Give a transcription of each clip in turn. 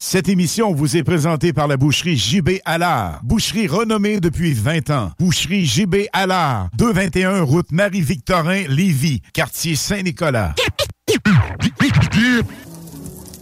Cette émission vous est présentée par la boucherie JB Allard. Boucherie renommée depuis 20 ans. Boucherie JB Allard. 221 route Marie-Victorin, Lévis, quartier Saint-Nicolas.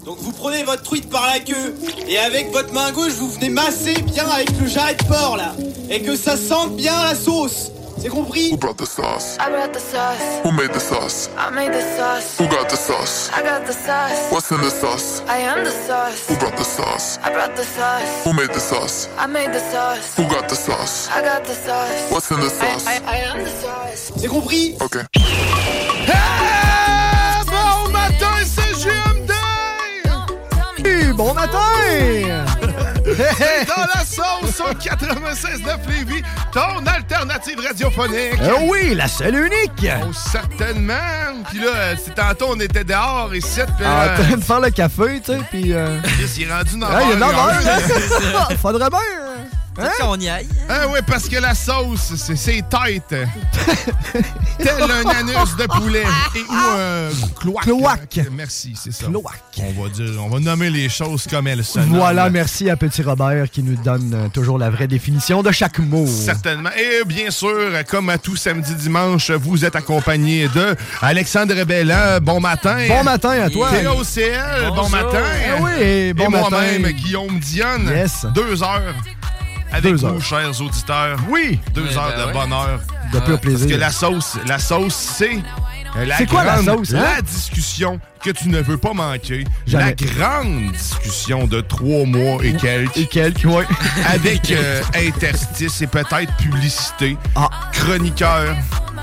Donc vous prenez votre truite par la queue et avec votre main gauche vous venez masser bien avec le jarret de porc là et que ça sente bien la sauce. C'est compris Who brought the sauce? I brought the sauce. Who made the sauce? I made the sauce. Who got the sauce? I got the sauce. What's in the sauce? I am the Who sauce. brought the sauce? I brought the sauce. Who made the sauce? I made the sauce. Who got the sauce? I got the sauce. What's in the I, sauce? I, I am the sauce. C'est compris Okay. Bon matin, c'est JMD! Bon matin! Dans la sauce au 96.9 Lévis, ton alternative radiophonique. Eh oui, la seule unique! Oh, certainement! Puis là, euh, c'est tantôt, on était dehors ici, puis En là, train de faire le café, tu sais, puis... euh, Chris, il est rendu dans ah, il y a 9 heures, hein? Faudrait bien... euh, qu'on y aille. hein? Ah oui, parce que la sauce, c'est- c'est tight. Tel un anus de poulet. Et, ou un cloaque. Cloaque. Merci, c'est ça. Cloaque. On va, dire, on va nommer les choses comme elles sont. Voilà, merci à Petit Robert qui nous donne euh, toujours la vraie définition de chaque mot. Certainement. Et bien sûr, comme à tout samedi dimanche, vous êtes accompagné de Alexandre Bellan. Bon matin. Bon matin à toi. TOCL, bon Bonjour. matin. Eh oui, et bon matin. moi-même, Guillaume Dionne. Yes. Deux heures avec Deux heures. nous, chers auditeurs. Oui, Deux Eh heures ben de ouais. bonheur. de pur Parce que plaisir. la sauce, la sauce, c'est. euh, C'est quoi la grande- sauce, hein? La discussion que tu ne veux pas manquer. La Jamais. grande discussion de trois mois et quelques. Et quelques, ouais. Avec euh, interstices et peut-être publicité, Ah. chroniqueur,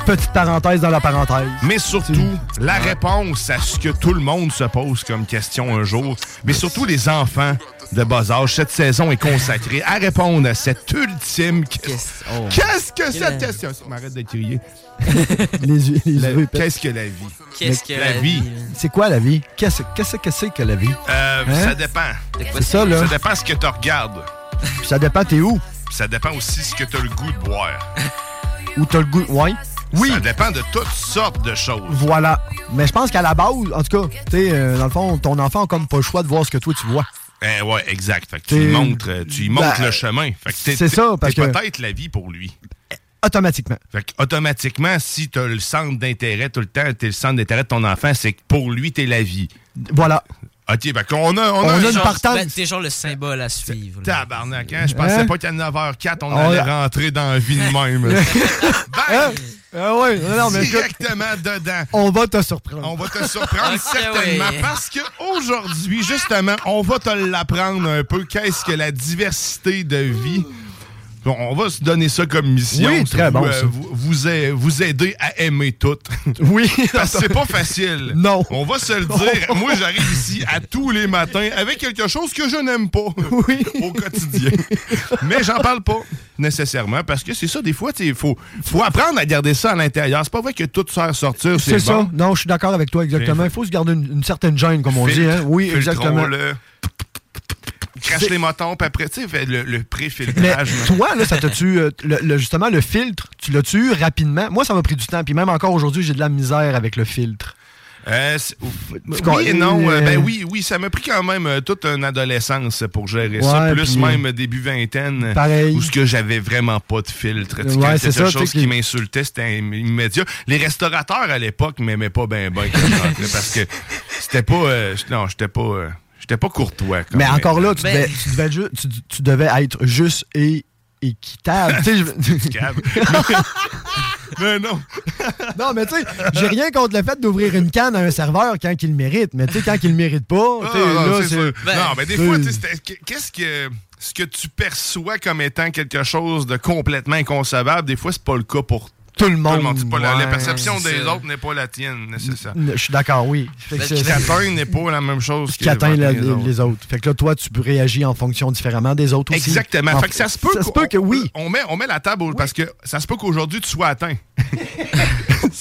Petite parenthèse dans la parenthèse. mais surtout la réponse à ce que tout le monde se pose comme question un jour, mais surtout les enfants de bas âge. Cette saison est consacrée à répondre à cette ultime question. Question. Qu'est-ce que Quelle- cette question? M'arrête de crier. Les yeux- les La- yeux épais. Qu'est-ce que la vie? Qu'est-ce que la vie. C'est quoi la vie? Qu'est-ce qu'est-ce que c'est que la vie? Euh, Hein? Ça dépend. C'est ça, là. Ça dépend ce que tu regardes. Puis Ça dépend t'es où. Puis Ça dépend aussi ce que tu as le goût de boire. Où t'as le goût. Ouais. Oui. Ça dépend de toutes sortes de choses. Voilà. Mais je pense qu'à la base, en tout cas, tu sais, euh, dans le fond, ton enfant a comme pas le choix de voir ce que toi tu vois. Eh ouais, exact. Fait que tu lui T'es- montres, euh, tu lui montres Ben, le chemin. Fait que t'es- c'est t'es- ça, parce t'es que- peut-être la vie pour lui. Automatiquement. Fait que automatiquement, si tu le centre d'intérêt tout le temps, tu le centre d'intérêt de ton enfant, c'est que pour lui, tu es la vie. Voilà. OK, ben qu'on a, on a, On un a une genre- partance. Ben, t'es genre le symbole à suivre. là. Tabarnak, hein? Je pensais Hein? pas qu'à 9h04, on, On- allait rentrer dans la vie de même. Bang! Ah ouais, non, non, mais écoute, Directement dedans. on va te surprendre. On va te surprendre Ok, certainement oui. parce que aujourd'hui, justement, on va te l'apprendre un peu qu'est-ce que la diversité de vie. Bon, on va se donner ça comme mission. Oui, très vous, bon, euh, ça. vous, vous a- vous aider à aimer toutes. Oui. Parce que c'est pas facile. Non. On va se le dire. Moi, j'arrive ici à tous les matins avec quelque chose que je n'aime pas Oui. au quotidien. Mais j'en parle pas nécessairement parce que c'est ça, des fois, il faut, faut apprendre à garder ça à l'intérieur. C'est pas vrai que tout se faire sortir, c'est C'est bon. ça. Non, je suis d'accord avec toi, exactement. Il faut se garder une, une certaine gêne, comme on Filtre, dit. Hein? Oui, filtrons exactement. le- Crache les motons, puis après, tu sais, fais le, le Mais pré-filtrage. là. toi, là, ça t'a-tu. euh, le- le- justement, le filtre, tu l'as-tu rapidement? Moi, ça m'a pris du temps. Puis même encore aujourd'hui, j'ai de la misère avec le filtre. Euh, c'est- ouf. con- oui et non. euh, euh, ben oui, oui, ça m'a pris quand même euh, toute une adolescence pour gérer ça. Ouais, Plus puis- même début vingtaine. euh, Pareil. Où ce que j'avais vraiment pas de filtre. Tu sais, Ouais, quand c'est c'était ça, quelque tu sais chose que- qui m'insultait, c'était im- immédiat. Les restaurateurs à l'époque m'aimaient pas ben ben quand je rentrais, parce que c'était pas. euh, non, j'étais pas. euh, j'étais pas courtois. quand Mais même. encore là, tu devais, tu, devais ju- tu- tu devais être juste et équitable. Tu sais, je- mais non. non, mais tu sais, j'ai rien contre le fait d'ouvrir une canne à un serveur quand il le mérite. Mais tu sais, quand il le mérite pas, tu sais, Ah, Oh, là, non, c'est c'est- sûr. non, mais des fois, c'est- tu sais, c'était- qu'est-ce que ce que tu perçois comme étant quelque chose de complètement inconcevable, des fois, c'est pas le cas pour tout le monde. C'est pas la, la Ouais, perception c'est des ça. autres n'est pas la tienne, nécessaire. Je suis d'accord, oui. Fait que Ce c'est- Ben, qui c'est- t'atteint n'est pas la même chose que qui atteint les la- les, autres. les autres. Fait que là, toi, tu réagis en fonction différemment des autres aussi. Exactement. En- Fait que ça se peut, Ça se qu'on- peut que oui. On met, on met la table au- parce que ça se peut qu'aujourd'hui, tu sois atteint.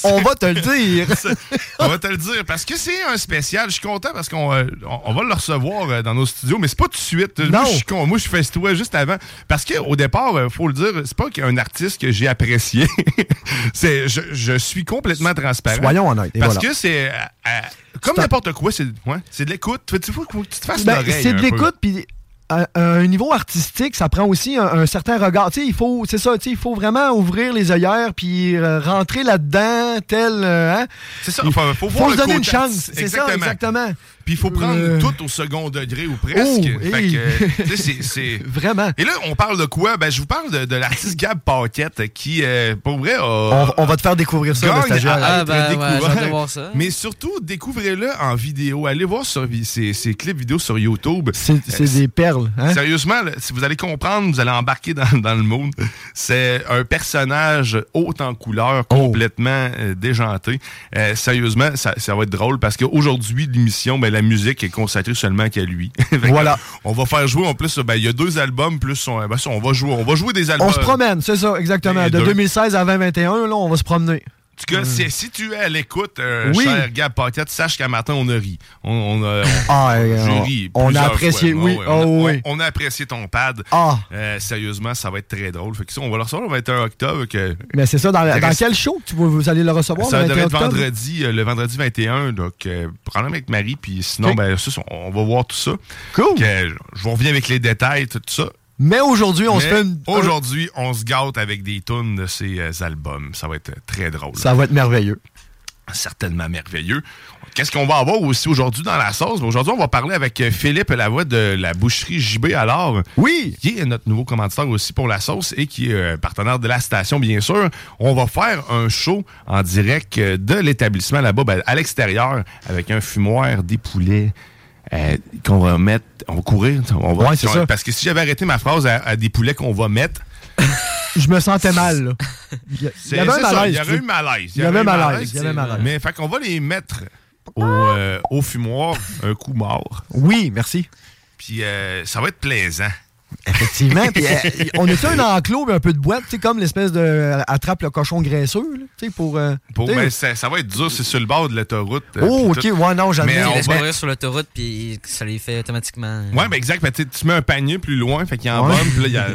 On va te le dire. on va te le dire parce que c'est un spécial. Je suis content parce qu'on euh, on, on va le recevoir euh, dans nos studios, mais c'est pas tout de suite. Moi, je suis con- Moi, je festoie juste avant parce qu'au départ, il faut le dire, c'est pas qu'un artiste que j'ai apprécié. c'est je, je suis complètement transparent. Soyons honnêtes, et Parce voilà. que c'est euh, euh, comme n'importe quoi, c'est ouais, c'est de l'écoute. Tu faut que tu te fasses Ben, l'oreille c'est un de peu. l'écoute, puis à, à un niveau artistique, ça prend aussi un, un certain regard. Tu sais, il faut, c'est ça, tu sais, il faut vraiment ouvrir les œillères, puis euh, rentrer là-dedans, tel. euh, hein? C'est ça. Il Enfin, faut, voir se le donner côté une chance. artistique. C'est ça, exactement. Puis il faut prendre Euh. tout au second degré ou presque. Oh, Fait que, hey. euh, tu sais, c'est- c'est- Vraiment. Et là, on parle de quoi? Ben, je vous parle de, de l'artiste Gab Paquette qui, euh, pour vrai, a- On, on va te faire découvrir ça, le gagne stagiaire. Ah, à ben, être découvert. j'adore voir ça. Mais surtout, découvrez-le en vidéo. Allez voir sur vi- ses, ses clips vidéo sur YouTube. Euh, C'est des perles. Hein? Sérieusement, là, si vous allez comprendre, vous allez embarquer dans, dans le monde. C'est un personnage haut en couleur, Oh. complètement euh, déjanté. Euh, sérieusement, ça, ça va être drôle parce qu'aujourd'hui, l'émission, ben, la musique est consacrée seulement qu'à lui. Fait que, Voilà. On va faire jouer en plus, ben, il y a deux albums, plus on, ben, ça, on va jouer. On va jouer des albums. On se promène, c'est ça, exactement. Les De deux. 2016 à 2021, là, on va se promener. Hum. En tout cas, si, si tu es à l'écoute, euh, Oui. cher Gab Paquette, sache qu'à matin, on a ri. On, on a, on- Ah, euh, j'ai on- ri on a plusieurs apprécié, fois. Ah oui. Ouais, on, a- Oh, oui. on- on a apprécié ton pad. Ah. Euh, sérieusement, ça va être très drôle. Fait que ça, on va le recevoir le 21 octobre. que- Mais Ben, c'est ça, dans, Ça dans reste- quel show tu, vous vous allez le recevoir? ça le devrait 21 être octobre? vendredi, euh, le vendredi 21. Donc, euh, problème avec Marie. Puis sinon, Ok. ben, ça, on, on va voir tout ça. Cool. je vous reviens avec les détails, tout ça. Mais aujourd'hui, on se Mais fait une. Aujourd'hui, on se gâte avec des tunes de ces euh, albums. Ça va être euh, très drôle. Ça va être merveilleux. certainement merveilleux. Qu'est-ce qu'on va avoir aussi aujourd'hui dans la sauce? Ben, Aujourd'hui, on va parler avec euh, Philippe Lavoie de la boucherie JB alors. Oui! Qui est notre nouveau commanditaire aussi pour la sauce et qui est euh, partenaire de la station, bien sûr. On va faire un show en direct euh, de l'établissement là-bas, ben, à l'extérieur, avec un fumoir, des poulets. euh, qu'on va mettre, on va courir, on va, Ouais, c'est ça. parce que si j'avais arrêté ma phrase à, à des poulets qu'on va mettre, Je me sentais mal, là. Il y a- il y c'est- avait un c'est ça, malaise. Il y tu avait eu veux. malaise. Il y avait eu malaise. Il y avait c'est- malaise. Mais fait qu'on va les mettre au, euh, au fumoir, un coup mort. Oui, merci. Puis euh, ça va être plaisant. Effectivement. Puis, euh, on était un enclos, mais un peu de boîte, tu sais, comme l'espèce de euh, attrape le cochon graisseux, là, tu sais, pour. euh, Pour, tu sais, ben, ça, ça va être dur, c'est sur le bord de l'autoroute. euh, Oh, puis ok, tout. ouais, non, j'admets. Mais Il on laisse va- courir sur l'autoroute, puis ça les fait automatiquement. euh. Ouais, ben exact. ben, tu sais, tu mets un panier plus loin, fait qu'il y en a Ouais. un, puis là, il y a.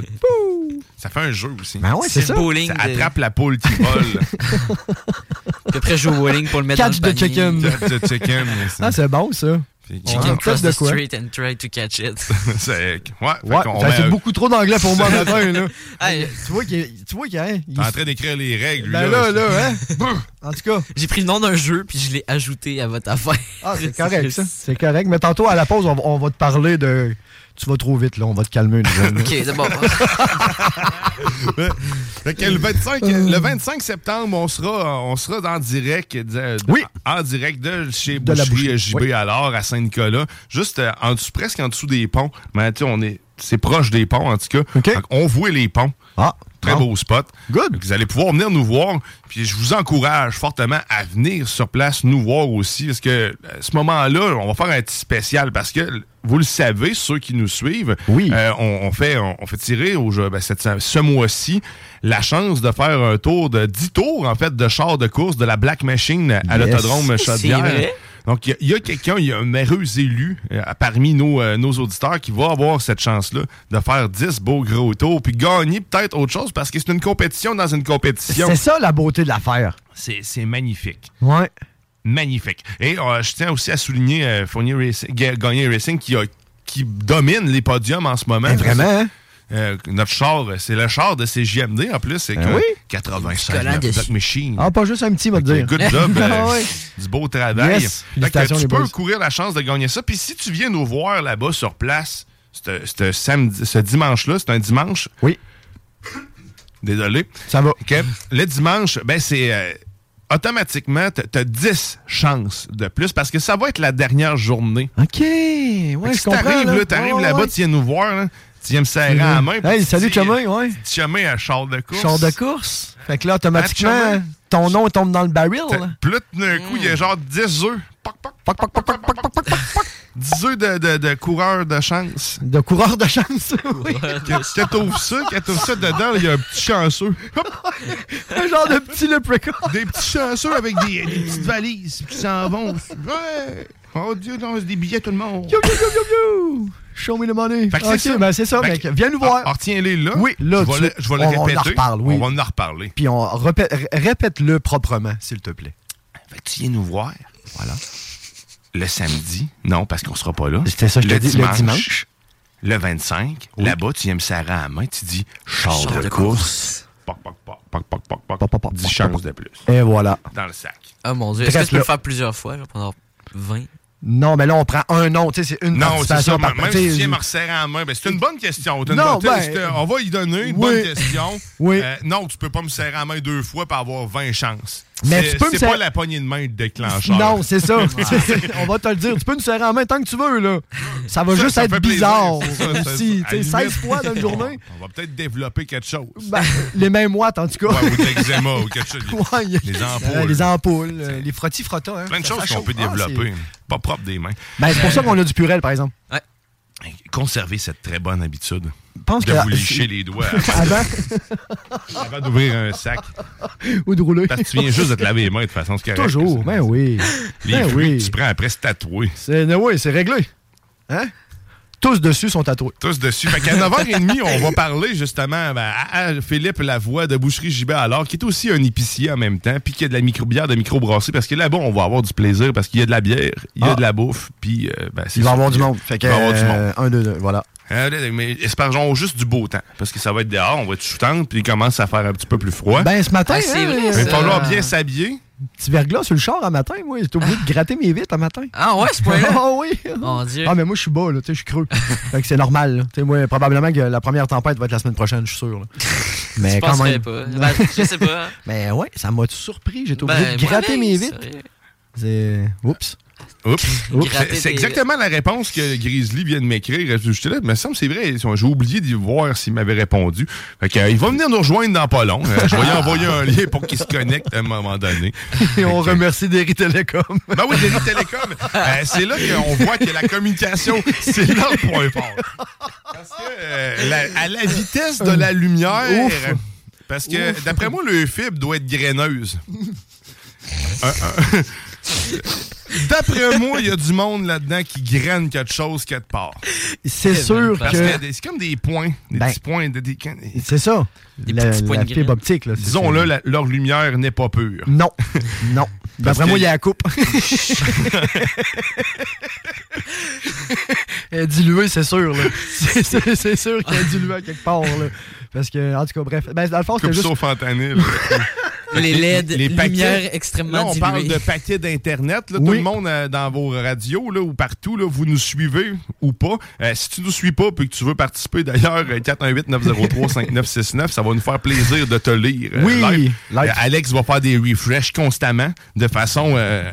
Ça fait un jeu aussi. Ben ouais, c'est C'est le ça. bowling Ça de- attrape la poule qui vole. Puis après, je joue au bowling pour le mettre Catch dans le the panier. chicken. Catch the chicken, Ah, c'est bon, ça. Chicken On a cross peut-être the de quoi. street and try to catch it. c'est. Ouais, Ouais, ça fait beaucoup trop d'anglais pour moi, maintenant. matin, là. Tu vois qu'il est- tu vois qu'il est- il- T'es en train d'écrire les règles, lui, Ben là, là, hein? en tout cas. J'ai pris le nom d'un jeu, puis je l'ai ajouté à votre affaire. Ah, c'est correct, ça. C'est correct. Mais tantôt, à la pause, on, va- on va te parler de. Tu vas trop vite, là. On va te calmer une jeune. Ok, d'abord. Fait que le 25, le 25 septembre, on sera, on sera en direct, de- Oui. en direct de chez De la Boucherie euh, boucherie, JB oui. alors à Saint-Nicolas, juste euh, en dessous, presque en dessous des ponts. Mais tu sais, on est, c'est proche des ponts en tout cas. Fait qu'on voit les ponts. Ah. Très beau spot. Good. Vous allez pouvoir venir nous voir. Puis je vous encourage fortement à venir sur place nous voir aussi. Parce que à ce moment-là, on va faire un petit spécial parce que vous le savez, ceux qui nous suivent, euh, on, on fait, on, on fait tirer au jeu, ben, cette- ce mois-ci la chance de faire un tour de 10 tours en fait de char de course de la Black Machine à Yes. l'autodrome Chaudière. C'est vrai? Donc, il y a- il y a, quelqu'un, il y a un heureux élu euh, parmi nos, euh, nos auditeurs qui va avoir cette chance-là de faire 10 beaux gros tours puis gagner peut-être autre chose parce que c'est une compétition dans une compétition. C'est ça la beauté de l'affaire. C'est c'est magnifique. Ouais. magnifique. Et euh, je tiens aussi à souligner euh, Fournier Racing, Ga- Gagné Racing qui, a- qui domine les podiums en ce moment. vraiment, hein? Euh, notre char, c'est le char de CJMD en plus, c'est Ben que oui. 85 Collant la dessus. Black Machine. Ah, pas juste un petit, va te dire. Good job, euh, Ah ouais. du beau travail. Yes. Fait que Félicitations, les tu peux boys. courir la chance de gagner ça. Puis si tu viens nous voir là-bas sur place, c'te- c'te samedi- ce dimanche-là, c'est un dimanche. Oui. Désolé. Ça va. Le dimanche, ben c'est euh, automatiquement, tu as 10 chances de plus parce que ça va être la dernière journée. OK. Ouais, Fait que je si comprends. t'arrives là. là, t'arrives Ouais, là-bas, ouais. Mm-hmm. tu viens nous voir, hein? là, tu viens me serrer à la main. puis Hey, tu salut, dis, chemin, ouais. tu dis Chemin à char de course. Hein, Char de course. Fait que là, automatiquement, Matchman. ton nom tombe dans le baril. là. Puis là, tout d'un coup, il y a genre 10 œufs. Poc, poc, poc, poc, poc, poc, poc, poc, poc, poc, poc. 10 œufs de, de, de coureurs de chance. De coureur de chance. oui. Que que t'ouvres ça, que t'ouvres ça dedans, il y a un petit chanceux. Un genre de petit leprechaun. Des petits chanceux avec des, des petites valises qui s'en vont. Ouais. Oh Dieu, non, c'est des billets tout le monde. Yo, yo, yo, yo, yo. Show me the money. Fait que OK, c'est ça. ben c'est ça, Fait mec. que- Viens nous voir. Ah, ah, Retiens-les là. Oui, là, je vais, tu- le, je vais le on- on en répéter. reparle, oui. On va en reparler. Puis on répète- r- répète-le proprement, s'il te plaît. Fait que tu viens nous voir. Voilà. Le samedi, non, parce qu'on sera pas là. C'était ça, je te dis, le dimanche. Le 25, là-bas, tu viens me serrer à la main, tu dis char, Char de, de course. Poc, poc, poc, poc, poc, poc, poc, 10 chances de plus. Et voilà. Dans le sac. Ah mon dieu, est-ce que Reste je peux là. le faire plusieurs fois, genre pendant 20? Non, mais là, on prend un nom. Tu sais, c'est une Non, c'est ça. participation par Même tu si sais, tu viens me resserrer à la main, ben, c'est une bonne question. C'est une Non, bonne- ben, c'est- on va y donner une oui. bonne question. Oui. Euh, non, tu peux pas me serrer à la main deux fois pour avoir 20 chances. Mais C'est- tu peux me C'est serrer- pas la poignée de main de déclencheur. Non, c'est ça. on va te le dire. Tu peux nous serrer en main tant que tu veux, là. Ça va Ça, juste ça être fait plaisir, bizarre c'est ça, c'est ça. aussi. À Tu sais, 16 la limite, fois dans une on- journée. On va peut-être développer quelque chose. Ben, les mêmes watts, en tout cas. Ouais, ou de l'eczéma ou quelque chose. Ouais, il y a- Les Euh, ampoules. les ampoules, euh, les frottis frottants. Hein, Plein de Ça, choses ça qu'on chauffe. peut Ah, c'est- développer. Pas propre des mains. Ben, c'est pour ça qu'on a du purel, par exemple. Conserver cette très bonne habitude. Pense de que- Ah, vous licher les doigts avant, Avant, avant d'ouvrir un sac. ou de rouler. Parce que tu viens juste de te laver les mains de toute façon. c'est correct. Toujours, ben oui. Les Ben fruits que oui. tu prends après, c'est tatoué. C'est ben oui, c'est réglé. Hein? Tous dessus sont tatoués. Tous dessus. Fait qu'à 9h30, on va parler justement ben, à, à Philippe Lavoie de Boucherie Gibert alors, qui est aussi un épicier en même temps, puis qui a de la microbière de microbrasserie, parce que là-bas, on va avoir du plaisir, parce qu'il y a de la bière, il y a Ah. de la bouffe, puis euh, ben, c'est Il va ça. avoir du monde. Fait que, Il va avoir du monde. euh, Un, deux, deux, voilà. Euh, là, mais espérons juste du beau temps, parce que ça va être dehors, on va être choutante, puis il commence à faire un petit peu plus froid. Ben, ce matin, Ah, c'est hein, vrai, euh, il va falloir ça. bien s'habiller. petit verglas sur le char à matin, moi. J'ai oublié de gratter mes vitres à matin. Ah ouais, c'est Ah pas là? oui! Mon dieu. Ah, mais moi, je suis bas, là. Tu sais, je suis creux. fait que c'est normal, là. Tu sais, moi, probablement que la première tempête va être la semaine prochaine, je suis sûr, là. Mais je quand penserais même. pas. Ben, je sais pas. Mais ouais, ça m'a surpris. J'ai été obligé Ben, de gratter moi-même, mes vitres. sérieux. C'est. Euh, Oups. Oups. Oups. C'est- Gratter C'est tes- exactement la réponse que Grizzly vient de m'écrire. J'étais là, il me semble, c'est vrai. J'ai oublié d'y voir s'il m'avait répondu. Fait que, euh, il va venir nous rejoindre dans pas long. Euh, Je vais lui envoyer un lien pour qu'il se connecte à un moment donné. Et on remercie Derry Telecom. Ben oui, Derry Télécom, euh, c'est là qu'on voit que la communication, c'est leur point fort. Parce que euh, la- à la vitesse de la lumière, Ouf. parce que d'après moi, le fibre doit être graineuse. Un- un- D'après moi, il y a du monde là-dedans qui graine quelque chose quelque part. C'est sûr Parce que. que des- c'est comme des points, des Ben, petits points. De, des- C'est ça. la petits points la de graines. fibre optique, là. c'est- Disons-le, la- leur lumière n'est pas pure. Non. Non. Parce D'après moi, que- il y a la coupe. Elle est diluée, c'est sûr. là. C'est- C'est c'est sûr qu'elle est diluée à quelque part. Là. Parce que, en tout cas, bref. Ben, dans le fond, c'était Comme juste. ça au fentanyl. Les LED, Les paquets. lumière extrêmement Là, on diluée. parle de paquets d'Internet. là. Oui. Tout le monde euh, dans vos radios là, ou partout, là, vous nous suivez ou pas. Euh, si tu nous suis pas puis que tu veux participer, d'ailleurs, euh, 418-903-5969, ça va nous faire plaisir de te lire. euh, Oui, live. live. Euh, Alex va faire des refreshs constamment de façon euh,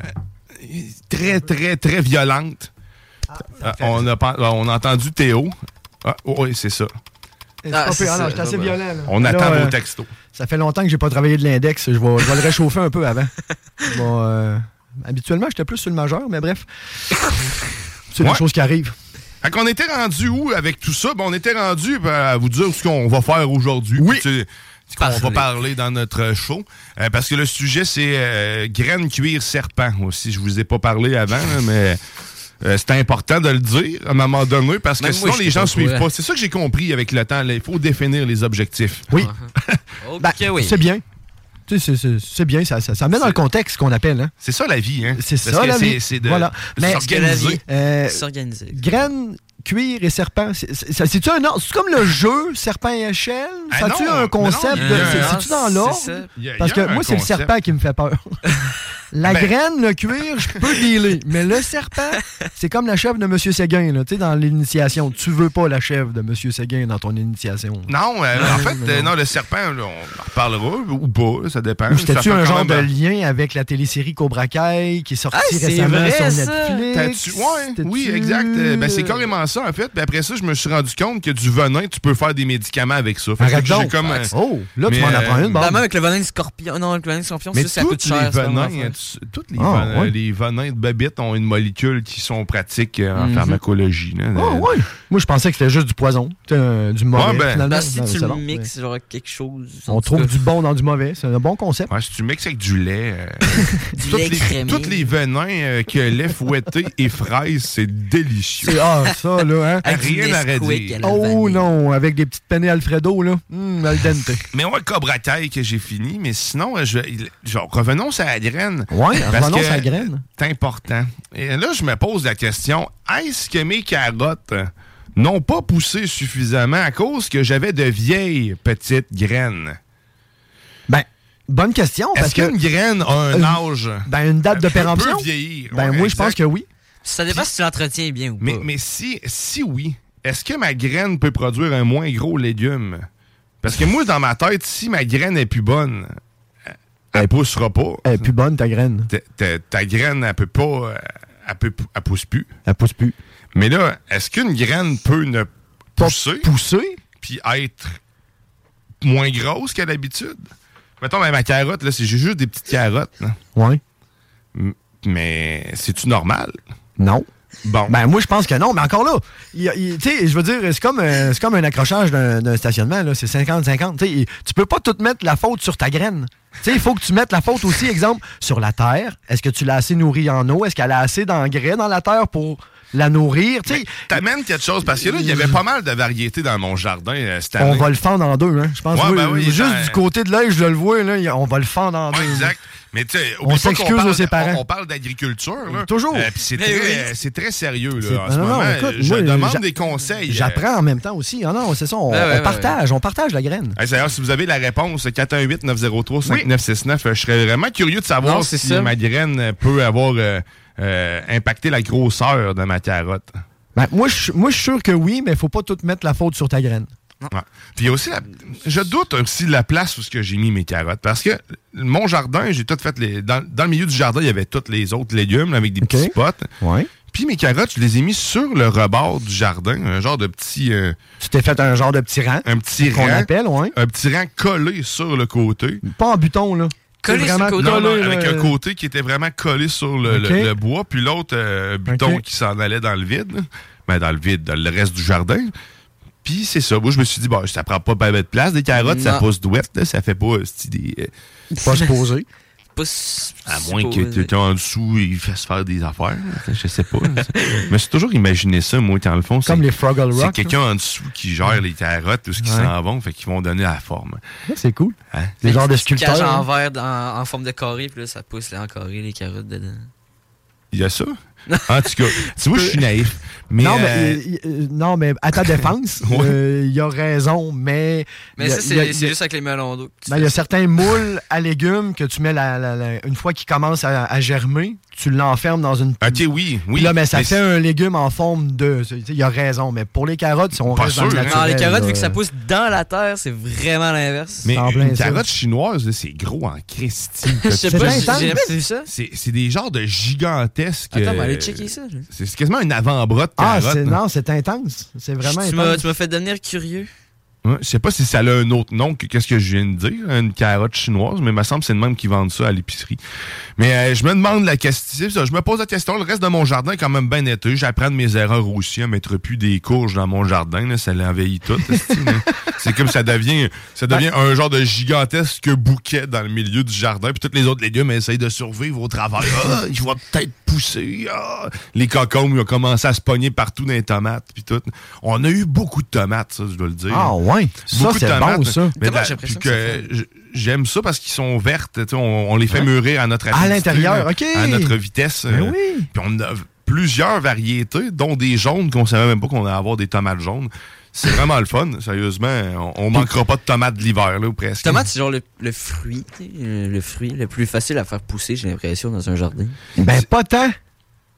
très, très, très violente. Ah, Euh, on, a, pen- on a entendu Théo. Ah, oh, oui, c'est ça. C'est Ah, pas c'est pire. Ah non, ça, j'étais assez là, violent. là. On Là, attend euh, vos textos. Ça fait longtemps que j'ai pas travaillé de l'index. Je vais, je vais le réchauffer un peu avant. Bon, euh, habituellement, j'étais plus sur le majeur, mais bref. C'est Ouais. des choses qui arrivent. Fait qu'on était rendu où avec tout ça? Ben, on était rendu ben, à vous dire ce qu'on va faire aujourd'hui. Oui. on va Parler. parler dans notre show. Euh, parce que le sujet, c'est euh, graines, cuir, serpent. Aussi, je vous ai pas parlé avant, là, mais euh, c'est important de le dire à un moment donné parce que Même moi, sinon, je les sais gens pas suivent pourquoi. pas. C'est ça que j'ai compris avec le temps. là. Il faut définir les objectifs. Oui. Ok, Ben, oui. C'est bien. Tu sais, c'est- c'est c'est bien, ça, ça, ça met dans le contexte ce qu'on appelle. Hein. C'est ça la vie, hein? C'est Parce ça que la c'est- vie. C'est de, voilà. de s'organiser. euh, S'organiser. Graines, cuir et serpent, c'est- c'est- c'est-tu un ordre? C'est comme le jeu serpent et échelle? Ah ça tu non, un concept? mais non, de- il y a c'est- un- C'est-tu dans c'est l'ordre? ça. Il y a- Parce il y a que un moi, c'est le concept. serpent qui me fait peur. La Ben- graine, le cuir, je peux dealer. Mais le serpent, c'est comme la chèvre de M. Séguin, là, tu sais, dans l'initiation. Tu veux pas la chèvre de M. Séguin dans ton initiation. Non, euh, en fait, euh, non, le serpent, là, on en reparlera ou pas, ça dépend. hein, Ou c'était-tu Ça fait un quand genre de même- lien avec la télésérie Cobra Kai qui est sortie Ah, c'est récemment vrai, sur ça. Netflix? T'as-tu- ouais, oui, exact. Euh, ben, c'est carrément ça, en fait. Puis après ça, je me suis rendu compte que du venin, tu peux faire des médicaments avec ça. Fait que Arrête j'ai donc. comme, euh, Oh, là, tu mais, m'en euh, apprends une, bon. La Ben, même avec le venin de scorpion. Non, le venin de scorpion, Mais c'est ça ça coûte tous les cher. ça, venins, vraiment. tu- tous les, Ah, venins, ouais. les venins de babites ont une molécule qui sont pratiques euh, en Mhm. pharmacologie. là. Oh, ouais. Moi, je pensais que c'était juste du poison, tu sais, euh, du mauvais. Ouais, ben, finalement. Parce que Non, si tu c'est le bon. mixes, genre quelque chose. en On tout cas, trouve du bon dans du mauvais. C'est un bon concept. Ouais, si tu mixes avec du lait, euh, Du tous lait les- crémé. tous les venins euh, que lait fouetté et fraise, c'est délicieux. C'est- Ah, ça, là, hein? Avec du Rien à Nesquik redire. à la Oh non, avec des petites pennées Alfredo, là. Hum, al dente. Mais ouais, Cobra Kai que j'ai fini, mais sinon, euh, je, il- genre, revenons sur la graine. Ouais, Parce revenons que sur la graine. C'est important. Et là, je me pose la question, est-ce que mes carottes euh, n'ont pas poussé suffisamment à cause que j'avais de vieilles petites graines? Ben, bonne question. Est-ce qu'une graine a un Une- âge? Ben, une date de Elle peut péremption. vieillir, Ben, ouais, moi, je pense exact. que oui. Ça dépend si tu l'entretiens bien ou pas. Mais, mais si, si oui, est-ce que ma graine peut produire un moins gros légume? Parce que moi, dans ma tête, si ma graine est plus bonne, elle- elle poussera pas. Elle est plus bonne, ta graine. Ta, ta- ta graine, elle peut pas. euh, Elle, peut, elle pousse plus. Elle pousse plus. Mais là, est-ce qu'une graine peut ne pousser? Pousser? Puis être moins grosse qu'à l'habitude? Mettons, ben, ma carotte, là, c'est j'ai juste des petites carottes. là. Ouais. M- Mais c'est-tu normal? Non. Bon. Ben, moi, je pense que non, mais encore là, il y a- il- tu sais, je veux dire, c'est comme, un- c'est comme un accrochage d'un d'un stationnement, là, c'est 50-50. Tu sais, il- Tu peux pas tout mettre la faute sur ta graine. Tu sais, il faut que tu mettes la faute aussi, exemple, sur la terre. Est-ce que tu l'as assez nourrie en eau? Est-ce qu'elle a assez d'engrais dans la terre pour la nourrir? Tu sais, T'amènes quelque chose, parce que là, il y avait pas mal de variétés dans mon jardin euh, cette année. on va le fendre en deux, hein. Je pense Ouais, oui, ben oui, juste ben- du côté de l'œil, je le vois, là, il- on va le fendre en deux. Exact. Mais tu sais, On oublie pas qu'on s'excuse parle aux de- séparants. On, on parle d'agriculture. là. Toujours. Euh, puis c'est Mais très, oui. euh, c'est très sérieux C'est- là, en ce non, non, moment. écoute, je moi, demande j'a- des conseils. euh. J'apprends en même temps aussi. Ah non, c'est ça, on, Ouais, ouais, on ouais, partage, on partage la graine. Euh, hey, D'ailleurs, si vous avez la réponse, 418-903-5969, euh, je serais vraiment curieux de savoir Non, c'est si ça. ma graine euh, peut avoir euh, euh, impacté la grosseur de ma carotte. Ben, moi, je suis- moi, je suis sûr que oui, mais faut pas tout mettre la faute sur ta graine. Ouais. Puis il y a aussi, la- je doute aussi de la place où ce que j'ai mis mes carottes. Parce que mon jardin, j'ai tout fait. Les, dans, dans le milieu du jardin, il y avait tous les autres légumes là, avec des petits spots. Puis mes carottes, je les ai mis sur le rebord du jardin, un genre de petit. euh, Tu t'es fait un genre de petit rang. un petit Qu'on rang. appelle, ouais. Un petit rang collé sur le côté. Pas en buton, là. C'est vraiment Non, non, collé, avec là. euh, un côté qui était vraiment collé sur le, le- Ok. le bois, puis l'autre euh, buton Ok. qui s'en allait dans le vide. là. Ben, dans le vide, dans le reste du jardin. Puis c'est ça. Moi, je me suis dit, bon, ça prend pas bien de place. Des carottes, ça Non. pousse d'ouest, là, ça fait pas euh, c'ti, des. euh, Pas se poser. Pas s- À moins que supposé. quelqu'un en dessous, il fasse faire des affaires. là. Je sais pas. là. Mais c'est toujours imaginé ça, moi, quand le fond, c'est. Comme les Froggle C'est Rock. quelqu'un en dessous qui gère les carottes ou ce qui Ouais. s'en vont, fait qu'ils vont donner la forme. là. C'est cool. Hein? Les genres de Tu sculpteurs. caches en hein. verre dans- en forme de carré, puis là, ça pousse là, en carré les carottes dedans. Il y a ça? En tout cas, tu vois, je suis naïf. Mais, non, mais, euh, il- il- euh, non, mais à ta défense, Ouais. euh, il y a raison, mais. Mais il y a- ça, il y a- c'est c'est juste avec les melons d'eau. Ben, il y a certains moules à légumes que tu mets la, la- la- une fois qu'ils commencent à, à germer, tu l'enfermes dans une. Ah, OK, oui, Ben, oui. Là, mais ça Mais fait un légume en forme de. tu sais, Il y a raison, mais pour les carottes, on Pas reste dans le sûr, hein. Non, naturel, les carottes, là. vu que ça pousse dans la terre, c'est vraiment l'inverse. Mais en plein une ça. carotte chinoise, là, c'est gros en Christie. Je sais pas, T'as-tu j'ai- vu? j'ai vu ça. C'est c'est des genres de gigantesques. Attends, mais allez euh, checker ça. là. C'est c'est quasiment un avant-bras de Ah, carotte. c'est- là. non, c'est intense. C'est vraiment Tu m'as intense. tu m'as fait devenir curieux. Ouais, je sais pas si ça a un autre nom que qu'est-ce que je viens de dire, une carotte chinoise, mais il me semble que c'est le même qui vendent ça à l'épicerie. Mais euh, je me demande la question, c'est ça, je me pose la question, le reste de mon jardin est quand même bien netteux, j'apprends de mes erreurs aussi à mettre plus des courges dans mon jardin, là, ça l'envahit tout. esti, mais c'est comme ça devient ça devient un genre de gigantesque bouquet dans le milieu du jardin, puis tous les autres légumes essayent de survivre au travail. Ah, il va peut-être pousser. ah. Les cocombes ils ont commencé à se pogner partout dans les tomates, puis tout. On a eu beaucoup de tomates, ça, je dois le dire. Ah ouais, ça, Beaucoup de c'est bon, tomates, ça. Mais Comment la- j'ai l'impression puis que je- j'aime ça parce qu'ils sont vertes. tu sais, On, on les fait mûrir à notre À avidité, l'intérieur, là, ok. À notre vitesse. Ben euh, Puis on a plusieurs variétés, dont des jaunes qu'on savait même pas qu'on allait avoir des tomates jaunes. C'est vraiment le fun, sérieusement. On, on manquera pas de tomates de l'hiver, là, ou presque. Tomate, Ah, c'est genre le, le fruit, tu sais, le, le fruit le plus facile à faire pousser, j'ai l'impression, dans un jardin. Ben, pas tant.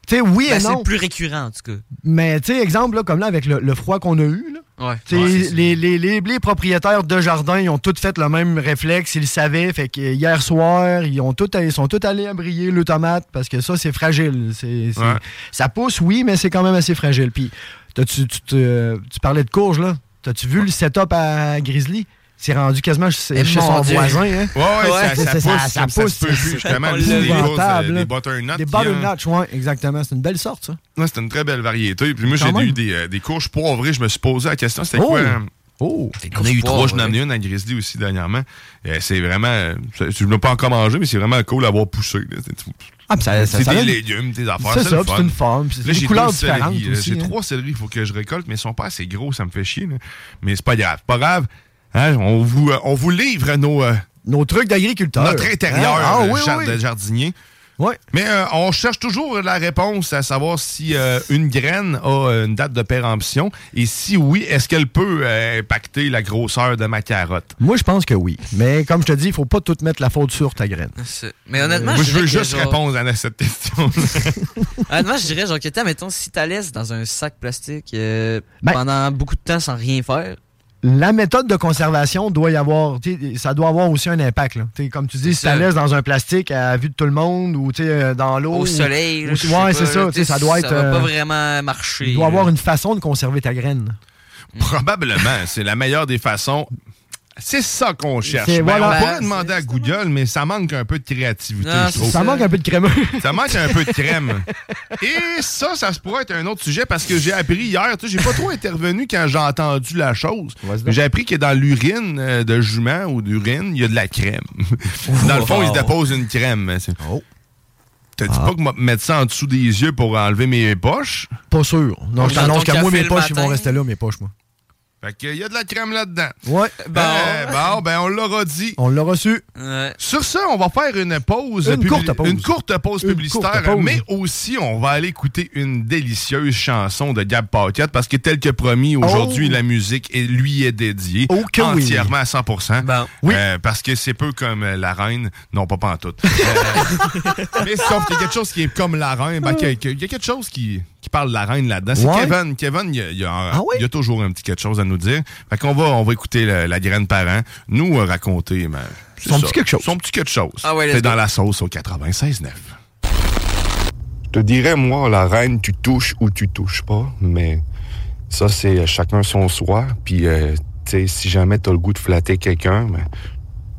Tu sais, oui Ben, et C'est non. le plus récurrent, en tout cas. Mais, tu sais, exemple, là, comme là, avec le, le froid qu'on a eu, là, Ouais. tu sais, les, les- les- les propriétaires de jardins, ils ont tous fait le même réflexe, ils le savaient. Fait que hier soir, ils, ont tout, ils sont tous allés à briller le tomate parce que ça, c'est fragile. C'est- c'est- Ouais. Ça pousse, oui, mais c'est quand même assez fragile. Puis, t'as-tu- tu, te- tu parlais de courge, là. T'as-tu vu le setup à Grizzly? C'est rendu quasiment chez, Eh, chez mon son Dieu. voisin. Hein? Ouais, ouais, ça- ça pousse comme ça se peut plus, justement. C'est Puis c'est des épouvantable, grosses, euh, là. des butternuts Des qui, hein. butternuts, ouais, exactement. C'est une belle sorte, ça. Ouais, c'était une très belle variété. Puis moi, Quand j'ai même. eu des, euh, des courges poivrées. Je me suis posé la question, c'était Oh! quoi? Oh! On a eu trois, je n'en ai une à Grizzly aussi dernièrement. Euh, c'est vraiment. euh, Je je ne l'ai pas encore mangé, mais c'est vraiment cool à voir pousser. là. C'est- Ah, puis ça- ça- c'est ça des donne- légumes, des affaires. C'est ça, le puis fun. c'est une forme, puis c'est Là, des j'ai couleurs deux céleris, différentes là. aussi, euh, J'ai hein. trois céleris, il faut que je récolte, mais ils sont pas assez gros, ça me fait chier. là. Mais c'est pas grave. Pas grave. Hein, on, vous, euh, on vous livre nos. euh, Nos trucs d'agriculteur. Notre intérieur Ah, ah, euh, oui, jar- oui. de jardinier. Mais euh, on cherche toujours la réponse à savoir si euh, une graine a euh, une date de péremption et si oui, est-ce qu'elle peut euh, impacter la grosseur de ma carotte? Moi, je pense que oui. Mais comme je te dis, il faut pas tout mettre la faute sur ta graine. C'est- Mais honnêtement, Moi, je je veux dirais que juste genre- répondre à cette question. Honnêtement, je dirais, genre, que t'as, mettons, si t'as laissé dans un sac plastique euh, pendant beaucoup de temps sans rien faire, La méthode de conservation doit y avoir, tu sais, ça doit avoir aussi un impact. là. Tu sais, Comme tu dis, si tu ça. la laisses dans un plastique à vue de tout le monde ou tu sais, euh, dans l'eau. au ou- soleil, ou- là, je sais ouais, pas, c'est ça. là, tu sais, Ça doit être. Ça va euh, pas vraiment marcher. il doit avoir là. une façon de conserver ta graine. Hmm. Probablement, c'est la meilleure des façons. C'est ça qu'on cherche. C'est- Ben, voilà. on pourrait Ben, demander à Google, mais ça manque un peu de créativité, Non, je trouve. ça manque un peu de crémeux. Ça manque un peu de crème. Et ça, ça se pourrait être un autre sujet parce que j'ai appris hier, tu sais, j'ai pas trop intervenu quand j'ai entendu la chose, mais j'ai appris que dans l'urine euh, de jument ou d'urine, il y a de la crème. dans le fond, ils se déposent une crème. C'est- Oh. T'as dit Ah. pas que moi, mettre ça en dessous des yeux pour enlever mes poches? Pas sûr. Non, je Dans t'annonce ton qu'à moi, café mes le poches, ils vont matin. rester là, mes poches, moi. Fait qu'il y a de la crème là-dedans. Ouais. Bon. bon, ben on l'aura dit. On l'a reçu. Sur ça, on va faire une pause. Une publi- courte pause. Une courte pause Une courte publicitaire, pause. mais aussi on va aller écouter une délicieuse chanson de Gab Paquette parce que tel que promis, aujourd'hui, la musique est- lui est dédiée que Oh. oui. entièrement à 100%. Euh, parce que c'est peu comme euh, la reine. Non, pas pantoute. Euh, mais Ah! sauf qu'il y a quelque chose qui est comme la reine. ben, qu'il y a- qu'il y a quelque chose qui, qui parle de la reine là-dedans. C'est Ouais. Ah Kevin. Kevin, il y a, il y a- il y a toujours un petit quelque chose à nous dire. Fait qu'on va, on va écouter la, la graine parent nous euh, raconter... ben, c'est Son ça. petit quelque chose. Son petit quelque chose. Ah ouais, let's C'est go. dans la sauce au 96.9. Je te dirais, moi, la reine, tu touches ou tu touches pas, mais ça, c'est euh, chacun son soi. Puis, euh, tu sais, si jamais t'as le goût de flatter quelqu'un, ben,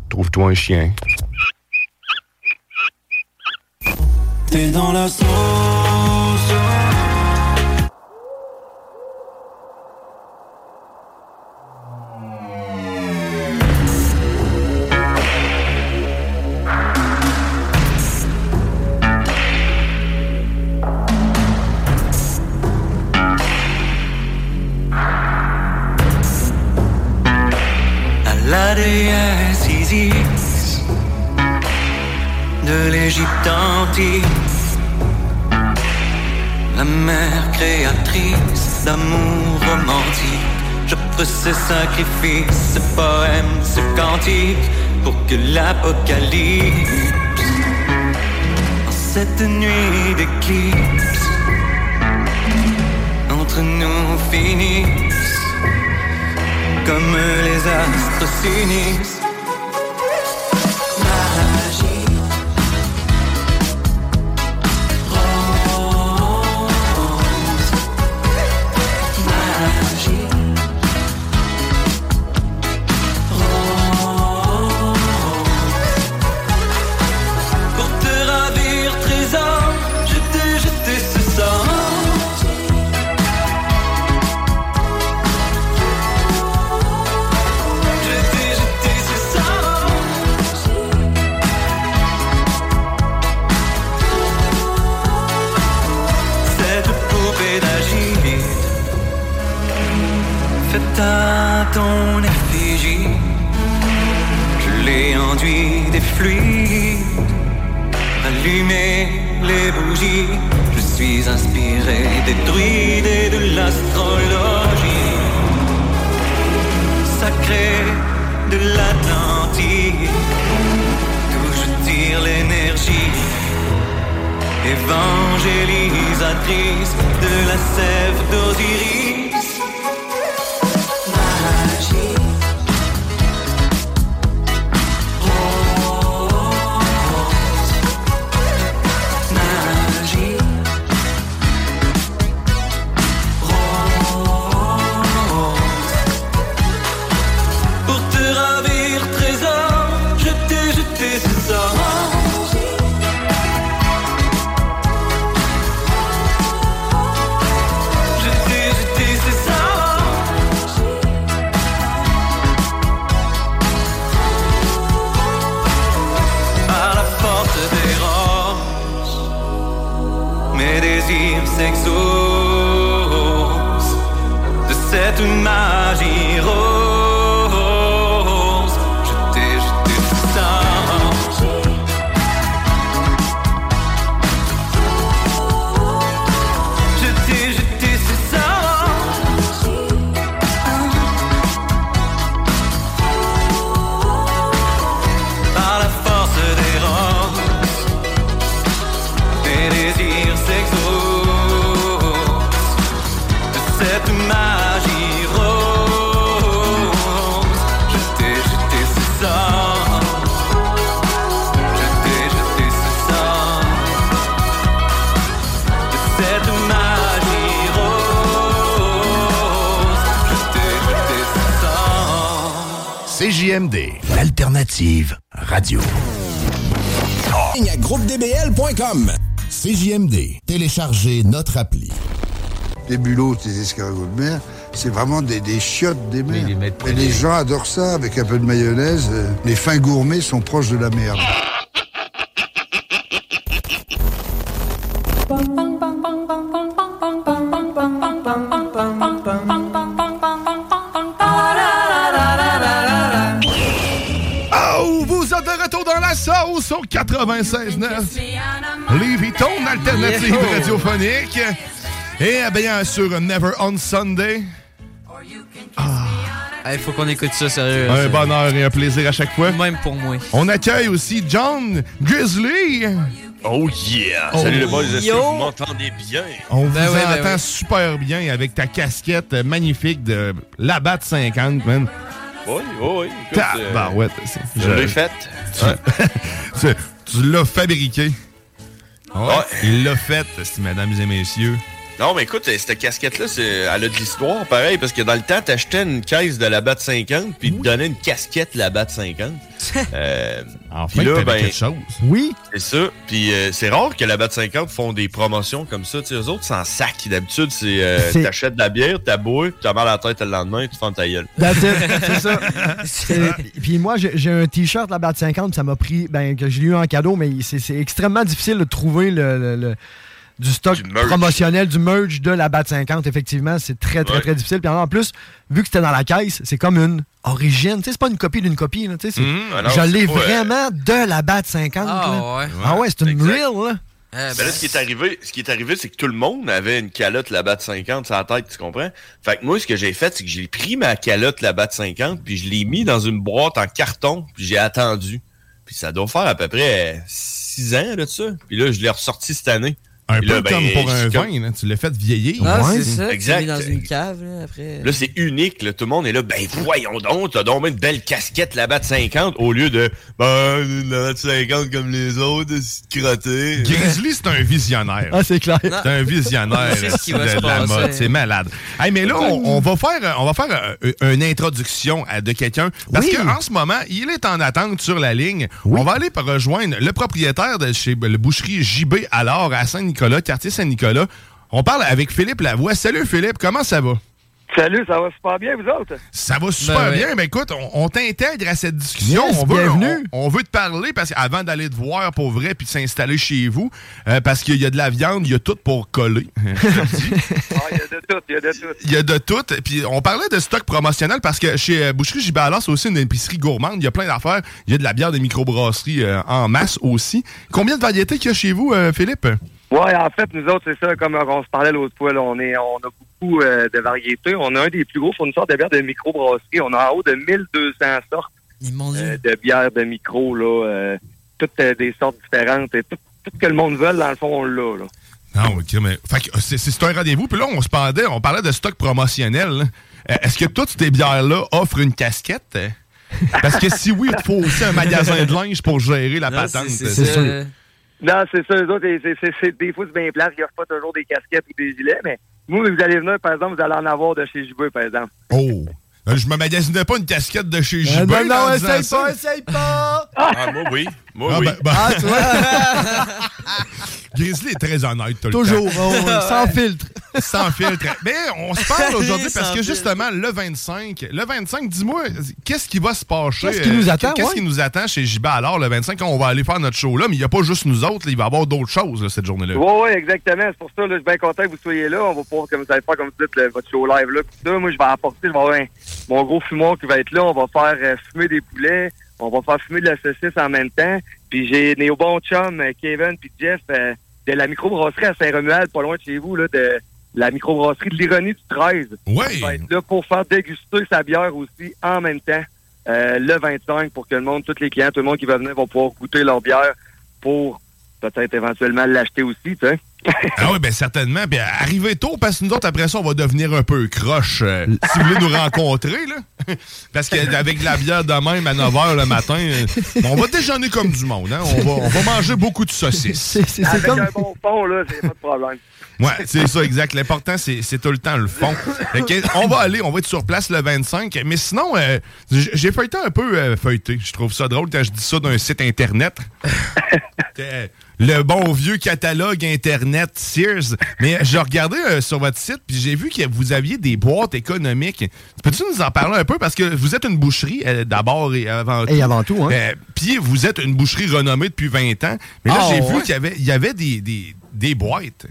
trouve-toi un chien. T'es dans la sauce. à la déesse Isis de l'Égypte antique, la mère créatrice d'amour romantique. J'offre ce sacrifice, ce poème, ce cantique pour que l'apocalypse, en cette nuit d'éclipse, entre nous finisse comme les astres s'unissent. Magie. Rose. Magie. Rose. Pour te ravir trésor, je t'ai jeté ce sang. Je t'ai jeté ce sang Cette poupée d'agile Faite à ton effigie Je l'ai en produit des fluides. Allumez les bougies, je suis inspiré des druides et de l'astrologie. Sacré de l'Atlantique, d'où je tire l'énergie. Évangélisatrice de la sève d'Osiris. Magie. Magie. Rose. Pour te ravir, trésor, je t'ai jeté ce sort. Je t'ai jeté ce sort. À la porte des roses, mes désirs s'exaucent de cette magie rose. Je t'ai jeté ce sort. Je t'ai jeté ce sort. Par la force des roses, mes désirs s'exaucent de cette magie rose. Je t'ai jeté ce sort. Je t'ai jeté ce sort de cette magie rose. Je t'ai jeté ce sort. CJMD, l'alternative radio. Ligne à groupedbl.com. CJMD. Téléchargez notre appli. Les bulots, les escargots de mer, c'est vraiment des, des chiottes des mers. Et les gens adorent ça avec un peu de mayonnaise. euh, Les fins gourmets sont proches de la merde. Oh, vous êtes de retour dans la sauce au 96.9. Lévi, ton alternative Yo. radiophonique. Et eh bien sûr, Never on Sunday. Il faut qu'on écoute ça, sérieux. Un C'est- bonheur et un plaisir à chaque fois. Même pour moi. On accueille aussi John Grizzly. Oh yeah! Oh, Salut les boys, est-ce que yo. vous m'entendez bien? On Ben vous oui, ben entend oui. super bien avec ta casquette euh, magnifique de la batte 50, man. Oui, oui, oui. écoute, euh, Tabarouette. c'est- je l'ai faite. Tu, tu- tu l'as fabriqué. Ouais, Ah, Il l'a faite, c'est- mesdames et messieurs. Non, mais écoute, euh, cette casquette-là, c'est- elle a de l'histoire, pareil, parce que dans le temps, t'achetais une caisse de la batte 50, puis tu donnais une casquette de la batte 50. euh, Enfin, puis là, t'avais ben, quelque chose. Oui. C'est ça. Puis euh, c'est rare que la Batte 50 font des promotions comme ça. Tu sais, eux autres, c'est en sac. D'habitude, c'est euh, C'est- t'achètes de la bière, t'as bois, puis t'as mal à la tête le lendemain, puis tu fermes ta gueule. That's it, c'est ça. C'est- Puis moi, j'ai j'ai un t-shirt la de 50, puis ça m'a pris, ben, que j'ai eu en cadeau, mais c'est c'est extrêmement difficile de trouver le, le- le- du stock merch. promotionnel, du merch de la de 50. Effectivement, c'est très, très, Ouais. très difficile. Puis en plus, vu que c'était dans la caisse, c'est comme une origine. Tu sais, c'est pas une copie d'une copie. là, tu sais, c'est- Mhm, alors, je c'est l'ai pas, euh, vraiment de la de 50. Ah, là. ouais. Ah ouais, c'est une real, là. Mais Ben là, ce qui est arrivé, ce qui est arrivé, c'est que tout le monde avait une calotte la batte 50 sur la tête, tu comprends? Fait que moi, ce que j'ai fait, c'est que j'ai pris ma calotte la batte 50, puis je l'ai mis dans une boîte en carton, puis j'ai attendu. Puis ça doit faire à peu près 6 ans là, de ça. Puis là, je l'ai ressorti cette année. Un Puis peu là, ben, comme pour un je- vin, là, tu l'as fait vieillir. Ah, Ouais. c'est ça, tu Exact. l'as mis Dans une cave, là, après. Là, c'est unique. là. Tout le monde est là. Ben, voyons donc, t'as donc même une belle casquette là-bas de 50 au lieu de. Ben, la batte 50 comme les autres, c'est crotté. Grizzly, c'est un visionnaire. Ah, c'est clair. C'est un visionnaire C'est ce qui de va se la passer. mode. C'est malade. Hey, mais là, on, on va faire, euh, on va faire euh, une introduction à- de quelqu'un. Parce Oui. qu'en ce moment, il est en attente sur la ligne. On va aller par- rejoindre le propriétaire de chez le boucherie JB alors à Saint-Nicolas, quartier Saint-Nicolas. On parle avec Philippe Lavoie. Salut Philippe, comment ça va? Salut, ça va super bien, vous autres? Ça va super Ben oui. bien. Mais écoute, on, on t'intègre à cette discussion. Yes, on, veut, bienvenue. on- on veut te parler parce qu'avant d'aller te voir pour vrai puis de s'installer chez vous, euh, parce qu'il y a de la viande, il y a tout pour coller. Ah, Il y a de tout. Il y a de tout. Puis on parlait de stock promotionnel parce que chez euh, Boucherie Gibala, c'est aussi une épicerie gourmande. Il y a plein d'affaires. Il y a de la bière des microbrasseries euh, en masse aussi. Combien de variétés qu'il y a chez vous, euh, Philippe? Ouais, en fait, nous autres, c'est ça, comme on se parlait l'autre fois, là, on, est, on a beaucoup euh, de variétés. On a un des plus gros fournisseurs de bières de microbrasserie. On a en haut de 1200 sortes euh, de bières de micro, là, euh, toutes euh, des sortes différentes. Et tout, tout ce que le monde veut, dans le fond, on l'a. là. Non, ok, mais fait que c'est c'est un rendez-vous. Puis là, on se pendait, on parlait de stock promotionnel. là. Euh, Est-ce que toutes ces bières-là offrent une casquette? Parce que si oui, il faut aussi un magasin de linge pour gérer la patente. Non, c'est ça, eux autres, c'est- c'est- c'est- c'est- des fois, c'est bien plat. Ils offrent pas toujours des casquettes ou des gilets, mais moi, vous allez venir, par exemple, vous allez en avoir de chez Jubeux, par exemple. Oh! Euh, Je me magasinais pas une casquette de Euh, chez JB. non, non, en disant essaye ça. pas, essaye pas! Ah, moi, oui. Moi, oui. Ah, tu vois? Grizzly est très honnête tout le Toujours, temps. oh, oui, sans filtre. Sans filtre. Mais on se parle aujourd'hui Sans parce que filtre. justement, le 25, le 25, dis-moi, qu'est-ce qui va se passer? Qu'est-ce qui euh, nous attend, Qu'est-ce ouais? qui nous attend chez JB alors le 25 quand on va aller faire notre show-là? Mais il n'y a pas juste nous autres, là, il va y avoir d'autres choses là, cette journée-là. Oui, oui, exactement. C'est pour ça, là, je suis bien content que vous soyez là. On va pouvoir, comme vous allez faire, comme vous dites, le- votre show live, là. Puis ça, moi, je vais apporter, je vais avoir un- mon gros fumoir qui va être là. On va faire euh, fumer des poulets. On va faire fumer de la saucisse en même temps. Puis j'ai nos bons chums, euh, Kevin puis Jeff, euh, de la microbrasserie à Saint-Romuald, pas loin de chez vous, là, de la microbrasserie de l'Ironie du 13. Oui. On va être là pour faire déguster sa bière aussi en même temps, euh, le 25, pour que le monde, tous les clients, tout le monde qui va venir, vont pouvoir goûter leur bière pour peut-être éventuellement l'acheter aussi, tu sais. Ah oui, bien certainement. Puis arrivez tôt parce que nous autres, après ça, on va devenir un peu croche. euh, si vous voulez nous Ah, rencontrer, là. Parce qu'avec de la bière de même à 9h le matin, euh, on va déjeuner comme du monde. hein. On, va, on va manger beaucoup de saucisses. Avec un bon fond, là, c'est pas de problème. Ouais, c'est ça, exact. L'important, c'est c'est tout le temps le fond. Fait que, on va aller, on va être sur place le 25. Mais sinon, euh, j- j'ai feuilleté un peu euh, feuilleté. Je trouve ça drôle quand je dis ça d'un site Internet. Euh, le bon vieux catalogue Internet Sears. Mais je regardais euh, sur votre site, puis j'ai vu que vous aviez des boîtes économiques. Peux-tu nous en parler un peu? Parce que vous êtes une boucherie euh, d'abord et avant tout. Et avant tout, hein. Euh, puis vous êtes une boucherie renommée depuis 20 ans. Mais là, Ah, j'ai vu ouais. qu'il y avait, il y avait des- des- des boîtes.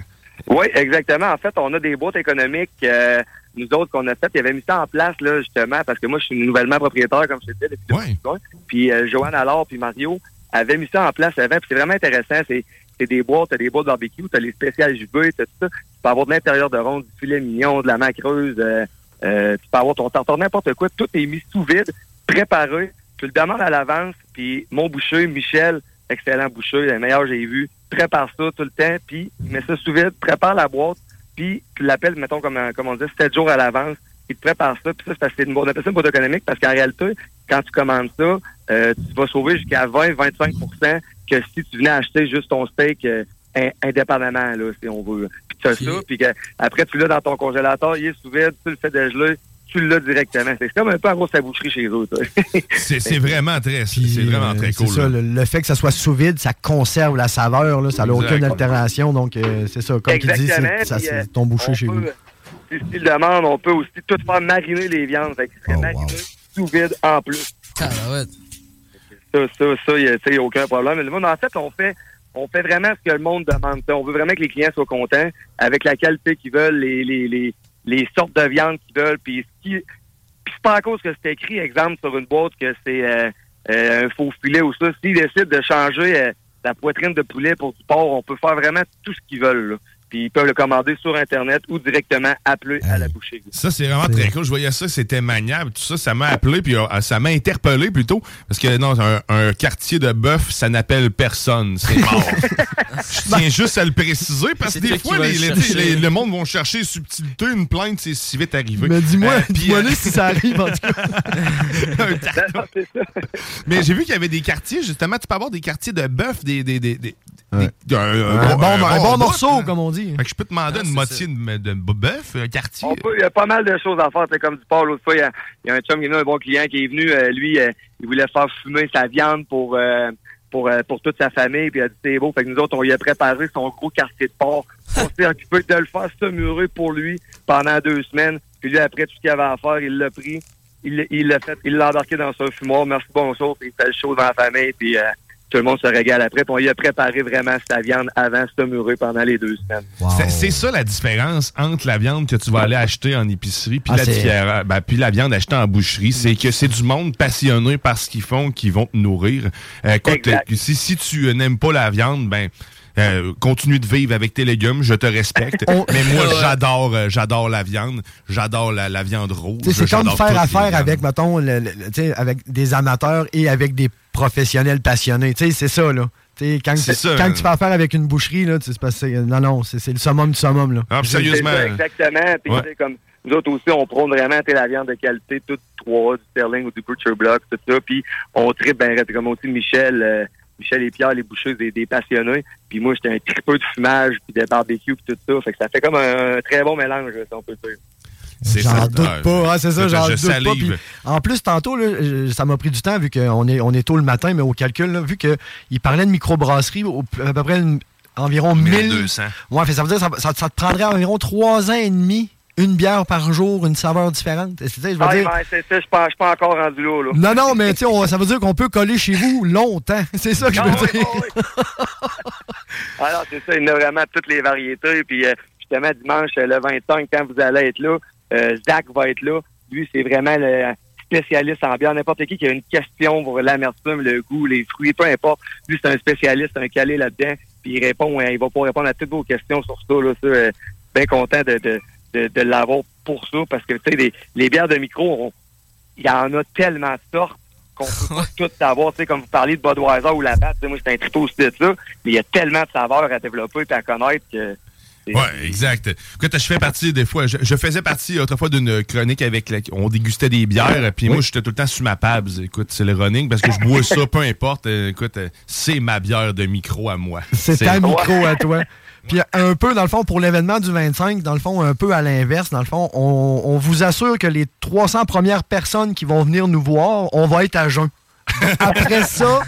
Oui, exactement. En fait, on a des boîtes économiques, euh, nous autres, qu'on a faites. Il y avait mis ça en place, là, justement, parce que moi, je suis nouvellement propriétaire, comme je te disais, depuis le début du mois. Puis euh, Joanne Allard puis Mario avaient mis ça en place avant. Puis c'est vraiment intéressant. C'est, c'est des boîtes, t'as des boîtes de barbecue, t'as les spéciales jubées, t'as tout ça. Tu peux avoir de l'intérieur de ronde, du filet mignon, de la macreuse, euh, euh, tu peux avoir ton tartare, n'importe quoi. Tout est mis sous vide, préparé. Tu le demandes à l'avance. Puis mon boucher, Michel, excellent boucher, le meilleur que j'ai vu, prépare ça tout le temps. Puis il met ça sous vide, prépare la boîte. Puis tu l'appelles, mettons, comme, euh, comme on dit, 7 jours à l'avance. Il te prépare ça. Puis ça, c'est parce que c'est une boîte, on appelle ça une boîte économique parce qu'en réalité, quand tu commandes ça, euh, tu vas sauver jusqu'à 20-25 que si tu venais acheter juste ton steak euh, in- indépendamment, là, si on veut. Puis tu as ça, puis que, après, tu l'as dans ton congélateur, il est sous vide, tu le fais dégeler, tu l'as directement. C'est comme un peu, en gros, sa boucherie chez eux, ça. C'est c'est vraiment très, c'est vraiment très Euh, C'est cool. ça, là. le, le fait que ça soit sous vide, ça conserve la saveur, là, ça n'a Exact. aucune altération, donc euh, c'est ça, comme tu dis, Exactement, c'est- ça, puis, euh, c'est ton boucher chez vous. Si tu le demandes, on peut aussi tout faire mariner les viandes. Fait qu'il Oh, serait mariné sous vide en plus. Ça, ça, ça, il n'y a aucun problème. Mais le monde, en fait, on fait, on fait vraiment ce que le monde demande. On veut vraiment que les clients soient contents avec la qualité qu'ils veulent, les, les, les, les sortes de viande qu'ils veulent. Puis ce qui- puis c'est pas à cause que c'est écrit, exemple, sur une boîte que c'est euh, euh, un faux filet ou ça. S'ils décident de changer euh, la poitrine de poulet pour du porc, on peut faire vraiment tout ce qu'ils veulent. là. Puis ils peuvent le commander sur Internet ou directement appeler à la boucherie. Ça, c'est vraiment très cool. Je voyais ça, c'était maniable. Tout ça, ça m'a appelé, puis euh, ça m'a interpellé plutôt. Parce que non, un, un quartier de bœuf, ça n'appelle personne. C'est mort. Je tiens juste à le préciser, parce que C'est des toi fois, qui vas les, le les- chercher. les- le monde vont chercher les subtilités. Une plainte, c'est si vite arrivé. Mais dis-moi, Euh, puis, dis-moi euh, si ça arrive en tout cas. Mais j'ai vu qu'il y avait des quartiers, justement. Tu peux avoir des quartiers de bœuf, des. des, des, des- Ah. des- Un, euh, bon, euh, un bon bout, morceau, là. comme on dit. Fait que je peux te demander Ah, une moitié de, de bœuf, un quartier. On peut- il y a pas mal de choses à faire. C'est comme du porc l'autre fois. Il y, a, il y a un chum qui est venu, un bon client qui est venu. euh, lui, euh, il voulait faire fumer sa viande pour euh, pour euh, pour toute sa famille. Puis il a dit c'est beau. Fait que nous autres, on lui a préparé son gros quartier de porc. On s'est occupé de le faire saumurer pour lui pendant deux semaines. Puis lui, après tout ce qu'il avait à faire, il l'a pris, il il l'a fait, il l'a embarqué dans son fumoir, merci bonjour, puis il fait le show devant la famille, puis euh, tout le monde se régale après. Puis on lui a préparé vraiment sa viande avant de mûrer pendant les deux semaines. C'est- C'est ça la différence entre la viande que tu vas aller acheter en épicerie puis Ah, la, c'est- différen- ben, puis la viande achetée en boucherie. C'est que c'est du monde passionné par ce qu'ils font qui vont te nourrir. Euh, écoute, euh, si, si tu euh, n'aimes pas la viande, ben euh, continue de vivre avec tes légumes, je te respecte. Mais moi, j'adore, euh, j'adore la viande, j'adore la, la viande rouge. Tu sais, C'est comme j'adore faire toutes les affaire viandes. avec, mettons, le- le- le- tu sais, avec des amateurs et avec des professionnels passionnés. Tu sais, C'est ça, là. Tu sais, Quand, C'est tu- ça. quand tu fais affaire avec une boucherie, là, tu sais, c'est parce que c'est- non, non, c'est c'est le summum du summum. Là. Ah, puis sérieusement, C'est ça, exactement. Puis, Ouais. tu sais, comme nous autres aussi, on prône vraiment tu sais, la viande de qualité, toute 3, du Sterling ou du Butcher Block, tout ça. Puis on tripe, ben, raide, comme on dit, Michel, euh, Michel et Pierre, les bouchers, des, des passionnés. Puis moi, j'étais un tripeux de fumage, puis de barbecue, puis tout ça. Fait que ça fait comme un, très bon mélange, si on peut le dire. C'est J'en ça. doute Ah, pas, hein, c'est ça, je- j'en je doute pas. salive. Puis, en plus, tantôt, là, je- ça m'a pris du temps vu qu'on est, on est tôt le matin, mais au calcul, là, vu qu'il parlait de microbrasserie, au- à peu près une- environ 1000. 1200. Ouais, fait, ça veut dire que ça, ça- ça te prendrait environ 3 ans et demi, une bière par jour, une saveur différente. C'est-à-dire, je veux Ah, dire- ben, c'est ça, je suis pas, je suis pas encore rendu là. là. Non, non, mais tu sais, on- ça veut dire qu'on peut coller chez vous longtemps. C'est ça que je veux dire. Alors, Ah c'est ça, il y en a vraiment toutes les variétés. Puis, euh, justement, dimanche, euh, le 25, quand vous allez être là, euh, Zach va être là. Lui, c'est vraiment le spécialiste en bière. N'importe qui qui a une question pour l'amertume, le goût, les fruits, peu importe. Lui, c'est un spécialiste, un calé là-dedans. Puis, il répond, hein, il va pouvoir répondre à toutes vos questions sur ça. Là, ça euh, bien content de, de, de, de l'avoir pour ça. Parce que, tu sais, les, les bières de micro, on- il y en a tellement de sortes qu'on peut pas toutes savoir. Tu sais, comme vous parlez de Budweiser ou la Bat, moi, j'étais un tripot aussi de ça, mais il y a tellement de saveurs à développer et à connaître que. Ouais, exact. Écoute, je fais partie des fois, je, je faisais partie autrefois d'une chronique avec la, on dégustait des bières, puis moi j'étais tout le temps sur ma pabs. Écoute, c'est le running parce que je bois ça, peu importe. Euh, Écoute, euh, c'est ma bière de micro à moi. C'est ta micro à toi. Puis un peu, dans le fond, pour l'événement du 25, dans le fond, un peu à l'inverse, dans le fond, on, on vous assure que les 300 premières personnes qui vont venir nous voir, on va être à jeun. Après ça,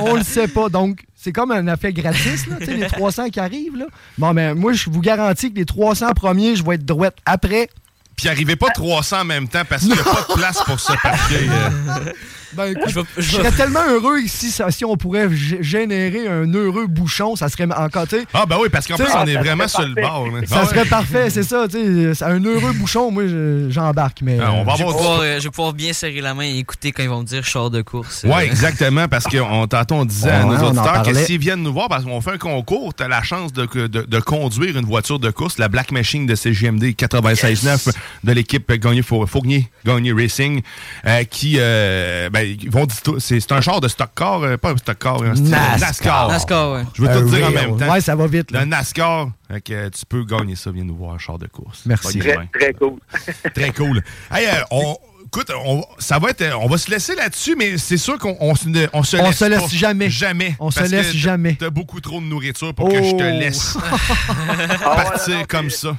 on le sait pas. Donc, c'est comme un effet gratis, là, tu sais, les 300 qui arrivent. Là. Bon, ben, moi, je vous garantis que les 300 premiers, je vais être droite. Après, Puis arrivez pas 300 en même temps parce qu'il n'y a pas de place pour se parquer. euh. ben, écoute, Je vais- je je serais vais- tellement heureux ici, ça- si on pourrait g- générer un heureux bouchon, ça serait encore, tu sais, Ah ben oui, parce qu'en Tu plus sais, on est ça vraiment sur serait le parfait. bord. là. Ça Ah serait ouais. parfait, c'est ça. tu sais, c'est Un heureux bouchon, moi, je- j'embarque. mais Ah, on va je, vais avoir du- pouvoir, euh, je vais pouvoir bien serrer la main et écouter quand ils vont me dire je sors de course. Ouais, exactement, parce qu'on tantôt on disait à Ouais, nos on en auditeurs que parlait. s'ils viennent nous voir, parce qu'on fait un concours, t'as la chance de, de- de conduire une voiture de course, la Black Machine de CGMD 96.9 de l'équipe Gagné Four- Fournier, Gagné Racing, euh, qui euh, ben, ils vont dire tout- c'est c'est un char de stock car, euh, pas un stock car, un style- NASCAR. NASCAR, ouais. Je veux tout Un dire en real. même temps. Ouais, ça va vite. Le NASCAR, fait que, euh, tu peux gagner ça, viens nous voir, un char de course. Merci. Pas de Très- main. Très cool. Très cool. Hey, euh, on, écoute, on, ça va être, on va se laisser là-dessus, mais c'est sûr qu'on on se, on se On laisse, se laisse pas. jamais. Jamais. On se Parce que laisse t'as- jamais. Oh. T'as beaucoup trop de nourriture pour que je te laisse partir comme ça.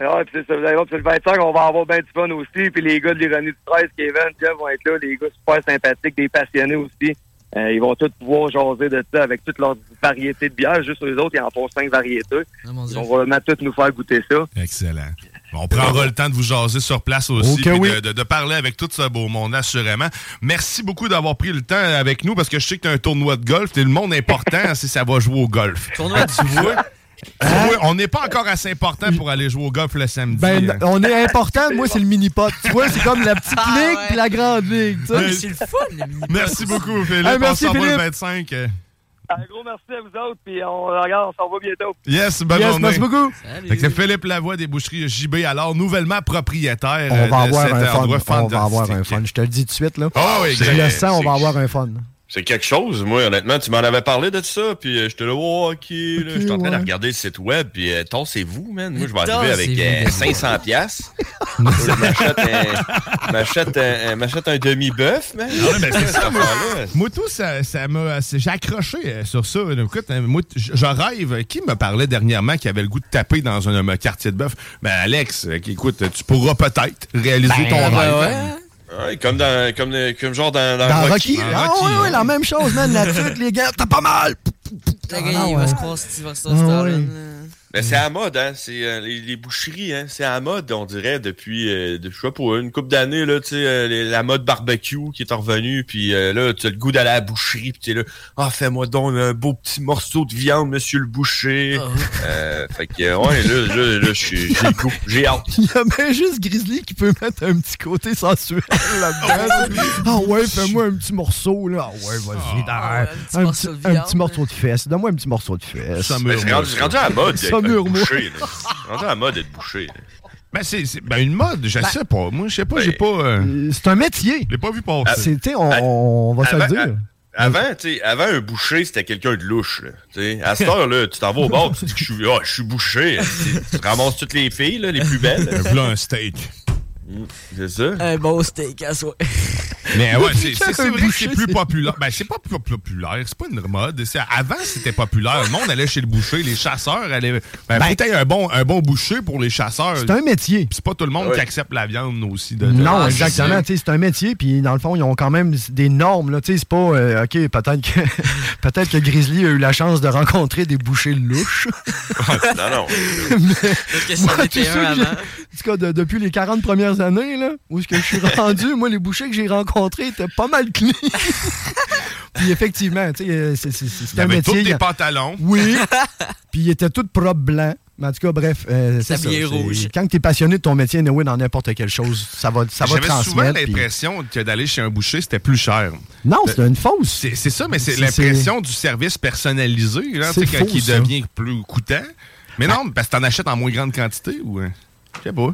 Ah, ouais, puis c'est ça, vous allez voir, puis c'est le 25, on va avoir bien du fun aussi. Puis les gars de l'ironie du 13, Kevin, Jeff vont être là, les gars super sympathiques, des passionnés aussi. Euh, ils vont tous pouvoir jaser de ça avec toutes leurs variétés de bières. Juste eux autres, ils en font cinq variétés. Dieu. on va vraiment tous nous faire goûter ça. Ah, Excellent. On prendra le temps de vous jaser sur place aussi, Oh que puis oui. de, de- de parler avec tout ce beau monde, assurément. Merci beaucoup d'avoir pris le temps avec nous, parce que je sais que tu as un tournoi de golf, t'es le monde important si ça va jouer au golf. Tournoi tu vois? Hein? Tu vois, on n'est pas encore assez important pour aller jouer au golf le samedi. Ben, hein. on est important, moi, c'est le mini-pot. Tu vois, c'est comme la petite ligue puis la grande ligue. tu sais. Mais c'est le fun, Merci beaucoup, Philippe. euh, Hey, merci, on s'en va Philippe. le 25. Un gros merci à vous autres, puis on regarde, on s'en va bientôt. Yes, bonne journée. merci beaucoup. Salut. Fait que C'est Philippe Lavoie des boucheries JB, alors nouvellement propriétaire On euh, va de avoir cet un fun. endroit On va fantastique. avoir un fun. Je te le dis tout de suite, là. Ah oui, je exact. le sens, on va avoir un fun. C'est quelque chose, moi, honnêtement. Tu m'en avais parlé de ça, puis euh, j'étais là, oh, ok, là. J'étais en train ouais. de regarder le site web, puis euh, tassez-vous, man. Moi, je vais arriver avec Tassez-vous, euh, man. 500 piastres. Je m'achète un- m'achète un, un- m'achète un demi-bœuf, man. Ah, ben, c'est ça, moi. affaire-là. Moi, tout, ça, ça m'a. c'est- J'ai accroché euh, sur ça. Écoute, euh, moi, t- je je rêve. Qui me parlait dernièrement qui avait le goût de taper dans un, un quartier de bœuf? Ben, Alex, euh, qui- écoute, tu pourras peut-être réaliser Ben, ton ben rêve. hein. ouais. Ouais, comme, dans, comme, euh, comme genre dans, dans, Dans Rocky, Dans ah Rocky, oui, oui, hein. la même chose, man. La tuque, les gars, t'as pas mal. Le gars, il va se croire Steve Ah, ouais. Stallone. Mais Mm. c'est à la mode, hein? C'est, euh, les, les boucheries, hein? C'est à la mode, on dirait, depuis, euh, depuis, je sais pas, une couple d'années, là, tu sais, euh, les- la mode barbecue qui est revenue, puis euh, là, tu as le goût d'aller à la boucherie, puis t'es là, ah, fais-moi donc un beau petit morceau de viande, monsieur le Ah boucher. Euh, fait que, euh, ouais, là, là, là, je suis- j'ai le goût, j'ai hâte. Il y a bien juste Grizzly qui peut mettre un petit côté sensuel là-dedans. Ah ouais, fais-moi un petit morceau, là. Ah ouais, vas-y, Ah, dans- un, petit, un petit morceau de fesse. Donne-moi un petit morceau de fesse. Mais je suis rendu, je suis rendu à la mode d'être Ça d'être murmure. bouché, là. Je suis rendu à la mode d'être bouché. là. Ben, c'est c'est- ben, une mode, je Ben, sais pas. Moi, je sais pas, j'ai ben, Ah, pas. euh, C'est un métier. Je l'ai pas vu passer. C'était, on, on va se le Avant- ah, dire. a- Avant, tu sais, avant, un boucher, c'était quelqu'un de louche. Là, tu sais. à cette heure-là, tu t'en vas au bar, tu dis que je suis, ah, je suis boucher. Tu tu ramasses toutes les filles, là, les plus belles. Mm, Voilà un steak. C'est ça. Un beau steak à soi. Mais ouais, Depuis c'est quand c'est- c'est un vrai que boucher, c'est plus c'est- populaire. Ben, c'est pas plus populaire, c'est pas une mode. C'est- Avant, c'était populaire. Le monde allait chez le boucher, les chasseurs allaient. Ben, Ben- faut que t'aies un bon, un bon boucher pour les chasseurs. C'est un métier. C'est pas tout le monde Ouais. qui accepte la viande aussi. De, de- Non, Ah, exactement. c'est- tu sais, C'est un métier, puis dans le fond, ils ont quand même des normes. là, tu sais, C'est pas, euh, OK, peut-être que, peut-être que Grizzly a eu la chance de rencontrer des bouchers louches. non, non. Parce que c'en Moi, était tous ceux que un j'ai- avant. En tout cas, de- depuis les 40 premières années, là, où est-ce que je suis rendu, moi, les bouchers que j'ai rencontrés étaient pas mal clean. Puis effectivement, tu sais, euh, c'est c'est- c'est- Il c'est y un avait métier. tous il y tes a- pantalons. Oui. Puis ils étaient tous propres blancs. Mais en tout cas, bref, euh, c'est ça. S'habiller c'est- rouge. Quand tu es passionné de ton métier, anyway, dans n'importe quelle chose, ça va, ça va J'avais souvent transmettre. puis- l'impression que d'aller chez un boucher, c'était plus cher. Non, c'est une fausse. C'est c'est ça, mais c'est C'est- l'impression du service personnalisé là, tu C'est sais, quand- faux, qui ça. Ben- devient plus coûtant. Mais non, parce que t'en achètes en moins grande quantité ou. euh, Je sais pas.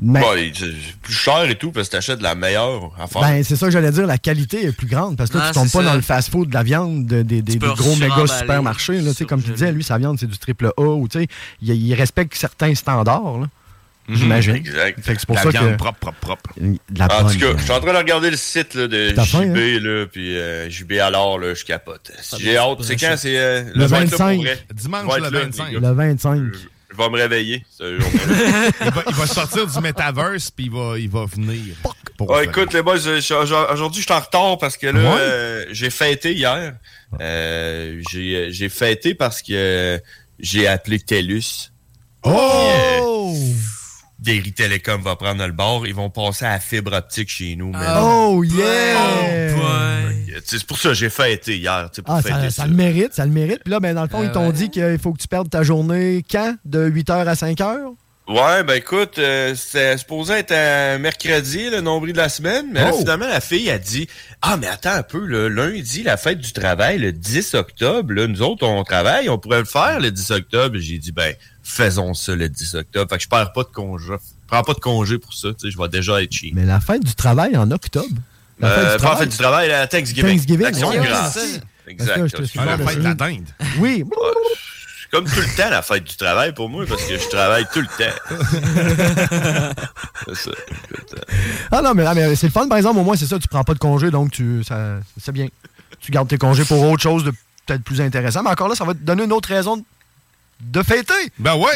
Ben, Bon, Bah, il- c'est- c'est plus cher et tout, parce que t'achètes de la meilleure affaire. Ben, c'est ça que j'allais dire, la qualité est plus grande parce que là, Ah, tu tombes c'est pas ça. dans le fast-food de la viande de- des- des Tu des peux gros méga suremballer, supermarchés. Là, tu sais, comme tu disais, lui, sa viande, c'est du triple A ou tu sais, il, il respecte certains standards, là, j'imagine. Mhm, Exact. Fait que c'est pour La ça viande que... Mhm. propre, propre, propre. De la en bonne euh, tout cas, viande. je suis en train de regarder le site là, de Tout à fait, JB, là, puis euh, JB alors, là, je capote. Ah, J'ai doit hâte, être c'est vrai, ça. quand? C'est euh, Le je vais être là pour 25. vrai. Dimanche, Je vais le être là, les 25. gars. Le 25. Je vais me réveiller ce jour-là. il, va, il va sortir du metaverse puis il va, il va venir. Pour Ah, faire- écoute, les boys, je- je- je- aujourd'hui, je suis en retard parce que là, Ouais. euh, j'ai fêté hier. Ah. Euh, j'ai j'ai fêté parce que euh, j'ai appelé TELUS. euh, Oh! Derry Telecom va prendre le bord. Ils vont passer à la fibre optique chez nous. man. Oh, yeah! Fait que, tu sais, C'est pour ça que j'ai fêté hier. tu sais, Pour Ah, fêter ça, ça le mérite, ça le mérite. Puis là, ben, dans le fond, Ah ils t'ont ouais. dit qu'il faut que tu perdes ta journée quand? De 8h à 5h? Ouais, ben écoute, euh, c'était supposé être un mercredi, le nombril de la semaine, mais là, Oh. finalement, la fille a dit Ah, mais attends un peu, le lundi, la fête du travail, le 10 octobre, là, nous autres, on travaille, on pourrait le faire le 10 octobre. J'ai dit Ben, faisons ça le 10 octobre. Fait que je perds pas de congé. Je prends pas de congé pour ça, tu sais, je vais déjà être chez. Mais la fête du travail en octobre. La fête Euh, du pas la travail. fête du travail, la Thanksgiving. Thanksgiving, L'action ouais, ouais, grasse. c'est ça. Exact. Parce que je te suis fort de ça. Oui. C'est comme tout le temps la fête du travail pour moi, parce que je travaille tout le temps. c'est ça. écoute, euh, Ah non, mais, ah, mais c'est le fun, par exemple, au moins, c'est ça, tu prends pas de congé, donc tu ça- c'est bien. Tu gardes tes congés pour autre chose de peut-être plus intéressant. Mais encore là, ça va te donner une autre raison de, de fêter. Ben ouais.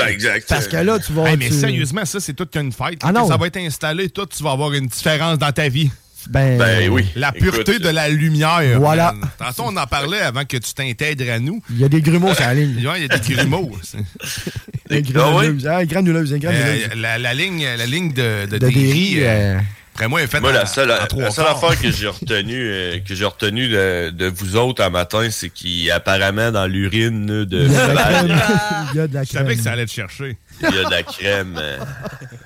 Parce que là, tu vas. Hey, mais tu- sérieusement, ça, c'est toute qu'une fête. Ah Quand non. Ça va être installé, toi, tu vas avoir une différence dans ta vie. Ben, Ben oui. La pureté Écoute, de la lumière. Voilà. man. Tantôt, on en parlait avant que tu t'intègres à nous. Il y a des grumeaux sur la ligne. Ouais, Il y a des grumeaux. Des Ben granuleuses. Ah, granuleuses, hein, granuleuses. Ben Euh, la, la ligne, la ligne de, De de, Derry, Derry, euh, après moi, elle est faite Moi, en- la seule, en la trois seule quarts. affaire que j'ai retenue euh, que j'ai retenue de, de vous autres un matin, c'est qu'apparemment, dans l'urine là, de Il y a de la cheval, crème. Il y a de la Je savais crème. que ça allait te chercher. il y a de la crème. euh,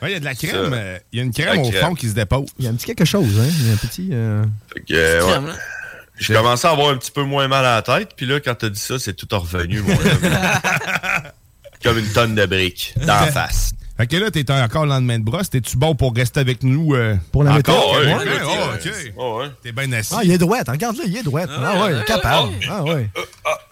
Ouais, il y a de la crème. Ça. euh, Il y a une crème La au crème. fond qui se dépose. Il y a un petit quelque chose, hein. Il y a un petit. euh, fait que, euh, Crème, ouais. hein? Je commençais à avoir un petit peu moins mal à la tête, puis là, quand t'as dit ça, c'est tout revenu, mon homme. Comme une tonne de briques d'en Fait- face. Fait que là, t'es encore le lendemain de brosse. T'es-tu bon pour rester avec nous? euh, encore? Encore, ouais, Ouais, écoute, oh, euh, ok. oh, ouais. T'es bien assis. Ah, il est droite. Regarde-le, il est droite. Ah ouais, capable. Ah ouais.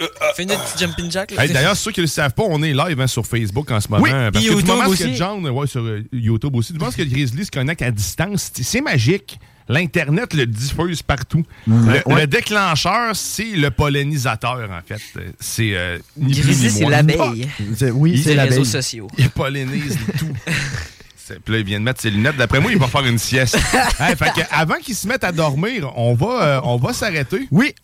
Euh, Fais une petite jumping jack. là. Hey, D'ailleurs, ceux qui ne le savent pas, on est live hein, sur Facebook en ce moment. hein, Oui, puis parce que du YouTube moment aussi. que John, ouais, sur euh, YouTube aussi, du moment que Grizzly se connecte à distance, c'est- c'est magique. L'Internet le diffuse partout. Ouais, le, Mm. ouais. le déclencheur, c'est le pollinisateur, en fait. Euh, C'est euh, ni plus Grizzly, ni c'est moins. l'abeille. Ah! C'est- oui, Il- c'est les l'abeille. réseaux sociaux. Il pollinise tout. C'est- Puis là, il vient de mettre ses lunettes. D'après moi, il va faire une sieste. Hey, fait que avant qu'ils se mettent à dormir, on va, euh, on va s'arrêter. Oui.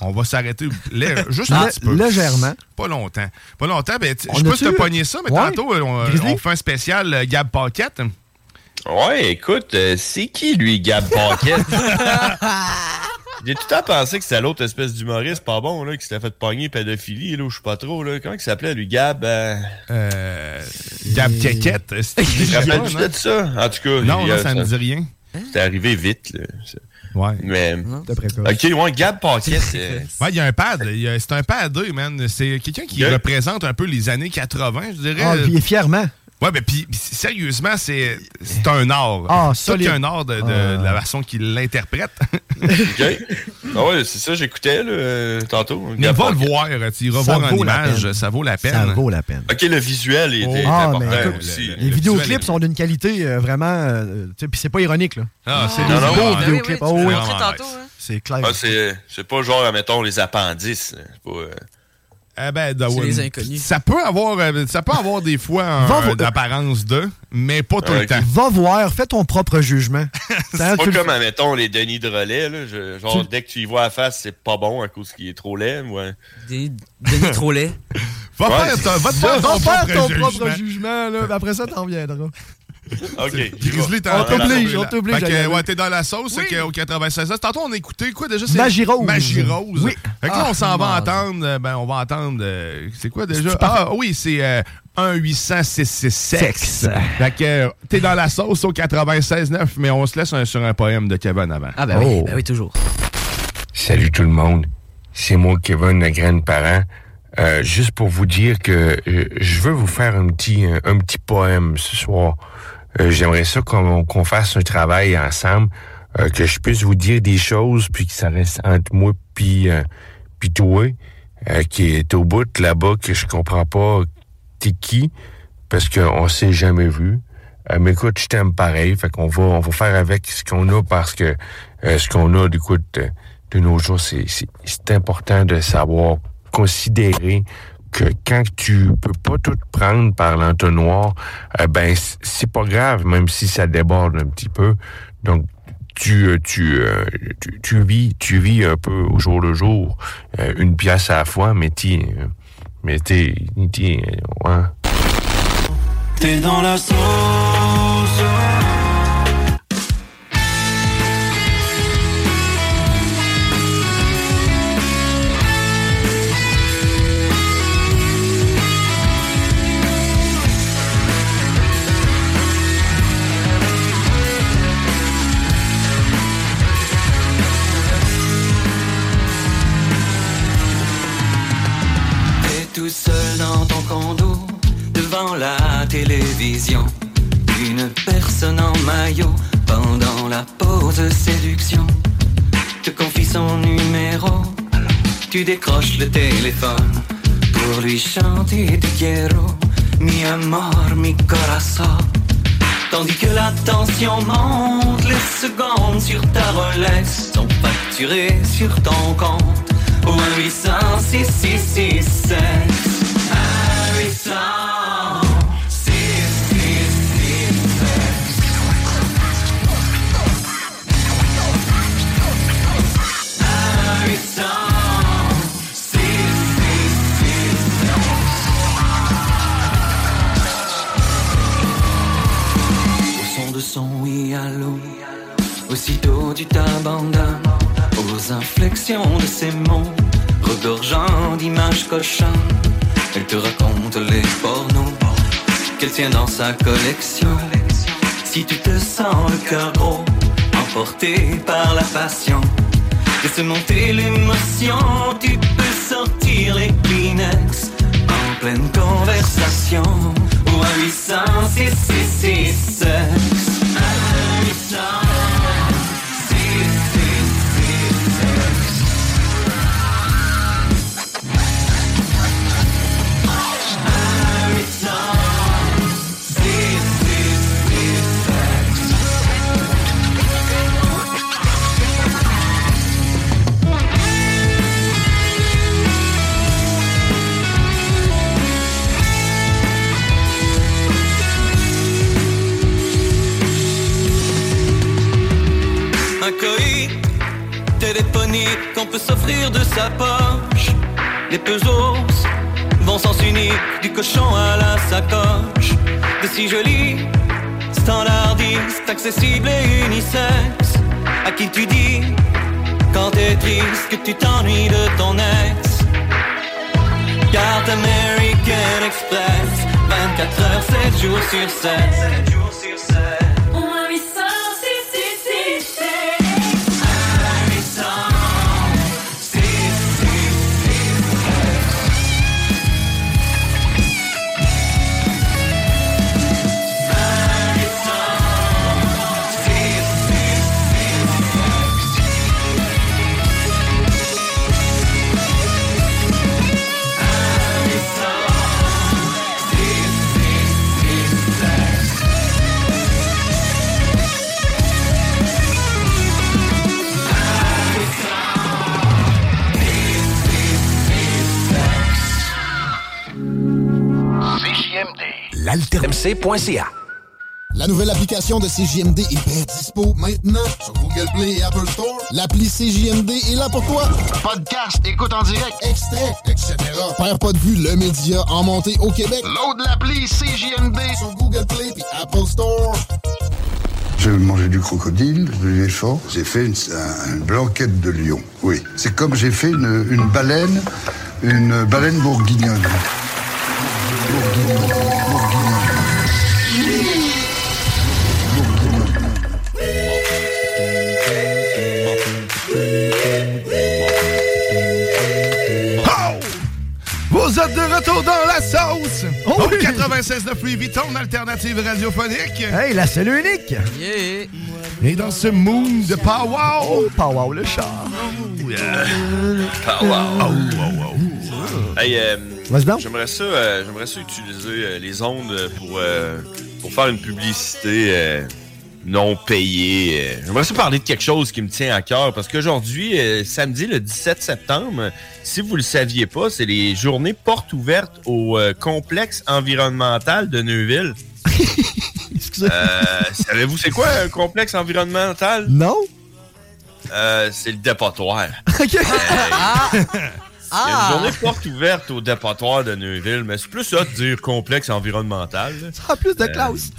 On va s'arrêter lé- juste un Ah, petit peu. légèrement. Pas longtemps. Pas longtemps. Ben, tu- On je sais pas a-tu- si t'as pogné ça, mais Ouais. tantôt, euh, on, Grizzly? on fait un spécial euh, Gab Paquette. Ouais, écoute, euh, c'est qui lui, Gab Paquette? J'ai tout le temps pensé que c'était l'autre espèce d'humoriste pas bon là, qui s'était fait pogner pédophilie, là, ou je sais pas trop, là. Comment il s'appelait lui, Gab? euh? Euh, Gab Paquette. Tu te rappelles-tu de ça? En tout cas, Non, il y non, a- ça me dit rien. C'est arrivé vite, là. Ouais. Mais. T'es précoce. Ok, ouais, Gab Paquette. euh, Ouais, il y a un pad. Il y a- C'est un pad 2, man. C'est quelqu'un qui Ok. représente un peu les années 80, je dirais. Ah, puis il est fièrement. Ouais, mais puis puis sérieusement, c'est c'est un art. Ah, c'est solide. un art de, de- Ah. de la façon qu'il l'interprète. ok. Ah ouais, c'est ça, j'écoutais, là, euh, tantôt. Mais Gab va le Paquette. voir, tu iras voir en vaut la image, peine. ça vaut la peine. Ça vaut la peine. Ok, le visuel il était Ah, important mais écoute, aussi. Les vidéoclips sont d'une qualité euh, vraiment. euh, tu sais, Puis c'est pas ironique, là. Ah, c'est des beaux vidéoclips. Ah, Oh, oui. C'est clair. Ah, c'est c'est pas genre, mettons, les appendices. là. C'est pas, euh, Eh ben, de- C'est les inconnus. Ça peut avoir, euh, ça peut avoir des fois un- Va vo- une apparence de, mais pas tout le temps. Va voir, fais ton propre jugement. C'est tu pas le- comme, mettons, les Denis de relais. Là, je- genre, dès que tu y vois la face, c'est pas bon à cause qu'il est trop laid. Ouais. Denis trop laid. Va Ouais, faire, ton- va te c'est faire ça. ton, Faire ton propre propre jugement. jugement, là. puis Après ça, t'en reviendras. OK. j'y vais. Grizzly, t'es On en- t'oblige, on là. t'oblige Fait à que, y aller. ouais, t'es dans la sauce, c'est que, au 96. Tantôt, on écoutait quoi déjà? c'est- Magie Rose. Magie Rose. Oui. Fait que là, Ah, on s'en va merde. entendre, euh, ben, on va entendre, euh, c'est quoi déjà? C'est-tu parfait? Ah oui, c'est euh, 1-800-666 sexe. Sexe. Fait que, euh, t'es dans la sauce au 96.9, mais on se laisse un- sur un poème de Kevin avant. Oh. Ah, ben oui, ben oui, toujours. Salut tout le monde. C'est moi, Kevin, le grand-parent. Euh, juste pour vous dire que euh, je veux vous faire un petit, un, un petit poème ce soir. Euh, J'aimerais ça qu'on qu'on fasse un travail ensemble, euh, que je puisse vous dire des choses, puis que ça reste entre moi puis, euh, puis toi, euh, qui est au bout là-bas, que je comprends pas t'es qui, parce qu'on s'est jamais vu. Euh, mais écoute, je t'aime pareil. Fait qu'on va, on va faire avec ce qu'on a parce que euh, ce qu'on a, écoute, euh, de nos jours, c'est, c'est, c'est important de savoir considérer que quand tu peux pas tout prendre par l'entonnoir, euh, ben c- c'est pas grave, même si ça déborde un petit peu. Donc tu, euh, tu, euh, tu, tu vis, tu vis un peu au jour le jour, euh, une pièce à la fois, mais t'y, euh, mais t'es, t'y, euh, ouais. T'es dans la sauce. T'es tout seul dans ton condo, devant la télévision. Une personne en maillot, pendant la pause séduction. Te confie son numéro, tu décroches le téléphone. Pour lui chanter du guerrero, mi amor, mi corazón. Tandis que la tension monte, les secondes sur ta Rolex sont facturées sur ton compte. Au 1 800 666 1 800 666 1 800 Au son de son oui allô Aussitôt tu t'abandonnes Aux inflexions de ses mots Regorgeant d'images cochonnes Elle te raconte les pornos Qu'elle tient dans sa collection Si tu te sens le cœur gros Emporté par la passion Laisse monter l'émotion Tu peux sortir les Kleenex En pleine conversation Ou à 800 666 À 800 Thank qu'on peut s'offrir de sa poche. Les pesos, bon sens unique, du cochon à la sacoche. De si joli, standardiste, accessible et unisexe. À qui tu dis, quand t'es triste, que tu t'ennuies de ton ex. Carte American Express, 24 heures, 7 jours sur 7. On m'a mis ça, si, si, si, si. L'altermc.ca. La nouvelle application de CJMD est bien dispo maintenant sur Google Play et Apple Store. L'appli CJMD est là pour toi. Podcast, écoute en direct, extrait, etc. Père pas de vue, le média en montée au Québec. Load l'appli CJMD sur Google Play et Apple Store. J'ai mangé du crocodile, de l'éléphant. J'ai fait une, un- une blanquette de lion. Oui. C'est comme j'ai fait une, une baleine, une baleine bourguignonne. Vous êtes de retour dans la sauce! Oh Au 96.9 Louis Vuitton, alternative radiophonique. Hey, la cellule unique! Et dans ce mood de powwow... Oh, powwow le char! Ah, wow. Hey, euh, Vas-y donc. j'aimerais ça, euh, j'aimerais ça utiliser euh, les ondes euh, pour, euh, pour faire une publicité euh, non payée. euh. J'aimerais ça parler de quelque chose qui me tient à cœur parce qu'aujourd'hui, euh, samedi le 17 septembre, euh, si vous le saviez pas, c'est les journées portes ouvertes au euh, complexe environnemental de Neuville. Euh, Savez-vous c'est quoi un complexe environnemental? Euh, Non. c'est le dépotoir. Il y a Ah. une journée porte ouverte au dépotoir de Neuville, mais c'est plus ça de dire complexe environnemental. là. Ah, plus de Eh Euh, classe!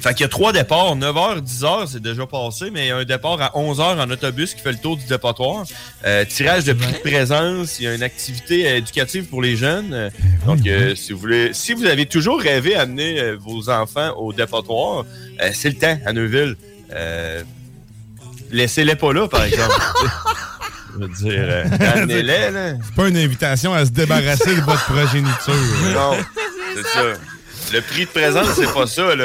Fait qu'il y a trois départs, 9h, 10h, c'est déjà passé, mais il y a un départ à 11h en autobus qui fait le tour du dépotoir. Euh, tirage de prix de présence, il y a une activité euh, éducative pour les jeunes. Euh, Donc, euh, si, vous voulez, si vous avez toujours rêvé d'amener euh, vos enfants au dépotoir, euh, c'est le temps à Neuville. Euh, Laissez-les pas là, par exemple. Je veux dire, euh, amenez-les, là. C'est pas une invitation à se débarrasser de votre progéniture. Non, c'est ça. Le prix de présence, c'est pas ça, là.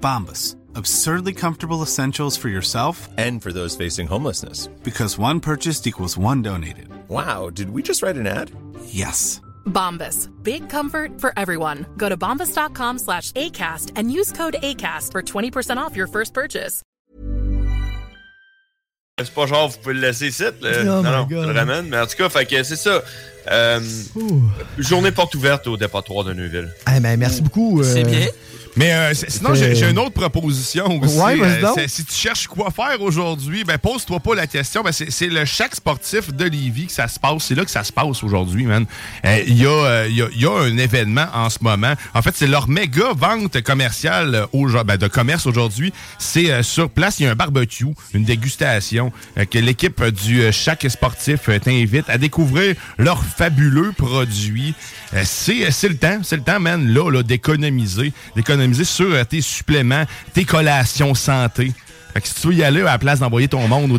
Bombus. Absurdly comfortable essentials for yourself and for those facing homelessness. Because one purchased equals one donated. Wow, did we just write an ad? Yes. Bombas. Big comfort for everyone. Go to bombas.com slash ACAST and use code ACAST for 20% off your first purchase. C'est pas genre, vous pouvez le laisser ici. là. Oh non, my non, God. je le ramène. Mais en tout cas, fait que c'est ça. Euh, journée porte ouverte au dépotoir de Neuville. Eh ben, merci beaucoup. euh, Mais euh, c- sinon, Fait- j'ai j'ai une autre proposition aussi. Ouais, vas-y Euh, donc. c'est- si tu cherches quoi faire aujourd'hui, ben pose-toi pas la question. Ben, c'est c'est le chaque sportif de Lévis que ça se passe. C'est là que ça se passe aujourd'hui, man. Euh, Il y, a, euh, il y a- il y a un événement en ce moment. En fait, c'est leur méga vente commerciale euh, aujourd- ben, de commerce aujourd'hui. C'est euh, sur place, il y a un barbecue, une dégustation euh, que l'équipe du euh, chaque sportif euh, t'invite à découvrir leurs fabuleux produits. Euh, c'est euh, c'est le temps, c'est le temps, man, là, là d'économiser. D'économiser sur euh, tes suppléments, tes collations santé. Fait que si tu veux y aller, à la place d'envoyer ton monde au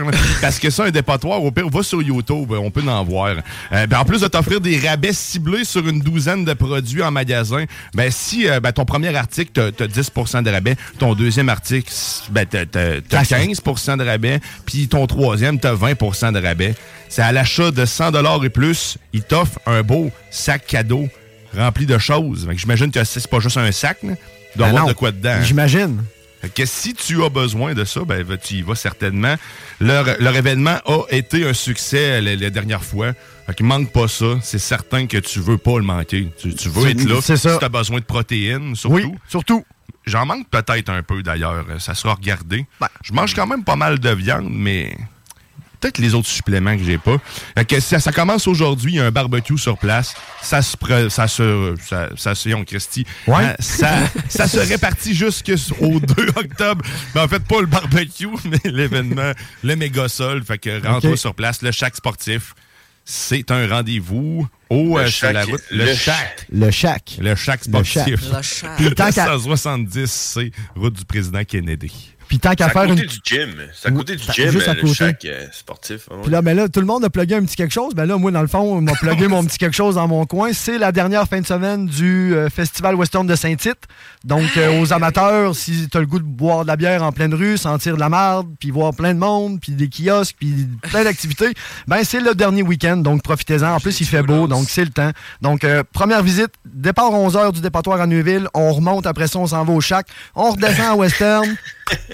là, parce que ça, un dépotoir, au pire, va sur YouTube, on peut en voir. Euh, ben, en plus de t'offrir des rabais ciblés sur une douzaine de produits en magasin, ben, si euh, ben, ton premier article, t'as as 10 de rabais, ton deuxième article, ben, t'as- t'as t'as 15 de rabais, puis ton troisième, t'as 20 de rabais. C'est à l'achat de 100 et plus, ils t'offrent un beau sac cadeau rempli de choses. Fait que J'imagine que c'est pas juste un sac, là. Il Ben doit avoir non, de quoi dedans. hein. J'imagine. Fait que si tu as besoin de ça, ben, va- tu y vas certainement. Leur, leur événement a été un succès euh, la, la dernière fois. Fait qu'il manque pas ça. C'est certain que tu veux pas le manquer. Tu, tu veux C'est- être là. c'est ça. Si tu as besoin de protéines, surtout. Oui, surtout. J'en manque peut-être un peu d'ailleurs. Euh, Ça sera regardé. Ben. Je mange quand même pas mal de viande, mais peut-être les autres suppléments que j'ai pas. Fait que ça, ça commence aujourd'hui, il y a un barbecue sur place. Ça se pre- ça se ça, ça se on Christy. Hein, Ça, ça se répartit jusqu'au 2 octobre. Mais en fait pas le barbecue, mais l'événement, le méga sol, fait que rentre Ok. sur place le chac sportif. C'est un rendez-vous au Le euh, sur la Shack- route le le chac. Le chac. Le chac Le Shack. sportif. Le Shack. Puis tant qu'à- 170 c'est route du président Kennedy. Puis tant qu'à C'est à faire côté une. du gym. C'est à côté du T'as- gym, juste à le côté. shack, euh, sportif. hein, ouais. Puis là, ben là, tout le monde a plugué un petit quelque chose. Ben là, moi, dans le fond, on m'a plugué mon petit quelque chose dans mon coin. C'est la dernière fin de semaine du euh, Festival Western de Saint-Tite. Donc, euh, aux amateurs, si t'as le goût de boire de la bière en pleine rue, sentir de la marde, puis voir plein de monde, puis des kiosques, puis plein d'activités, ben c'est le dernier week-end. Donc, profitez-en. En plus, il fait beau, donc c'est le temps. Donc, euh, première visite, départ 11h du départoire à Neuville. On remonte, après ça, on s'en va au chac. On redescend à Western.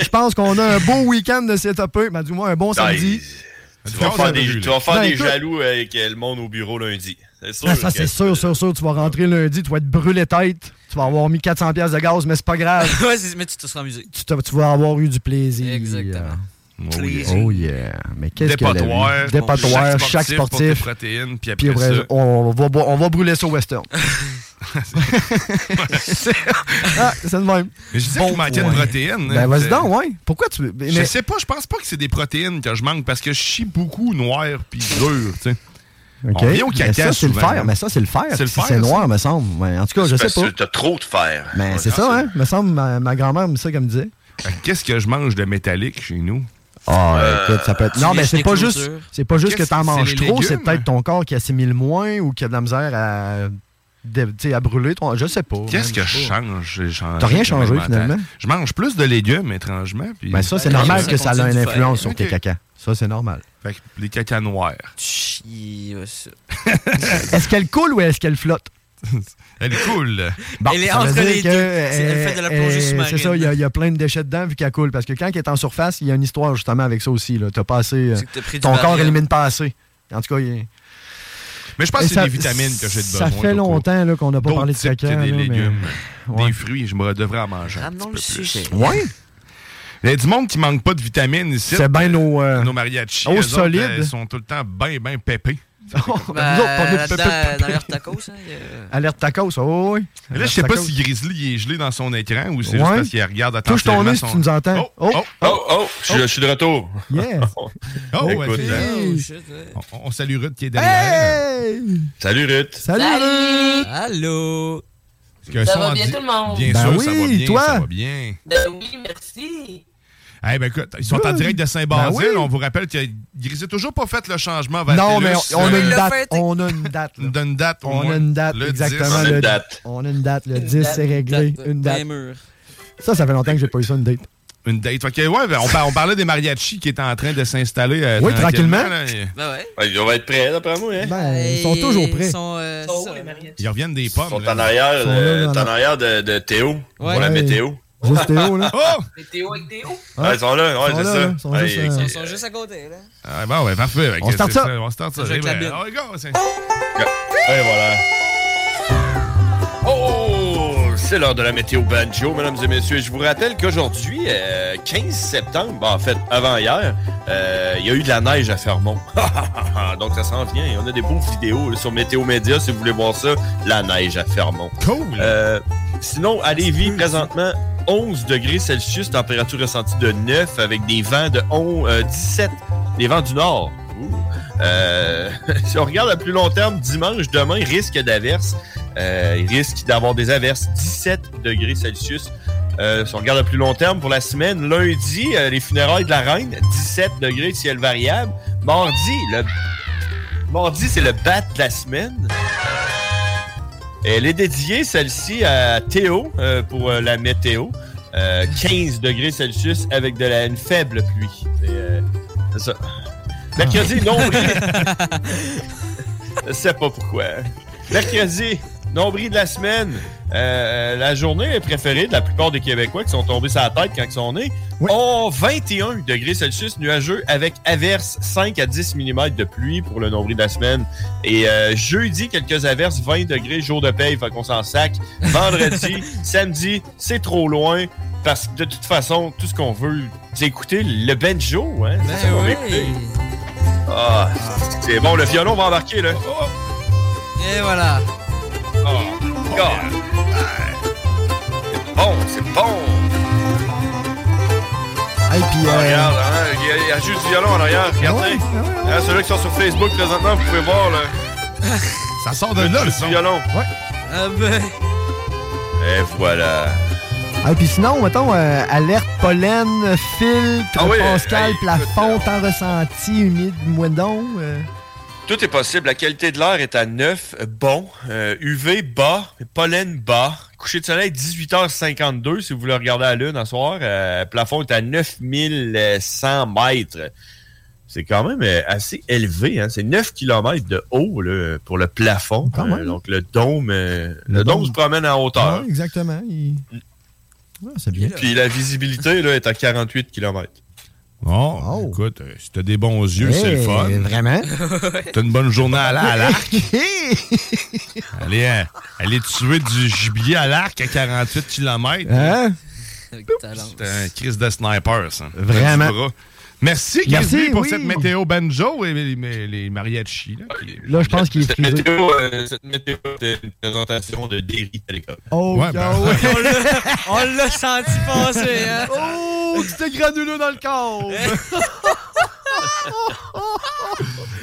Je pense qu'on a un beau week-end de setupé, ben, du moins un bon samedi. Tu vas faire des, tu vas faire Ben, des écoute- jaloux avec euh, le monde au bureau lundi. C'est sûr. Ah, ça, que- c'est sûr, sûr, sûr. Tu vas rentrer lundi, tu vas être brûlé tête. Tu vas avoir mis 400$ piastres de gaz, mais c'est pas grave. ouais, c'est- mais tu te seras amusé. tu, t'as- tu vas avoir eu du plaisir. Exactement. Oh yeah. Oh yeah. Mais qu'est-ce que Dépotoir, la vie? Dépotoir, chaque chaque sportif pour tes sportif. protéines, puis Puis après après, ça- on, va, bo- on va brûler sur Western. C'est- ah, c'est le même. Mais je disais qu'il manquait de point. protéines. Ben hein, vas-y c'est- donc, ouais. Pourquoi tu. mais- Je sais pas, je pense pas que c'est des protéines que je manque parce que je chie beaucoup noir puis dur, tu sais. Ok. On vient au Mais caca ça, c'est le souvent, fer. hein. Mais ça, c'est le fer. C'est le Si fer, C'est ça. noir, me semble. Ouais, En tout cas, je C'est sais parce pas. que T'as trop de fer. Mais c'est ça, hein. Me semble, ma, ma grand-mère me dit ça qu'elle me disait. Fait que Qu'est-ce que je mange de métallique chez nous? Ah, Euh, écoute, ça peut être- Non, mais c'est pas juste, c'est pas juste que t'en manges trop, c'est peut-être ton corps qui assimile moins ou qui a de la misère à, de- tu sais, à brûler. Ton... Je sais pas. Qu'est-ce man, que je je sais pas. change? J'ai changé T'as rien comment changé, je m'entends. finalement? Je mange plus de légumes, étrangement. Puis... Ben, ça, c'est normal que ça a une influence sur tes Ok. cacas. Ça, c'est normal. Fait que les cacas noirs. Est-ce qu'elle coule ou est-ce qu'elle flotte? Elle est cool. Elle est entre les deux. Elle fait de la plongée sous-marine. euh, C'est ça, il y, a- il y a plein de déchets dedans vu qu'elle coule. Parce que quand elle est en surface, il y a une histoire justement avec ça aussi. Là. T'as pas assez, euh, C'est que t'as pris du ton corps Valium. élimine pas assez. En tout cas, il y a- Mais je pense Et que c'est ça- des vitamines que j'ai de besoin. Ça fait tout court. longtemps là, qu'on n'a pas D'autres parlé de types que caca. des là, mais- euh, légumes. Ouais. Des fruits, je me devrais en manger. un petit peu plus. Ouais. Il y a du monde qui manque pas de vitamines ici. C'est ben nos, euh, nos mariachis. nos eux autres, solides. euh, Ils sont tout le temps ben, ben pépés. Nous autres, on est là-dedans, pépé- dans leur tacos, hein, il y a- Euh. Alerte tacos, oh oui. Mais là, je sais Alerte pas tacos. si Grizzly il est gelé dans son écran ou c'est juste Ouais. parce qu'il regarde attentivement Touche ton nez si son- tu nous entends. Oh, Oh, oh, je, je suis de retour. Yeah. oh, Oh, écoute, ouais, hein. c'est- on, on salue Ruth qui est derrière. Salut Ruth. Salut, Ruth! Allô! Ça va bien, tout le monde? Bien Ben sûr, oui, ça va bien, toi? ça va bien. Ben oui, merci. Eh ben écoute, ils sont en Oui. direct de Saint-Basile. Ben oui. On vous rappelle que Grizzly n'a toujours pas fait le changement vers Non, Telus. mais on, on a une Euh, date. On a une date. là. Donne une date. au On moins. a une date, Le 10. exactement. le- On a une date, le 10, c'est réglé. Une date. mur. Ça, ça fait longtemps que j'ai pas eu ça, une date. Une date. Fait que, ouais, ben, on, par- on parlait des mariachis qui étaient en train de s'installer. euh, Oui, tranquillement. là, et- Ouais, ils vont être prêts, d'après moi. Hein? ils sont toujours prêts. Ils sont, euh, ça, Ils reviennent des pommes. Ils sont en arrière, Ils sont euh, là, là, t'es en là. arrière de, de Théo. Pour la Ouais. météo. Juste Théo, là. Oh! Météo avec Théo. Ouais, ils sont là, ouais, Ils sont c'est là, ça. là, ils sont Ouais, juste, ils- euh, Ils sont juste à côté, là. Ah, bon, ouais, parfait. Fait que On start c'est ça. On start ça. Ça joue avec Eh la ben, bine. oh, les gars, c'est- Et voilà. Oh! C'est l'heure de la météo banjo, mesdames et messieurs. Je vous rappelle qu'aujourd'hui, euh, 15 septembre, ben, en fait, avant hier, euh, il y a eu de la neige à Fermont. Donc, ça s'en vient. On a des beaux vidéos là, sur Météo Média, si vous voulez voir ça. La neige à Fermont. Cool! Euh, sinon, à Lévis, présentement, 11 degrés Celsius, température ressentie de 9, avec des vents de 11, euh, 17, des vents du nord. Euh, si on regarde à plus long terme, dimanche, demain, risque d'averses. Euh, il risque d'avoir des averses 17 degrés Celsius. Euh, si on regarde à plus long terme pour la semaine, lundi, euh, les funérailles de la reine, 17 degrés de ciel variable. Mardi, le. Mardi, c'est le bat de la semaine. Elle est dédiée, celle-ci, à Théo euh, pour euh, la météo. Euh, 15 degrés Celsius avec de la, une faible pluie. C'est euh, c'est ça. Mercredi, nombril. Je sais pas pourquoi. Mercredi, nombril de la semaine. Euh, la journée préférée de la plupart des Québécois qui sont tombés sur la tête quand ils sont nés. Oh, 21 degrés Celsius nuageux avec averses 5 à 10 mm de pluie pour le nombril de la semaine. Et euh, jeudi, quelques averses, 20 degrés, jour de paye, fait qu'on s'en sac. Vendredi, samedi, c'est trop loin. Parce que de toute façon, tout ce qu'on veut, c'est écouter le banjo. Hein? C'est ça qu'on veut écouter. Ah, c'est bon, le violon va embarquer, là. Et voilà. Oh, God. Ouais. C'est bon, c'est bon. Hey, puis, Ah, euh, ah regarde, hein, il y a- il y, a juste du violon en arrière, regardez. Hein, Ceux-là qui sont sur Facebook présentement, vous pouvez voir, là. Ça sort de là, le son. violon. Ouais. Ah ben. Et voilà. Ah, puis sinon, mettons, euh, alerte pollen, filtre, Ah oui, Pascal, hey, euh, plafond, temps ressenti, humide, moindon. euh. Tout est possible. La qualité de l'air est à 9, euh, bon. Euh, UV bas, pollen bas. Coucher de soleil 18h52 si vous voulez regarder la lune un soir. Euh, plafond est à 9100 mètres. C'est quand même euh, assez élevé. hein. C'est 9 km de haut là, pour le plafond. Euh, donc le dôme, euh, le, dôme, se promène en hauteur. Ouais, exactement. il- Ah, c'est bien. Puis la visibilité là, est à 48 km. Oh, écoute, euh, si t'as des bons yeux, c'est le Hey, fun. Eh, Vraiment? T'as une bonne journée à la- à l'arc. Allez, euh, allez tuer du gibier à l'arc à 48 km. Hein? C'est un Chris de sniper, ça. Vraiment. Du bras. Merci, Merci, Grisby, pour oui. cette météo banjo et les, les- les mariachis. Là, qui- Là, je pense qu'il est Cette frisé. météo, euh, cette météo était une présentation de Derry Telecom. Oh, Ouais, ben- yo, On l'a- On l'a senti passer, hein? Oh, c'était granuleux dans le corps!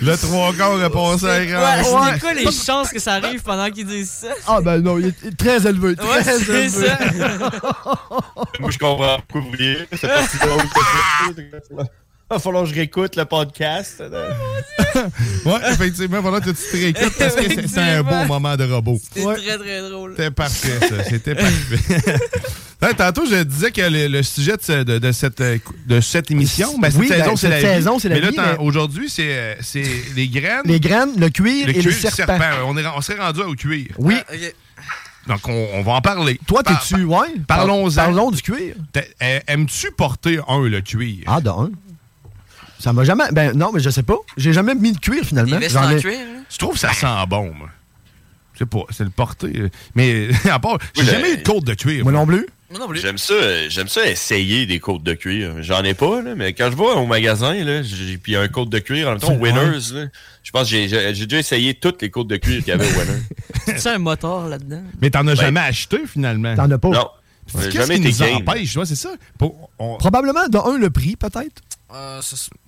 Le trois quarts a passé à Ouais, grand. c'est quoi les chances que ça arrive pendant qu'ils disent ça? Ah, ben non, il est très élevé. Très Ouais, c'est élevé. ça. Moi, je comprends pourquoi vous riez. C'est parti de drôle. Il va Ah, falloir que je réécoute le podcast. euh, Ouais, effectivement, voilà, tu te réécoutes parce que c'est- c'est un beau moment de robot. C'est très très drôle. C'était parfait, ça. C'était parfait. Ouais, Tantôt, je disais que le, le sujet de, ce- de- de cette, euh, de cette émission, ben, cette Oui, ben, saison, c'est cette la saison, vie. c'est la mais là, vie, t'en- mais- aujourd'hui, c'est euh, c'est les graines. Les graines, le cuir le et cuir, le le serpent. serpent. On, est, on serait rendu au cuir. Oui. Donc, on, on va en parler. Toi, Par- t'es-tu, ouais? par- Parlons-en. Parlons du cuir. T'es- euh, Aimes-tu porter un, le cuir? Ah, d'un. Ça m'a jamais. Ben non, mais je sais pas. J'ai jamais mis de cuir finalement. J'en ai- Je trouve que ça sent bon, moi. Je sais pas, c'est le porter. euh, Mais à part, j'ai Oui, jamais ben- eu de côte de cuir. Moi non plus. J'aime ça, euh, j'aime ça essayer des côtes de cuir. J'en ai pas, là, mais quand je vais au magasin, là, j'ai- puis il y a un côte de cuir, en même temps, Ouais. Winners, là, je pense que j'ai- j'ai j'ai déjà essayé toutes les côtes de cuir qu'il y avait au Winners. C'est un moteur là-dedans. Mais t'en as Ben- jamais acheté, finalement. T'en as pas. Non. Qu'est-ce J'ai jamais qui été nous game. empêche, tu vois, c'est ça? Pour- on- Probablement, de un, le prix, peut-être. Euh,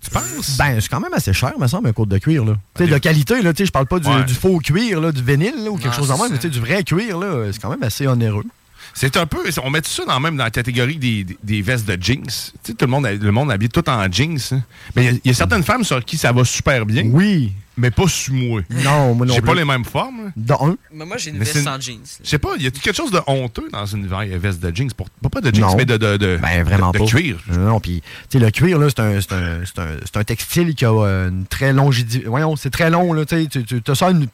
tu penses? Ben, Ben, c'est quand même assez cher, me semble, un cours de cuir, là. Tu sais, de qualité, là, tu sais, je parle pas du, Ouais. du faux cuir, là, du vinyle, là, ou quelque Non, chose en c'est même, mais tu sais, du vrai cuir, là, c'est quand même assez onéreux. C'est un peu. On met tout ça dans, même dans la catégorie des, des- des vestes de jeans. Tu sais, tout le monde, le monde habille tout en jeans. hein. Mais il y a- il y, a certaines femmes sur qui ça va super bien. Oui. Mais pas sur moi. Non, moi non J'ai pas plus. les mêmes formes. là. De un. Mais moi, j'ai une Mais c'est veste une- en jeans. Je sais pas, il y a quelque chose de honteux dans une ve- veste de jeans. Pour, pas- pas de jeans, Non. mais de, de, de- Ben, vraiment de- de pas. cuir. Non, non, puis, tu sais, le cuir, là, c'est un, c'est un- c'est un- c'est un textile qui a euh, une très longue. Voyons, c'est très long, là, tu sais, tu- tu as ça une.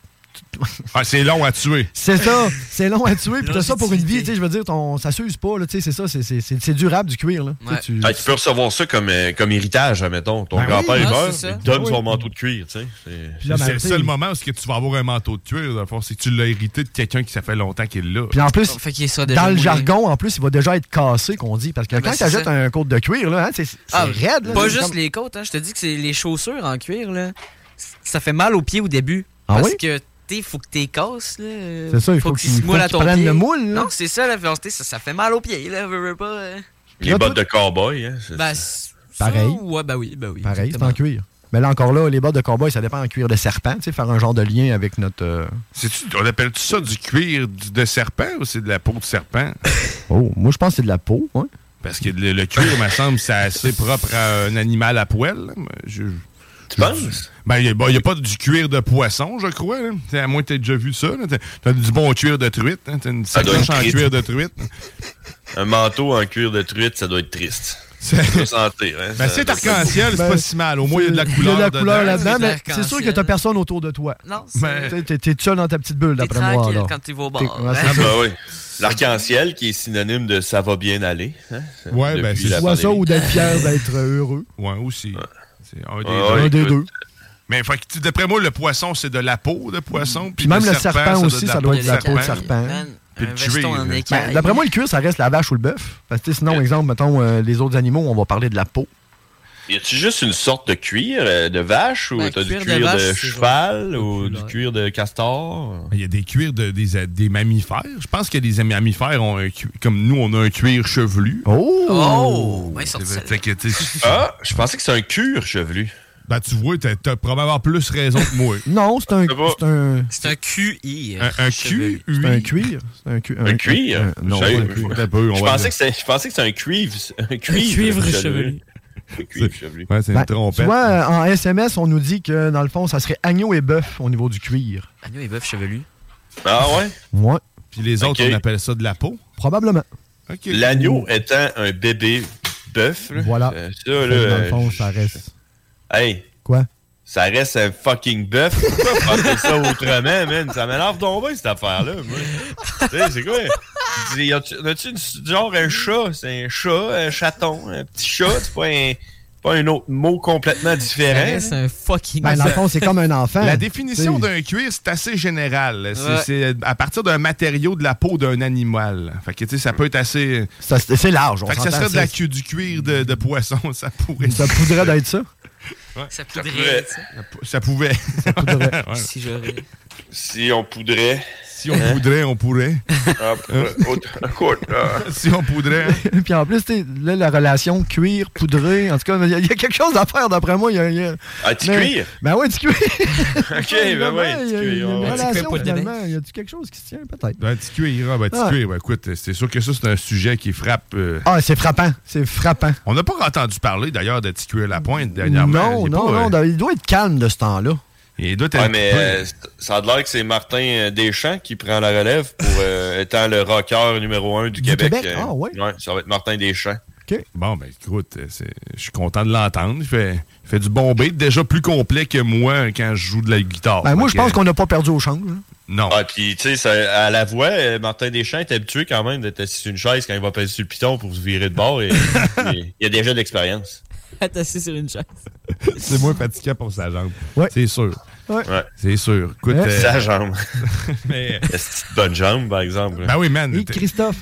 Ah, c'est long à tuer. C'est ça, c'est long à tuer, puis t'as ça pour une vie, tu sais, je veux dire, ton, ça s'use pas, là, tu sais, c'est ça, c'est- c'est c'est- c'est durable du cuir, là. Tu sais, tu- Ah, tu peux recevoir ça comme, euh, comme héritage, admettons. Ton Ben oui, grand-père il ah, meurt, c'est ça. il te donne Ah oui. son manteau de cuir, tu sais. C'est- Puis là, ben, c'est le tu sais, seul il- moment où est-ce que tu vas avoir un manteau de cuir, dans le fond, c'est que tu l'as hérité de quelqu'un qui ça fait longtemps qu'il est là. Puis en plus, déjà dans le mouillé. jargon, en plus, il va déjà être cassé, qu'on dit. Parce que ben, quand c'est tu achètes ça. Ah, un côte de cuir, là, hein, c'est c'est raide. là, Pas c'est juste comme- les côtes, hein. je te dis que c'est les chaussures en cuir. Là. C- Ça fait mal aux pieds au début. Ah parce oui? que t'es- faut que t'es casses. là. C'est ça, il faut qu'ils qu'il- se faut moulent à qu'ils ton prennent pied. le moule, là. Non, c'est ça la vérité, ça, ça fait mal aux pieds. Là. veux, veux pas, euh. Les bottes de cowboy, hein. c'est- Ben, c- Pareil. ça, ouais, ben oui, ben oui. Pareil, c'est exactement. en cuir. Mais là encore là, les bottes de cowboy, ça dépend en cuir de serpent, tu sais, faire un genre de lien avec notre. euh, C'est-tu- on appelle-tu ça du cuir du- de serpent ou c'est de la peau de serpent? Oh, moi, je pense que c'est de la peau. hein. Parce que le, le cuir, me semble, c'est assez propre à un animal à poil. là. Mais Je, tu penses? Ben, il n'y a, bon, y a pas du cuir de poisson, je crois. là. T'sais, À moins que tu aies déjà vu ça. Tu as du bon cuir de truite. hein. T'as une Ça doit sacoche être en triste. cuir de truite. Un manteau en cuir de truite, ça doit être triste. C'est sentir, hein? Ben, Ça- c'est arc-en-ciel, c'est Ben, pas si mal. Au moins, il y a de la Il y couleur. a de la dedans. couleur là-dedans, mais c'est sûr que t'as personne autour de toi. Non, c'est. T'es- T'es t'es seul dans ta petite bulle, d'après moi. tranquille alors. quand tu vas au bar. T'es- ouais, c'est Ah, ça. ben oui. L'arc-en-ciel qui est synonyme de ça va bien aller. Hein? Ouais, ben, Depuis c'est la Soit ça pandémie. ou d'être fier d'être heureux. Ouais, aussi. C'est un des Ah, deux. Un des deux. Mais fait que, tu- d'après moi, le poisson, c'est de la peau de poisson. Puis Puis, Mm. même le serpent, aussi, ça doit être de la peau de serpent. Puis le cuir. là. Ben, D'après moi, le cuir, ça reste la vache ou le bœuf. Parce que tu sais, sinon, exemple, mettons, euh, les autres animaux, on va parler de la peau. Y a-tu juste une sorte de cuir euh, de vache ou Ben, t'as du cuir de cuir de, vache, c'est cheval ou du cuir de castor? Il y a des cuirs de, des, euh, des mammifères. Je pense que les mammifères ont un cuir. Comme nous, on a un cuir chevelu. Oh! Oh! Ouais, Ça sorti veut- celle-là. fait que, tu sais, Ah, je pensais que c'est un cuir chevelu. ben, tu vois, t'as t'as probablement plus raison que moi. Non, c'est un. C'est un. C'est un QI. Un, un cuir. C'est un cuir. C'est un cuir. Un cuir? un- non, Je- pas un cuir. Attends un peu, on Je va- pensais que c'est- je pensais que c'était un cuivre. Un cuivre, cuivre chevelu. chevelu. Un cuivre chevelu. Ouais, c'est une Ben, Tu trompette. vois, euh, en SMS, on nous dit que dans le fond, ça serait agneau et bœuf au niveau du cuir. Agneau et bœuf chevelu. Ah ouais? Ouais. Puis les autres, on appelle ça de la peau. Probablement. L'agneau étant un bébé bœuf. là, Voilà. euh, Dans ça, là, le euh, fond, ça reste. hey, Quoi? ça reste un fucking bœuf. Pourquoi penser ça autrement, man? Ça m'énerve tomber, cette affaire-là. moi. Tu sais, c'est quoi? Tu dis, y a-tu- y a-tu une- genre un chat? C'est un chat, un chaton, un petit chat. C'est pas un, pas un autre mot complètement différent. C'est un fucking. Ben, dans le fond, c'est comme un enfant. La définition Tu sais. d'un cuir, c'est assez général. C'est- Ouais. C'est euh, à partir d'un matériau de la peau d'un animal. Fait que, tu sais, ça peut être assez. Ça, c'est c'est large. on Fait que ça s'entend, serait de la c'est- cu- du cuir de, de poisson. Ça pourrait. Ça poudrait d'être ça. Ça poudrait. Ça pouvait. Ouais. Si j'aurais. Si on poudrait. Si on voudrait, on pourrait. Ah, pour- autre- écoute, ah. si on poudrait. hein. Puis en plus, tu sais, là, la relation cuir, poudré, en tout cas, il y, a- il y a quelque chose à faire d'après moi. il Y a, il y a- Un petit Mais- Ah, cuir? Ben ouais, du cuir. Ok, ben ouais, un il y petit a- il y a cuir. une ouais. relation, finalement. Y a-tu quelque chose qui se tient, peut-être? Un petit cuir, ah, ben, petit Ah. cuir. Ben, écoute, c'est sûr que ça, c'est un sujet qui frappe. euh, Ah, c'est frappant. C'est frappant. On n'a pas entendu parler, d'ailleurs, de petit cuir à la pointe dernièrement. non, Il est non, pas, euh, Oh non. Il doit être calme de ce temps-là. Il doit être. Ouais, mais euh, c- ça a l'air que c'est Martin euh, Deschamps qui prend la relève pour euh, étant le rocker numéro un du, Québec. euh, Québec, ah, ouais. Ça va être Martin Deschamps. Bon, ben écoute, euh, c'est- je suis content de l'entendre. Il fait, il fait du bon beat, déjà plus complet que moi hein, quand je joue de la guitare. Ben, moi, Fait je que- pense qu'on n'a pas perdu au change. là. Non. Ah, puis, tu sais, ça- à la voix, euh, Martin Deschamps est habitué quand même d'être assis sur une chaise quand il va passer sur le piton pour se virer de bord. Et, et il a déjà de l'expérience. T'es assis sur une chaise. C'est moins fatiguant pour sa jambe. C'est sûr. Ouais. C'est sûr. Écoute, euh, Sa jambe. Mais... euh, Est-ce une bonne jambe, par exemple? Ben oui, man. Et Christophe.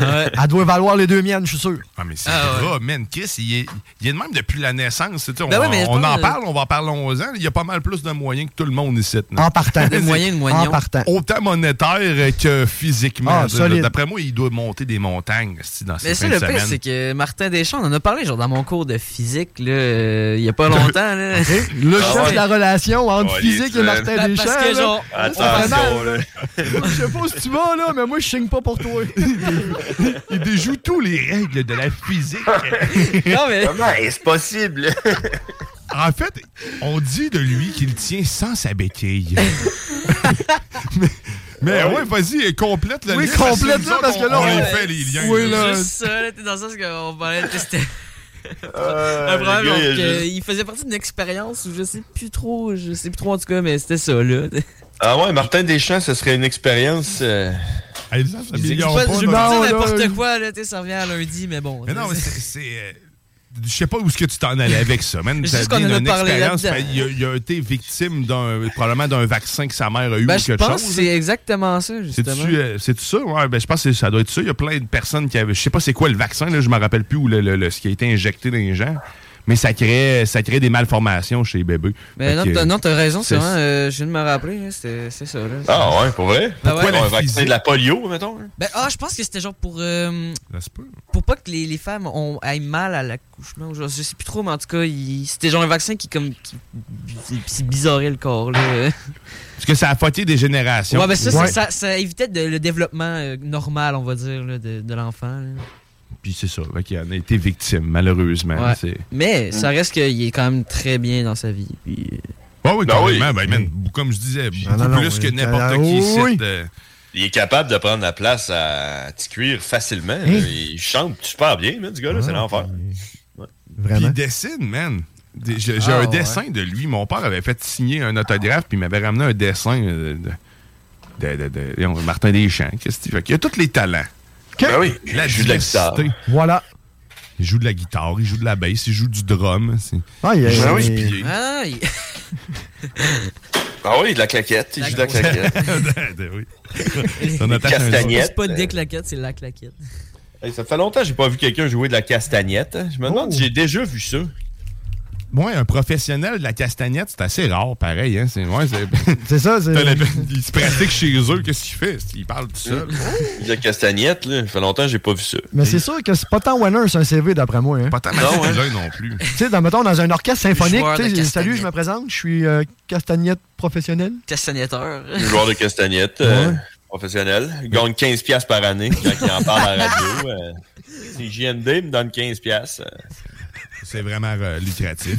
Ouais. Elle doit valoir les deux miennes, je suis sûr. Ah, mais c'est gras, man. Chris, il est, il est de même depuis la naissance. tu sais, On, Ben oui, mais je on en parle- parle, on va en parler en ans. Il y a pas mal plus de moyens que tout le monde ici. là. En partant. C'est- De moyens, de moyens. En partant. Autant monétaire que physiquement. Ah, Je veux dire, solide. D'après moi, il doit monter des montagnes si, dans ces Mais ça, fins Ah, de le pire, semaine. c'est que Martin Deschamps, on en a parlé genre dans mon cours de physique, là, euh, il y a pas longtemps. Là, Ah Là, je Ah, cherche la relation entre Oh, physique les et Martin Ben, Deschamps. parce que, là. genre, Ça fait mal, là. Je sais pas si tu vas, là, mais moi, je signe pas pour toi. Il déjoue tous les règles de la physique. non, mais... Comment est-ce possible? En fait, on dit de lui qu'il tient sans sa béquille. mais mais Ben ouais, vas-y, complète le Oui, lien, parce que complète nous ça, autres, parce que on- là, on on- les fait, les liens. Oui, là. Juste ça, là, t'es dans le sens qu'on parlait de tester. Un problème, donc, le gars, il a euh, juste- il faisait partie d'une expérience où je sais plus trop, je sais plus trop en tout cas, mais c'était ça, là. Ah ouais, Martin Deschamps, ce serait une expérience. euh, Je physique. veux pas- je veux pas dire n'importe quoi, là, tu sais, ça revient à lundi, mais bon. Mais non, mais c'est- c'est. euh, Je sais pas où est-ce que tu t'en allais avec ça, man. Juste Ça qu'on vient en a d'une parlé expérience, là-dedans. ben, Il, a, il a été victime d'un probablement d'un vaccin que sa mère a eu Ben, ou je quelque pense que chose. c'est exactement ça, C'est-tu justement. euh, c'est-tu ça? Ouais, ben, je pense que ça doit être ça. Il y a plein de personnes qui avaient. Je sais pas c'est quoi le vaccin, là, je me rappelle plus où le, le- le- ce qui a été injecté dans les gens. mais ça crée, ça crée des malformations chez les bébés. Mais Fait Ben, non, que, t'as- non, t'as raison, c'est c'est- vraiment. euh, je viens de me rappeler, hein, c'était- c'est ça. Là, Ah ouais, pour vrai? Ah ouais. Pourquoi on vaccin de la polio, mettons? hein? Ben, ah, je pense que c'était genre pour. euh, pour pas que les, les femmes ont, aillent mal à l'accouchement. ou genre, Je sais plus trop, mais en tout cas, il- c'était genre un vaccin qui, comme. Qui, qui bizarrait euh, le corps, là. Parce que ça a fauté des générations. Ouais, ben ça, ça- Ouais. Ça, ça évitait de- le développement euh, normal, on va dire, là, de, de l'enfant. là. Puis c'est ça. Fait qu'il en a été victime, malheureusement. Ouais. Ben, C'est- Mais ça reste qu'il est quand même très bien dans sa vie. Puis... euh, Ah oui, carrément. Ben, man, Mm. comme je disais, beaucoup non, non, plus oui. que n'importe Ah, qui ici, oui. euh, Il est capable de prendre la place à petit cuir facilement. là. Hein? Il chante super bien, là, du gars-là, Ah, c'est l'enfer. Puis il dessine, man. Des- J'ai j'ai Ah, un ouais. dessin de lui. Mon père avait fait signer un autographe, puis il m'avait ramené un dessin euh, de, de- de- de- de- Martin Deschamps. Qu'est-ce que tu Il a tous les talents. Ben oui, il joue de la guitare. Voilà. Il joue de la guitare, il joue de la bass, il joue du drum. c'est- Ah, il y a- il joue Ah du oui. pied. Ah, il- Ah oui, de la claquette. Il joue de la claquette. Ben oui. On attache un- C'est pas des claquettes, c'est la claquette. Hey, ça fait longtemps que j'ai pas vu quelqu'un jouer de la castagnette. hein. Je me Oh. demande si j'ai déjà vu ça. Ouais, un professionnel de la castagnette, c'est assez rare, pareil. Hein? C'est ouais, c'est- C'est ça, c'est. T'as la- Il se pratique chez eux, qu'est-ce qu'il fait? Il parle tout seul. La castagnette, là, ça fait longtemps que j'ai pas vu ça. Mais c'est sûr que c'est pas tant winner, c'est un CV, d'après moi. Hein. Pas tant Non, hein. non plus. Tu sais, dans, mettons, dans un orchestre symphonique, Joueur de tu sais, salut, castagnette. je me présente, je suis euh, castagnette professionnelle. Castagnateur. Un joueur de castagnette euh, professionnel. Il gagne 15$ piastres par année quand il en parle à la radio. euh. c'est JMD, il me donne 15$. piastres, euh. C'est vraiment euh, lucratif.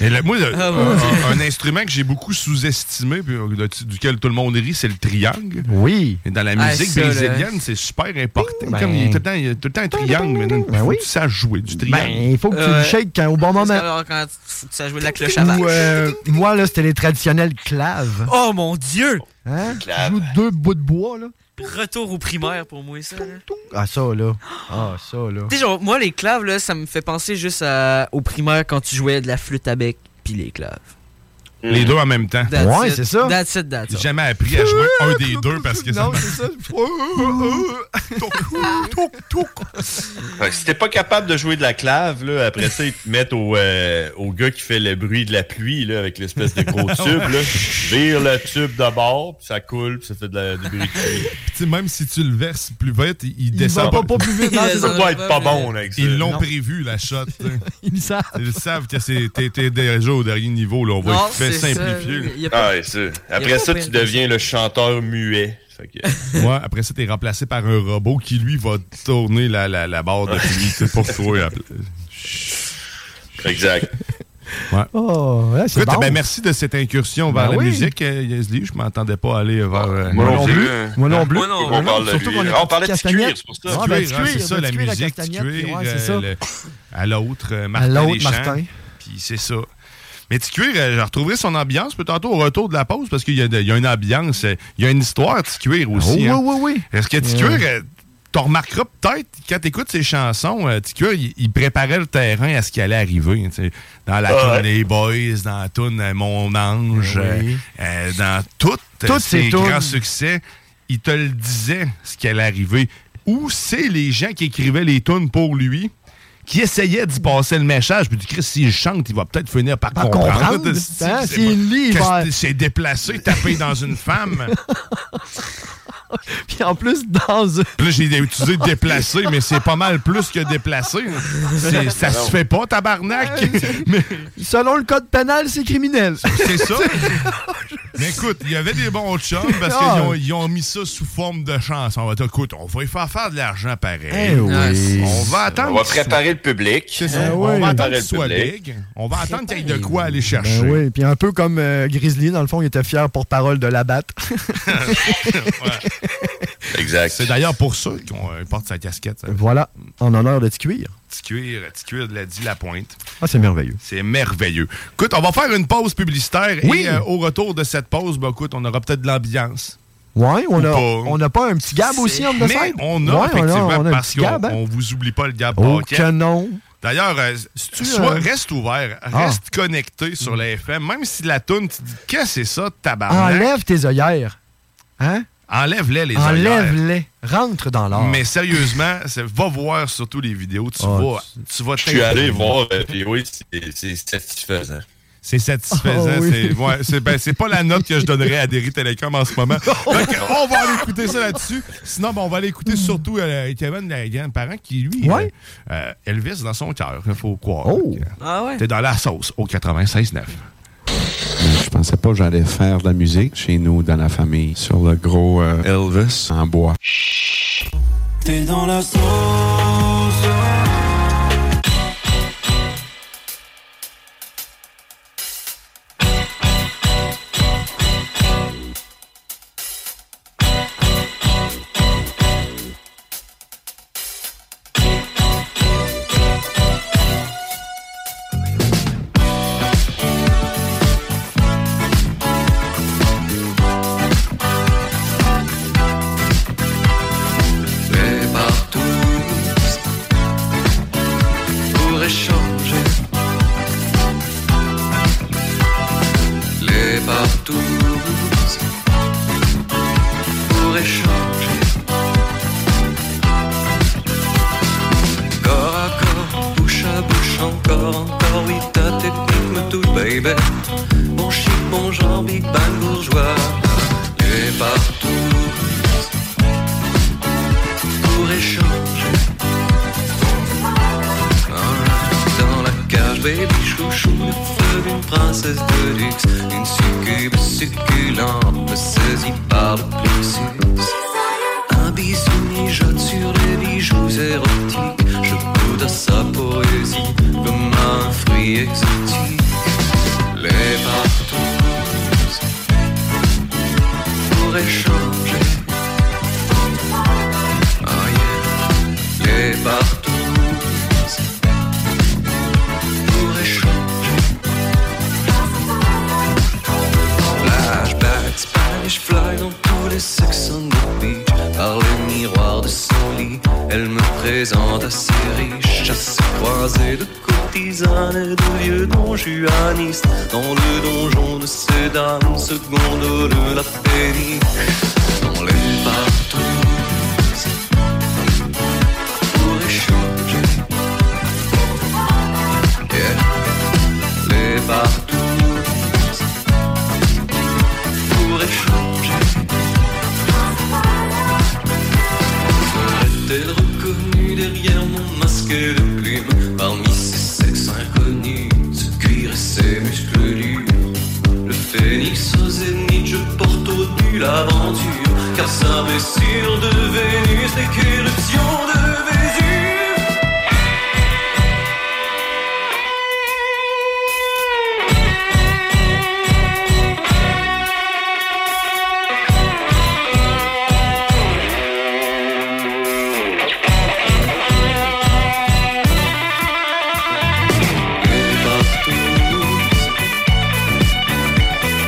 Et le- moi, Ah, le- un, un instrument que j'ai beaucoup sous-estimé, puis, euh, de- duquel tout le monde rit, c'est le triangle. Oui. Et dans la Ah, musique ça, là. brésilienne, c'est super important. Ben. Comme il y a tout le temps, il y a tout le temps un triangle, mais il faut que tu saches jouer du triangle. Ben, il faut que tu Euh, le shakes quand- au bon moment. Alors, quand tu- ça jouait de la cloche à Ou, vache. euh, moi, là, c'était les traditionnels claves. Oh mon dieu! Hein? Tu joues deux bouts de bois, là. Retour au primaire pour moi, ça. là. Ah, ça, là. Ah, ça, là. Tu sais, genre, moi, les claves, là, ça me fait penser juste à, au primaire quand tu jouais de la flûte à bec puis les claves. Les deux en même temps. That's it. That's it, that's J'ai all. jamais appris à jouer un des deux parce que ça. c'est ça. Fait que si t'es pas capable de jouer de la clave, là, après ça, ils te mettent au, euh, au gars qui fait le bruit de la pluie là, avec l'espèce de gros tube. Là. Vire le tube de bord, puis ça coule, puis ça fait de la, du bruit de pluie. Tu sais, même si tu le verses plus vite, il, il descend. va pas- pas plus vite, non, c'est Ça ça. doit être pas bon, là, avec ça. Ils l'ont Non. prévu, la shot. tu sais. Ils savent. Ils savent que c'est- t'es t'es déjà au dernier niveau. Là. On va Non, le faire c'est ça, simplifier. là. y a pas- Ah, ouais, ça. Après y a pas ça, pire tu que ça. deviens le chanteur muet. Fait que- Ouais, après ça, t'es remplacé par un robot qui, lui, va tourner la, la, la barre de pluie c'est pour toi. la pla- Exact. Ouais. Oh, ouais, c'est Écoute, bon. ben, merci de cette incursion Ben vers la oui. musique, euh, Yesli. Je m'entendais pas aller vers. euh, Moi non plus. Moi non plus. On parle de lui. Ah, on parlait de cuir, c'est pour ça. Ah, Ah, ben, cuir, du hein, cuir, c'est ça, du la cuir à musique, du Castagnette, cuir, ouais, c'est euh, ça. le- à l'autre, euh, Martin l'autre, Deschamps. Martin. Puis c'est ça. Mais Ticuir, je retrouverai son ambiance peut tantôt au retour de la pause parce qu'il y, a de- il y a une ambiance, euh, il y a une histoire Ticuir aussi. oui, hein. oui, oui. Est-ce que Ticuir, euh, t'en remarqueras peut-être quand t'écoutes ses chansons, euh, Ticuir, il, il préparait le terrain à ce qui allait arriver. hein, tu sais. dans la Ah, toune ouais. des Boys, dans la toune euh, Mon Ange, Oui. euh, euh, dans toutes Toutes ses ces grands tounes. succès, il te le disait ce qui allait arriver. Ou c'est les gens qui écrivaient les tunes pour lui qui essayaient d'y passer le message, puis du Christ, s'il chante, il va peut-être finir par Par comprendre. comprendre, Si- hein, c'est s'il pas- lit, il qu'est-ce va- que C'est déplacé, tapé dans une femme. Puis en plus, dans. Là, j'ai utilisé déplacé, mais c'est pas mal plus que déplacé. C'est- Ça se fait pas, tabarnak. Selon le code pénal, c'est criminel. C'est ça. Mais écoute, il y avait des bons chums parce Ah. qu'ils ont, ils ont mis ça sous forme de chance. On va dire, écoute, on va y faire faire de l'argent pareil. Eh oui. Eh Ah, c'est- On va attendre. On va qu'il soit- préparer le public. C'est ça. Ah On oui. va attendre Préparer qu'il le soit public. big. On va attendre qu'il y ait de quoi aller chercher. Ben oui, puis un peu comme euh, Grizzly, dans le fond, il était fier pour parole de la batte. Exact. C'est d'ailleurs pour ça qu'on euh, porte sa casquette. ça. voilà, en honneur de Ticuir. Petit cuir, petit cuir de la dit la pointe. Ah, c'est merveilleux. C'est merveilleux. Écoute, on va faire une pause publicitaire Oui. et euh, au retour de cette pause, ben, écoute, on aura peut-être de l'ambiance. Ouais, on Ou a, pas. on a pas un petit gab aussi en Mais de side? on a Ouais, effectivement on a un parce petit qu'on gab, hein? on vous oublie pas le Gab Oh Paquet. que non. D'ailleurs, euh, C'est-tu, soit euh, reste ouvert, Ah. reste connecté sur la FM, même si la toune, tu te dis qu'est-ce que c'est ça, tabarnak. Enlève tes œillères. Hein? Enlève-les, les œillères. Enlève-les. Rentre dans l'art. Mais sérieusement, c'est- va voir surtout les vidéos. Tu Ah, vas, tu vas Je suis allé t'imprimer. voir, euh, puis oui, c'est- c'est satisfaisant. C'est satisfaisant. Ah oui. C'est ouais, c'est- ben, c'est pas la note que je donnerais à Derry Telecom en ce moment. Donc, on va aller écouter ça là-dessus. Sinon, ben, on va Hmm. aller écouter surtout euh, Kevin Lagan, parent qui, lui, euh, euh, Elvis dans son cœur, il faut croire. Oh. euh, Ah ouais? T'es dans la sauce au 96.9. Je pensais pas que j'allais faire de la musique chez nous, dans la famille, sur le gros euh, Elvis en bois. T'es dans la sauce. partout pour échanger. Les partout pour échanger. Corps à corps, bouche à bouche, encore, encore, oui, ta technique me touche, baby. Bon chic, bon genre, big bang bourgeois. Les partout pour échanger. Ah, Dans la cage, baby chouchou, le feu d'une princesse de luxe, une succube succulente me saisit par le plexus. Un bisou mijote sur les bijoux érotiques, je goûte à sa poésie comme un fruit exotique. Les partous pour échanger. Ah, yeah. Les partout pour échanger. Flashback, Spanish fly dans tous les sex on the beach. Par le miroir de son lit, elle me présente assez riche, assez croisée de courtisanes et de vieux donjuanistes. Dans le donjon de ces dames, seconde de la péniche. Dans les partous, pour échanger. Yeah. Les partous pour échanger. Serait-elle reconnue derrière mon masque de plume Parmi ces sexes inconnus, ce cuir et ces muscles durs. Le phénix au zénith, je porte au nu l'aventure. Car sa blessure de Vénus n'est qu'éruption de Vésuve.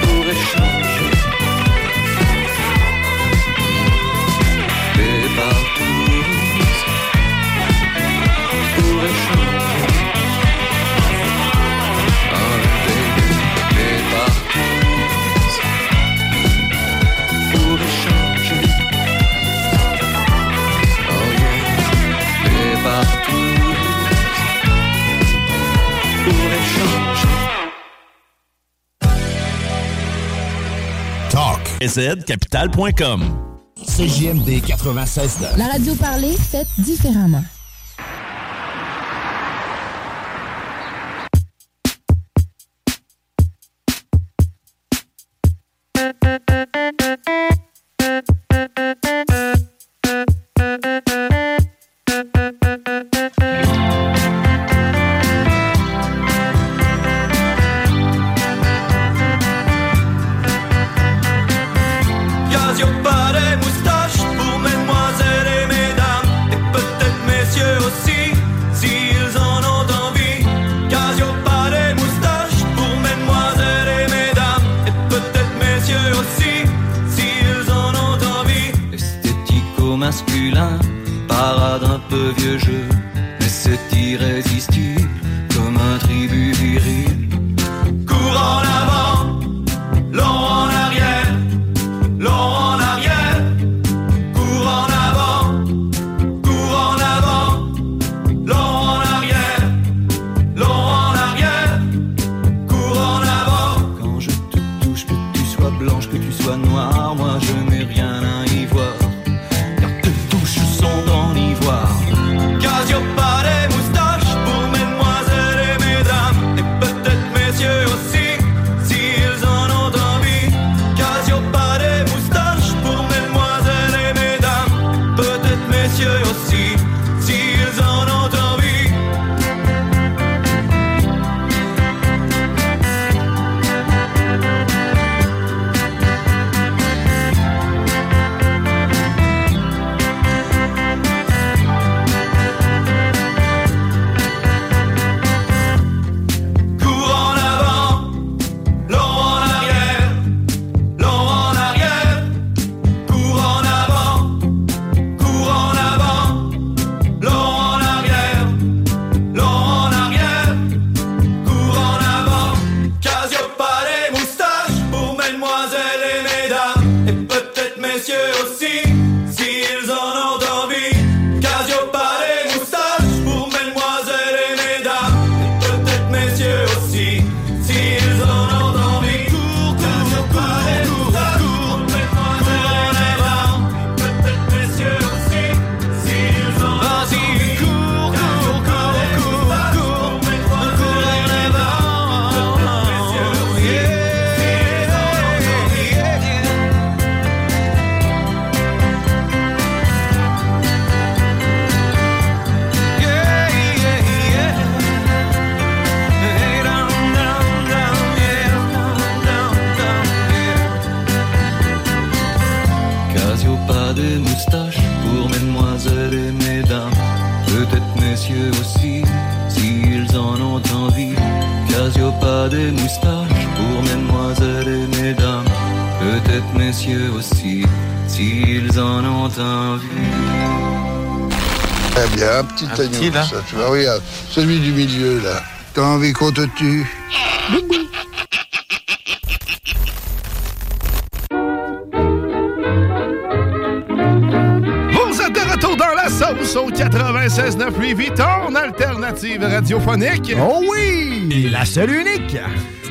pour échanger. Les partous pour échanger. Enlever les partous pour échanger. Oh yeah, les partous pour échanger. Talk. Capital.com. CJMD 96 La radio parlée, faite différemment. Gaz, y'a pas des moustaches pour mesdemoiselles et mesdames, et peut-être messieurs aussi, s'ils en ont envie. Gaz, y'a pas des moustaches pour mesdemoiselles et mesdames, et peut-être messieurs aussi, s'ils en ont envie. Esthético masculin, parade un peu vieux jeu, mais c'est irrésistible comme un tribut viril. Cours en avant, long en arrière, long en arrière, messieurs aussi, s'ils en ont envie. Cours en avant, long en arrière, long en arrière. Cours en avant, cours en avant, long en arrière, long en arrière. Cours en avant, Casio pas des moustaches pour mesdemoiselles et mesdames, et peut-être messieurs aussi, s'ils en ont envie. Casio pas des moustaches pour mesdemoiselles et mesdames, et peut-être messieurs aussi, s'ils en ont envie. Cours, cours, cours, cours, cours, mesdemoiselles et mesdames. Vas-y, cours, cours, cours, cours, cours, cours, yeah, yeah. Casio pas de moustache pour mesdemoiselles et mesdames. Peut-être messieurs aussi, s'ils en ont envie. Casio pas de moustache pour mesdemoiselles et mesdames. Peut-être messieurs aussi, s'ils en ont envie. Eh bien, un hein. petit Un hein. agneau, petit, là. ça, tu vois, regarde, celui du milieu, là. T'as envie qu'on te tue Vous êtes de retour dans la sauce au 96.9 Louis Vuitton, alternative radiophonique. Oh oui! la seule unique!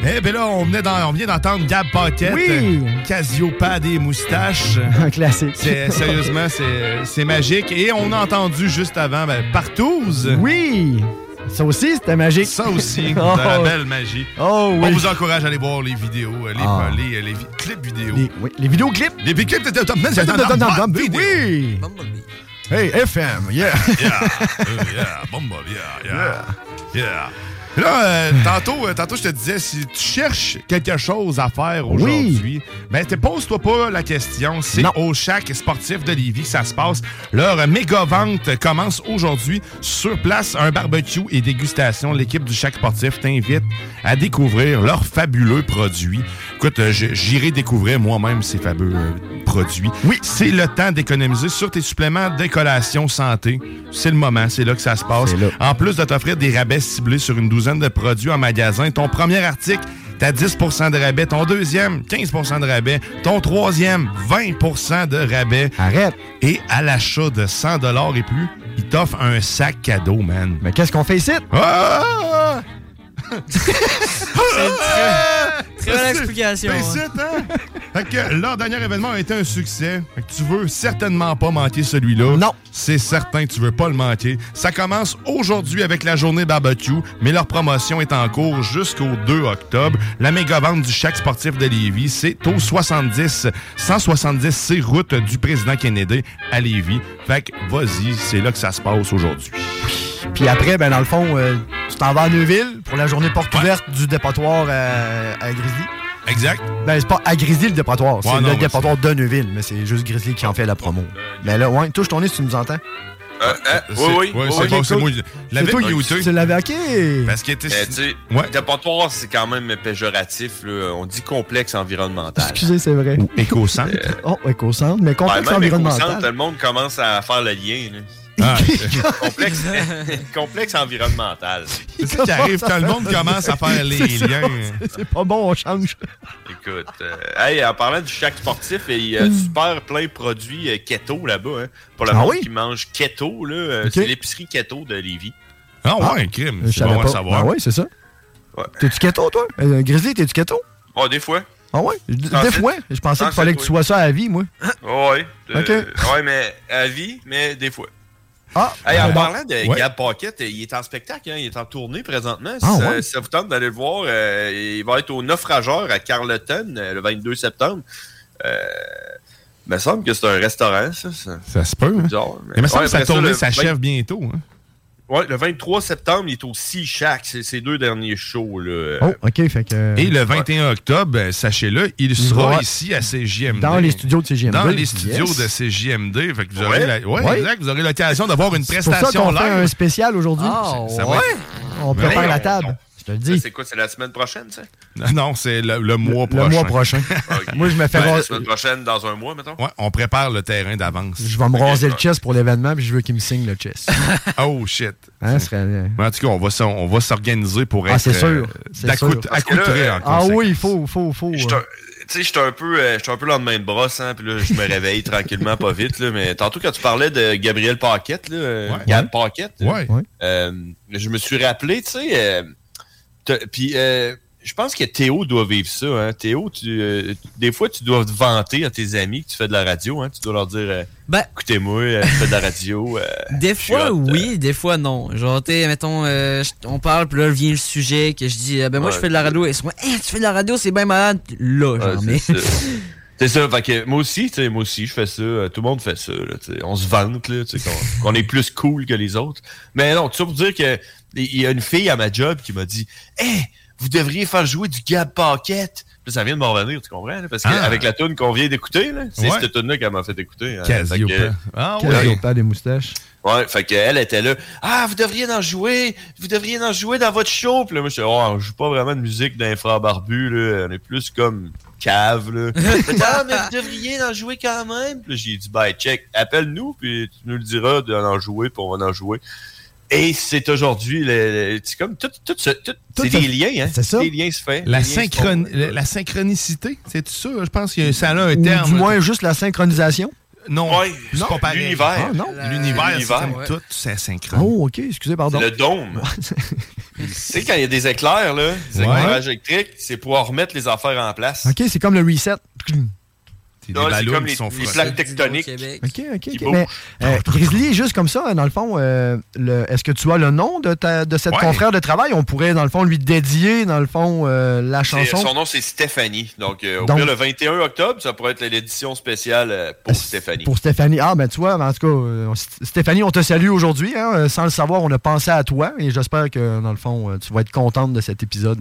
Eh bien là, on, venait d'en- on vient d'entendre Gab Paquette. euh, Oui. Casio pas des moustaches. Un classique. C'est- Sérieusement, c'est- c'est magique. Et on a entendu juste avant, ben, Partouze. Oui! Ça aussi, c'était magique. Ça aussi, de la belle magie. Oh oui. On vous encourage à aller voir les vidéos, euh, les, Ah. euh, les, euh, les vi- clips vidéo. Les, oui, les vidéoclips. Les vidéoclips de Tom Oui! Hey, FM, yeah! Yeah, Bumble, yeah, yeah. Yeah. Là, euh, tantôt, euh, tantôt, je te disais, si tu cherches quelque chose à faire aujourd'hui, ben, te pose-toi pas la question. C'est au chaque sportif de Lévis que ça se passe. Leur euh, méga-vente commence aujourd'hui. Sur place, un barbecue et dégustation. L'équipe du chaque sportif t'invite à découvrir leurs fabuleux produits. Écoute, euh, je- j'irai découvrir moi-même ces fabuleux euh, produits. Oui. C'est le temps d'économiser sur tes suppléments de collation santé. C'est le moment, c'est là que ça se passe. En plus de t'offrir des rabais ciblés sur une douzaine de produits en magasin, ton premier article, t'as 10 de rabais. Ton deuxième, 15 de rabais. Ton troisième, 20 de rabais. Arrête. Et à l'achat de 100 et plus, ils t'offrent un sac cadeau, man. Mais qu'est-ce qu'on fait ici? Ah! Très bonne C'est- explication, ben, ouais. c'est, hein? Fait que leur dernier événement a été un succès. Fait que tu veux certainement pas manquer celui-là. Non. C'est certain, tu veux pas le manquer. Ça commence aujourd'hui avec la journée barbecue, mais leur promotion est en cours jusqu'au 2 octobre. La méga vente du chaque sportif de Lévis, c'est au 70 170 C route du président Kennedy à Lévis. Fait que vas-y, c'est là que ça se passe aujourd'hui. Puis après, ben dans le fond, euh, tu t'en vas à Neuville pour la journée porte ouverte du dépotoir euh, à Grizzly. Exact. Ben, c'est pas à Grizzly le dépotoir, c'est Ouais, non, le mais dépotoir de Neuville, mais c'est juste Grizzly qui en fait la promo. Mais là, ouais, touche ton nez si tu nous entends. Euh, hein? oui, C'est- oui. ouais, oui, c'est oui. bon, c'est moi. Je l'avais C'est toi, muté. Tu l'avais hacké. Parce que t'es- Mais Euh, tu sais, ouais. dépotoir, c'est quand même péjoratif. là. On dit complexe environnemental. Excusez, c'est vrai. Éco-centre. Ben, oh, éco-centre, mais Ouais, complexe même éco-centre, environnemental. le monde commence à faire le lien. là. complexe, complexe environnemental. euh, C'est ça qui arrive quand le monde commence à faire les C'est ça, liens. c'est- C'est pas bon, on change. Écoute, euh, hey, en parlant du chac sportif, il Mm. y a super plein de produits euh, keto là-bas. hein. pour le Ah monde oui? qui mange keto, là, euh, Ok. c'est l'épicerie keto de Lévis. Ah ouais, un crime. Je savais pas. Ah ouais, c'est ça. T'es-tu keto, toi? Euh, Grizzly, t'es-tu keto? Oh, des fois. Ah ouais? Je- Des Ensuite- fois, je pensais qu'il ensuite, fallait que tu oui. sois ça à la vie, moi. Oh, ouais. euh, Ok. ouais, mais à vie, mais des fois. Ah, Hey, en bon. parlant de Ouais. Gab Paquette, il est en spectacle, hein, il est en tournée présentement. Ah, Si ça- ouais? si ça vous tente d'aller le voir, euh, il va être au Naufrageur à Carleton euh, le 22 septembre. Euh, me semble que c'est un restaurant, ça. Ça, Ça se peut. Hein? Bizarre, Mais il me semble Ouais, que sa après ça, tournée le s'achève 20 bientôt. hein. Ouais, le 23 septembre, il est au Sea Shack. C'est ses deux derniers shows, là. Oh, OK, fait que. Euh, Et le 21 octobre, euh, sachez-le, il sera va- ici à CJMD. Dans les studios de CJMD. Dans les studios Yes. de CJMD. Fait que vous aurez Ouais. la- ouais, Ouais. exact, vous aurez l'occasion d'avoir une C'est pour ça prestation qu'on fait un live. spécial aujourd'hui. Ah, Ça va ouais? être- On Mais prépare non, la table. Je te le dis. C'est quoi, c'est la semaine prochaine, ça? Non, c'est le, le mois Le prochain. mois prochain. Moi, je me fais. Ben, ras- la semaine prochaine, dans un mois, mettons. Ouais, on prépare le terrain d'avance. Je vais me raser le chest pour l'événement, puis je veux qu'il me signe le chest. Oh shit. Hein, ce serait- Mais en tout cas, on va, s'en- on va s'organiser pour Ah, être c'est sûr. euh, c'est d'accout- sûr. accoutré en Ah conséquence. oui, il faut, faut, faut. euh, J'étais un- euh, Tu sais, j'étais un peu, euh, j'étais un peu lendemain de brosse, hein, puis là, je me réveille tranquillement, pas vite, là, mais tantôt, quand tu parlais de Gabriel Paquette, là, euh, Gab Paquette, Ouais. euh, je me suis rappelé, tu sais, euh, t'as- puis euh, je pense que Théo doit vivre ça, hein. Théo, tu, euh, tu- des fois, tu dois te vanter à tes amis que tu fais de la radio, hein, tu dois leur dire, euh, écoutez-moi, euh, je fais de la radio, euh, Des je suis fois, hot, euh, oui, des fois, non. Genre, t'es, mettons, euh, je- on parle, puis là, vient le sujet, que je dis, eh ben moi, Ouais. je fais de la radio, et ils sont, Eh, tu fais de la radio, c'est bien malade. Là, Ouais, genre, Ah, c'est mais. ça. C'est ça, fait que moi aussi, tu sais, moi aussi, je fais ça, euh, tout le monde fait ça, là, tu sais, on se vante, là, tu sais, qu'on- qu'on est plus cool que les autres. Mais non, tout ça pour dire que il y a une fille à ma job qui m'a dit « Hey, vous devriez faire jouer du Gab Paquette! » Puis Ça vient de m'en revenir, tu comprends? là, parce Ah. qu'avec la tune qu'on vient d'écouter, là, c'est Ouais. cette tune-là qu'elle m'a fait écouter. hein. Cassiope. Fait que- Ah Quel Ouais. pas des moustaches. Ouais, fait qu'elle était là. Ah, vous devriez en jouer. Vous devriez en jouer dans votre show. Puis là, moi, je oh, on joue pas vraiment de musique d'un frère barbu, là. On est plus comme cave, là. ah, mais vous devriez en jouer quand même. Puis là, j'ai dit, ben, check, appelle-nous, puis tu nous le diras d'en en jouer, puis on va en jouer. Et c'est aujourd'hui, le- le- c'est comme tout, tout, ce- tout- c'est ça- des liens, hein. c'est ça. Des liens se fait. La, Des liens se font. synchroni- la- la synchronicité, c'est ça? Je pense que ça a un Ou terme. du moins juste la synchronisation. Non, Ouais, c'est pas pareil. l'univers. Ah, non. La- L'univers, c'est l'univers, comme ouais. tout, c'est synchrone. Oh, OK, excusez, pardon. Le dôme. tu sais, quand il y a des éclairs, là, des Ouais. éclairages électriques, c'est pour remettre les affaires en place. OK, c'est comme le reset. Non, c'est ballons comme qui les, sont les froissés. plaques tectoniques. OK, OK, OK. bouge. Mais euh, Grizzly, juste comme ça, dans le fond, euh, le- est-ce que tu as le nom de, ta, de cette Ouais. confrère de travail? On pourrait, dans le fond, lui dédier, dans le fond, euh, la C'est- chanson. Son nom, c'est Stéphanie. Donc, euh, au Donc- pire, le 21 octobre, ça pourrait être l'édition spéciale euh, pour Stéphanie. Pour Stéphanie. Ah, ben tu vois, en tout cas, euh, St- Stéphanie, on te salue aujourd'hui. hein. Euh, Sans le savoir, on a pensé à toi et j'espère que, dans le fond, euh, tu vas être contente de cet épisode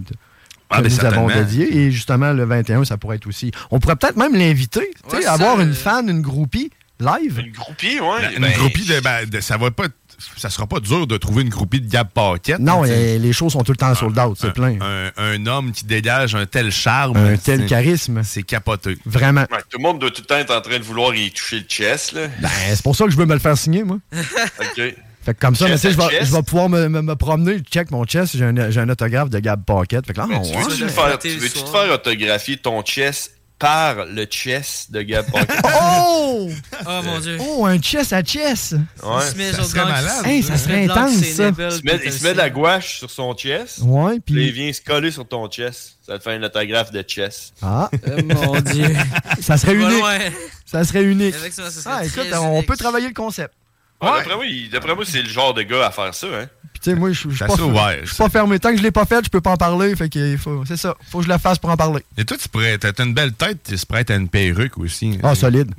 Ah, que ben, nous avons certainement. dédié. Et justement, le 21, ça pourrait être aussi. On pourrait peut-être même l'inviter, tu sais, Ouais, avoir ça, une fan, une groupie live. euh, Une groupie, ouais. Une groupie de, ben, de- ça va pas être- ça sera pas dur de trouver une groupie de Gab Paquette. Non, euh, Tu sais, les, les shows sont tout le temps sold out, Ah, c'est plein. un, un homme qui dégage un tel charme. Un tel c'est- charisme. C'est capoté. Vraiment. Ouais, tout le monde doit tout le temps être en train de vouloir y toucher le chest. Là. Ben, c'est pour ça que je veux me le faire signer, moi. OK. Fait que comme ça, mais Chest tu sais, je à vais, chest. je vais pouvoir me, me- me promener, je check mon chest, j'ai un, j'ai un autographe de Gab Paquette. Fait que là, Mais on tu ouais, veux-tu te mais- faire, tu veux-tu te faire autographier ton chest par le chest de Gab Paquette? Oh! Oh mon Euh, dieu. Oh, un chess à chess! Ouais. Il se met Ça genre serait dans- malade. Hey, Euh, ça Il se serait met dans intense, ses ça! nipples. Il se met, il se met de la gouache sur son chest. Ouais, puis- Il vient se coller sur ton chest. Ça te fait un autographe de chest. Ah! Euh, mon Dieu. Ça serait Pas unique! loin. Ça serait unique! Avec ça, ça serait ah, écoute, très on peut travailler le concept. Ouais, Ah, D'après moi, il- d'après moi, c'est le genre de gars à faire ça. Hein? Puis, tu sais, moi, je suis je suis Ça pas, serait ouvert, je suis pas fermé. Tant que je l'ai pas fait, je peux pas en parler. Fait que faut- c'est ça. Faut que je la fasse pour en parler. Et toi, tu pourrais. T'as t'as une belle tête, tu se prêtes à une perruque aussi. hein. Ah, solide.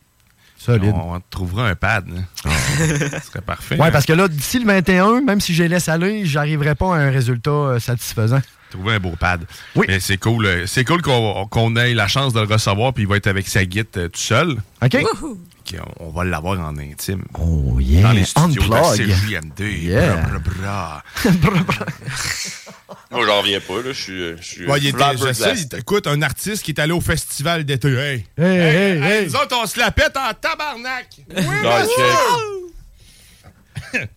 Solide. On, on te trouvera un pad. là. Ce serait parfait. hein. Ouais, parce que là, d'ici le 21, même si je les laisse aller, j'arriverai pas à un résultat euh, satisfaisant. Trouver un beau pad. Oui. c'est cool. euh, C'est cool qu'on qu'on ait la chance de le recevoir, puis il va être avec sa guite euh, tout seul. OK. Ok, on- on va l'avoir en intime. Oh yeah. Dans les studios Unplug. de CJMD. Yeah. Bra, bra, Moi, j'en reviens pas. Là. Je suis. euh, Je suis bra. Ouais, il était, je sais, flabbergasted. il- écoute, un artiste qui est allé au festival d'été. Hey. Hey, hey, hey. Nous autres, on se la pète en tabarnak. Oui, monsieur.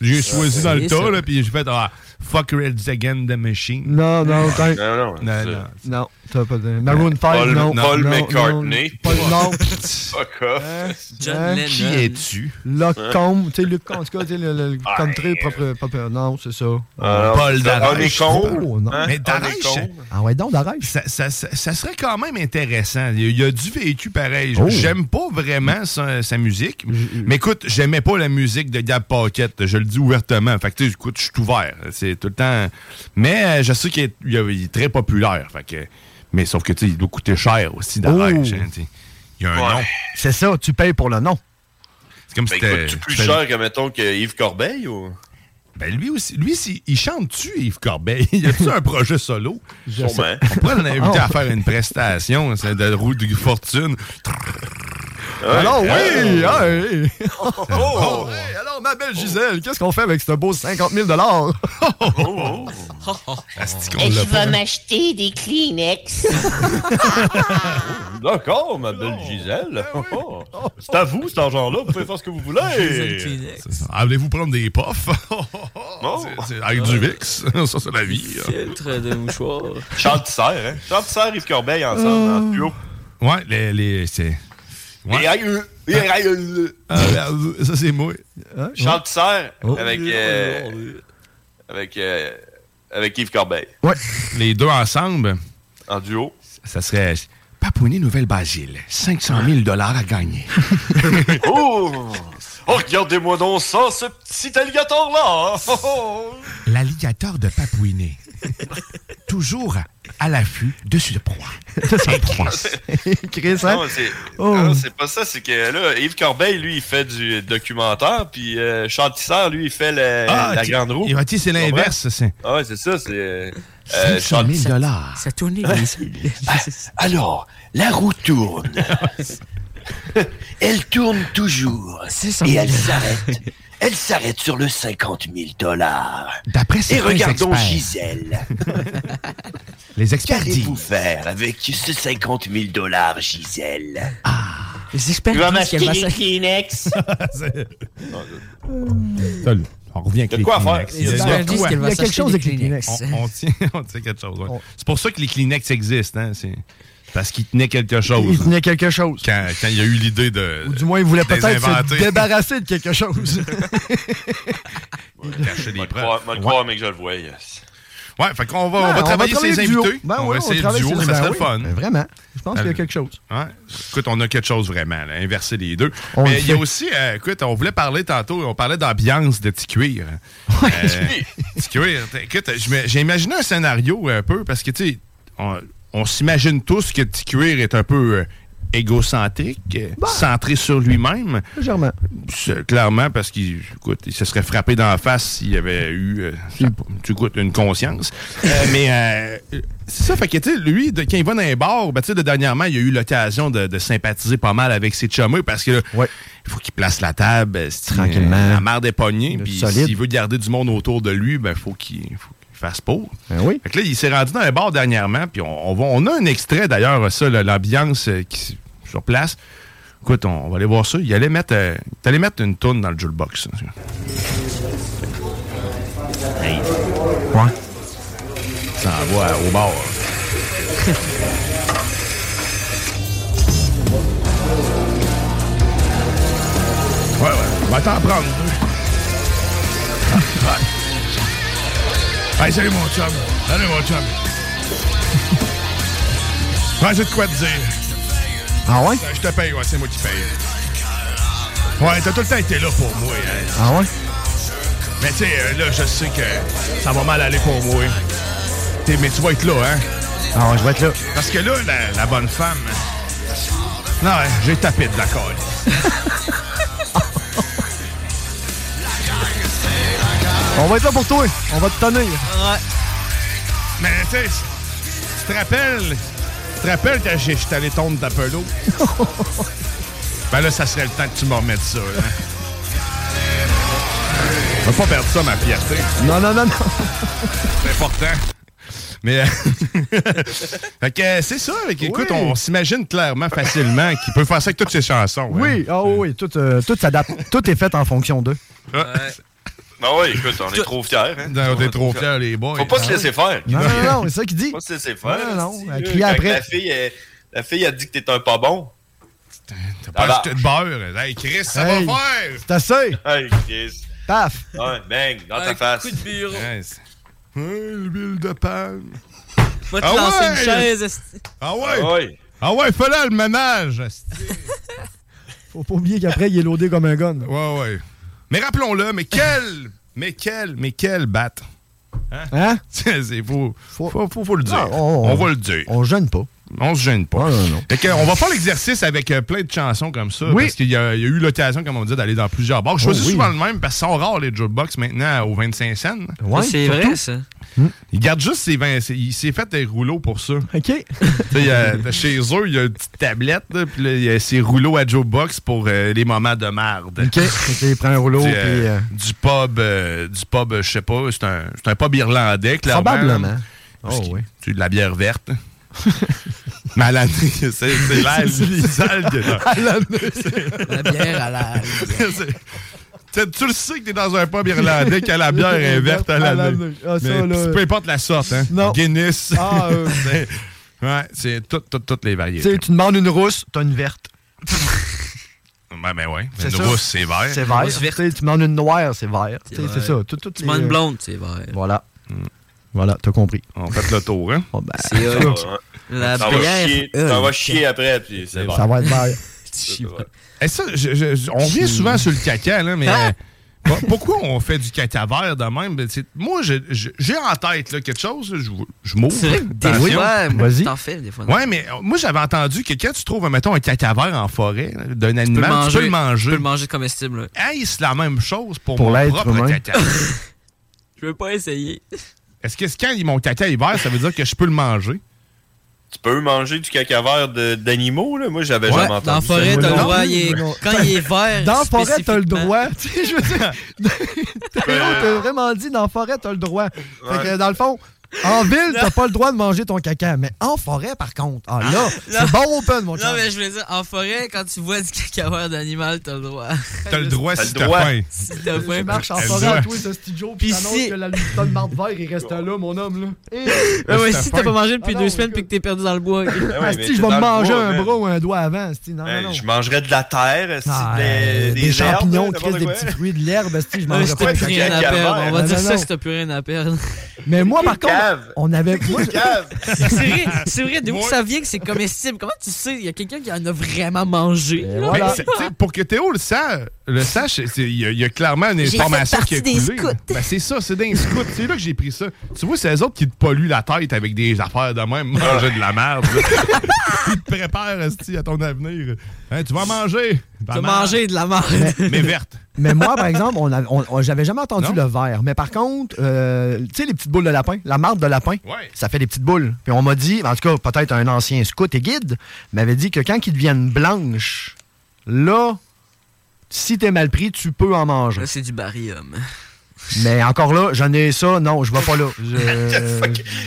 J'ai choisi dans le c'est tas, ça. là, puis j'ai fait ah, Fuck Red Again the Machine. Non, non, t'in- non, non, Non, t'as pas de. Maroon 5, Paul- non. Paul non, non, McCartney. Paul- non. Fuck off. Hein? Hein? Qui es-tu? Locombe, tu sais, Luc, en tout cas, tu sais, le, le- le country propre, propre- Non, c'est ça. Euh, Paul Darèche. Oh, non. Mais Darèche. Ah ouais, donc Darèche. Ça, ça- ça- ça serait quand même intéressant. Il y a- il y a du vécu pareil. Oh. J'aime pas vraiment sa, sa musique. Mais écoute, j'aimais pas la musique de Gab Paquette. Je le dis ouvertement. Fait que, tu sais, écoute, je suis ouvert. C'est tout le temps. Mais euh, je sais qu'il est, il est- il est très populaire. Fait que- Mais sauf que, tu sais, il doit coûter cher aussi, Darèche. Oh. hein, tu sais. Il y a un nom. C'est ça, tu payes pour le nom. C'est comme si Fait que c'était- coûte-tu Ben, plus c'était- cher que, mettons, que Yves Corbeil ou. Ben lui aussi, lui, si- il chante-tu Yves Corbeil? Il a-tu un projet solo? Je Sûrement. sais. On pourrait l'inviter Ah. à faire une prestation, c'est de roue de fortune. alors, oui, hey. hey. Oh, Oh, hey, alors, ma belle Gisèle, qu'est-ce qu'on fait avec ce beau 50 000 oh, oh. Ah, Et tu vas m'acheter des Kleenex. D'accord, ma belle Ben Gisèle. Oh, C'est à vous, cet argent-là. Vous pouvez faire ce que vous voulez. C'est ça. Ah, Voulez-vous prendre des puffs? Oh, C'est- c'est avec du VIX. Ça, c'est la vie. hein. Filtre de mouchoir. Charles Tisser, hein? Charles Tisser, Yves Corbeil ensemble, Euh. en duo. Ouais, les. les c'est. Ouais. Et aïe, euh, et aïe, euh, Ah, euh, ça, c'est moi. euh. Charles Tisser Oh. avec. euh, avec. euh, avec Yves Corbeil. Ouais. Les deux ensemble. En duo. Ça serait. Papounie Nouvelle-Basile, 500 000 à gagner. oh! Oh, regardez-moi donc ça, ce petit alligator-là! hein. Oh, L'alligator de Papouiné. Toujours à l'affût de ce proie. Chris, Non, c'est non, c'est pas ça, c'est que là, Yves Corbeil, lui, il fait du documentaire, puis euh, Charles Tisser, lui, il fait la, Ah, Euh, la tu- grande roue. et ouais, tu sais, c'est Tu comprends? l'inverse, c'est- Ah, ouais, c'est ça, c'est. euh, euh, 500 000 dollars. Ça tournait. Ah, Alors, la roue tourne. elle tourne toujours. ça. Et elle s'arrête. Elle s'arrête sur le 50 000 dollars. D'après Et certains regardons experts. Gisèle. Les experts disent. Qu'allez-vous faire avec ce 50 000 dollars, Gisèle Ah, Les Tu vas m'acheter des Kleenex. Salut. On revient avec De les quoi Kleenex. faire? Les experts disent qu'elle va Il y a quelque s'acheter chose des avec les Kleenex. Kleenex. On, on tient, on tient quelque chose. ouais. C'est pour ça que les Kleenex existent. Hein? C'est parce qu'ils tenaient quelque chose. Il tenait quelque chose. Quand, quand il y a eu l'idée de. Ou du moins, il voulait peut-être se Désinventer. débarrasser de quelque chose. Cacher des preuves. Moi, le croire, mais que je le vois, yes. Ouais, fait qu'on va, on va travailler ses du duo. invités. Ben on oui, va essayer le travaille duo. ses- Ça ben serait le oui, fun. ben vraiment, je pense qu'il y a quelque chose. Ouais. Écoute, on a quelque chose vraiment, là, inverser les deux. On le Mais il y a fait. aussi, euh, écoute, on voulait parler tantôt, on parlait d'ambiance de petit cuir. Euh, petit cuir. t- Écoute, je me- j'ai imaginé un scénario un peu, parce que, tu sais, on, on s'imagine tous que petit cuir est un peu euh, égocentrique, euh, centré sur lui-même. Bah. Légèrement. C'est Clairement, parce qu'il écoute, il se serait frappé dans la face s'il avait eu euh, je sais pas, tu goûtes une conscience. Euh, mais euh, c'est ça, fait que, tu sais, lui, de- quand il va dans les bars, ben, tu sais, de- dernièrement, il a eu l'occasion de, de sympathiser pas mal avec ses chumeux parce que là, il faut qu'il place la table euh, c'est- Tranquillement. euh, La merde est pognée. Puis solide. s'il veut garder du monde autour de lui, ben, faut qu'il faut qu'il fasse pour. Ben Fait que là, il s'est rendu dans un bar dernièrement, puis on, on va- on a un extrait d'ailleurs, ça, là, l'ambiance euh, qui s- sur place. Écoute, on, on va aller voir ça. Il allait mettre, euh, il allait mettre une toune dans le jukebox. hein. Ouais. 啊 Ça envoie au bar. ouais, ouais. On va t'en prendre deux. Ouais. Hey, salut mon chum. Salut mon chum. Ouais, j'ai de quoi te dire. Ah ouais? Je te paye, ouais, c'est moi qui paye. Ouais, t'as tout le temps été là pour moi. hein. Ah ouais? Mais tu sais, euh, là, je sais que ça va mal aller pour moi. T'sais, mais tu vas être là, hein? Ah ouais, je vais être là. Parce que là, la, la bonne femme. Non, ouais, j'ai tapé de la colle. On va être là pour toi. On va te tenir. Ouais. Mais tu sais, tu te rappelles. Tu te rappelles quand j'ai- j'étais allé tomber ta pelouse? ben là, ça serait le temps que tu me remettes ça, hein. là. Je vais pas perdre ça, ma fierté. Non, non, non, non. C'est important. Mais. euh, fait que, euh, c'est ça. fait que, Écoute, on s'imagine clairement, facilement, qu'il peut faire ça avec toutes ses chansons. hein. Oui, ah oui, oui, tout, euh, tout s'adapte. Tout est fait en fonction d'eux. Ben oui, écoute, on est trop fiers. Hein? Non, on est trop fiers, les boys. Ah Faut pas se laisser faire. Non, non, non, c'est ça qu'il dit. Faut pas se laisser faire. Non, non, non, Si, elle là, crie quand après. La fille, elle- la fille a dit que t'es un pas bon. Ah bah. T'as pas acheté de beurre. Hey, Chris, ça Hey, va faire! C'est assez. Hey, Chris. Paf. Ouais, bang, dans ta face. Coup de bureau. l'huile de palme. Va te lancer une chaise, Ah Ah ouais? ouais. Ah ouais, fais-le le ménage. esti. Faut pas oublier qu'après, il est loadé comme un gun. Ouais, ouais. Mais rappelons-le, mais quel, mais quel, mais quel batte. Hein? C'est fou. Faut, faut, faut le dire. on- on, va le dire. On gêne pas. On se gêne pas. Fait que, euh, on va faire l'exercice avec euh, plein de chansons comme ça. Oui. Parce qu'il y, a il y a eu l'occasion, comme on dit, d'aller dans plusieurs bars. Je choisis Oh oui. souvent le même parce qu'ils sont rares, les jukebox, maintenant, aux 25 cents. Ouais, c'est surtout. vrai, ça. Il garde juste ses 20 c'est- Il s'est fait des rouleaux pour ça. OK. chez eux, il y a une petite tablette, là, puis là, il y a ses rouleaux à Joe Box pour euh, les moments de merde. OK. Fait que prends un rouleau, Du, puis. euh, euh, du pub, euh, du pub, euh, je sais pas, c'est un, c'est un pub irlandais, clairement. Probablement. Oh, Parce qu'il- C'est de la bière verte. Mais à l'année, c'est c'est l'algue. C'est l'algue. À l'année. La bière à l'algue. Tu tu le sais que t'es dans un pub irlandais que la bière est verte à À l'année. l'année. Ah, ça, Mais là, c'est Peu importe la sorte, hein. Guinness. Ah, euh. C'est- ouais, c'est tout- tout- toutes les Tu sais, variétés. tu demandes une rousse, t'as une verte. Ben, ben ouais. C'est Une ça. rousse, c'est vert. C'est vert. Tu sais, Tu demandes une noire, c'est vert. Tu sais, C'est vert. ça. Tout- euh, toutes Tu les- demandes une blonde, c'est vert. Voilà. Voilà, t'as compris. On fait le tour, hein? Oh, C'est ben. Ça hot. va. La T'en vas bière. chier- euh, hot. t'en vas chier après, puis c'est Ben, Ça va être vert. Et Eh, ça, je- je- je- on revient souvent sur le caca, là, mais Ah! Hein? euh, po- pourquoi on fait du caca vert de même? Ben, c'est- Moi, je- je- j'ai en tête là, quelque chose, je, vous- je m'ouvre. C'est vrai que des Attention. fois, Vas-y. t'en fais, des fois, non? Ouais, mais euh, moi, j'avais entendu que quand tu trouves, mettons, un caca vert en forêt là, d'un Tu peux le animal, manger. tu peux le manger. Tu peux le manger comestible. Hey, c'est la même chose pour, Pour mon l'être propre humain. caca. Je veux pas essayer. Est-ce que quand mon caca est vert, ça veut dire que je peux le manger? Tu peux manger du caca vert de- d'animaux, là? Moi, j'avais Ouais, jamais entendu dans la ça. forêt, t'as le Non. droit, il est- Non. Quand il est vert. Dans la forêt, t'as le spécifiquement. droit. Tu sais, je veux dire, Théo, t'as vraiment dit, dans la forêt, t'as le droit. Fait que, Ouais. dans le fond, en ville, t'as pas le droit de manger ton caca. Mais en forêt, par contre, ah là, c'est bon open, mon Non, chum. mais je voulais dire, en forêt, quand tu vois du cacahuète d'animal, t'as le droit. T'as le droit T'as si le t'as droit. faim. Si t'as faim. Je marche en Elle forêt doit. à toi, ce petit Joe, puis Pis t'annonces si- que la lumière de marde vert, il reste là, mon homme, là. Eh, Ouais, ouais, si c'est t'as fin. pas mangé depuis Ah non, deux semaines puis que t'es perdu dans le bois. Asti, Ah, je vais me manger un bras ou un doigt avant, Asti. Non, non, Ben, non. je mangerais de la terre, esti, Ah, des, euh, des des herbes, champignons, là, Chris, des n'importe petits fruits, de l'herbe, Asti, je mangerais pas t'as de plus rien à caca. perdre. On va Non, dire non, ça non. si t'as plus rien à perdre. Mais moi, par cave. contre, on avait. moi, je- C'est vrai, c'est vrai, d'où Moi- ça vient que c'est comestible? Comment tu sais? Il y a quelqu'un qui en a vraiment mangé. là? Mais c'est- tu sais, pour que Théo le sache, le sache, c'est- il y, a- il y a clairement une J'ai fait information qui a partie des coulé. scouts. Ben, c'est ça, c'est d'un scout. C'est là que j'ai pris ça. Tu vois, c'est eux autres qui te polluent la tête avec des affaires de même, manger de la merde. là. Ils te préparent esti, à ton avenir. Hein, tu vas manger. Tu vas manger de la merde. Mais, mais verte. Mais moi, par exemple, on a- on- on- j'avais jamais entendu Non? le verre. Mais par contre, euh, tu sais, les petites boules de lapin, la marde de lapin, ça fait des petites boules. Puis on m'a dit, en tout cas, peut-être un ancien scout et guide, m'avait dit que quand ils deviennent blanches, là, si t'es mal pris, tu peux en manger. Là, c'est du barium. Mais encore là, j'en ai ça, non, je vais pas là. Je-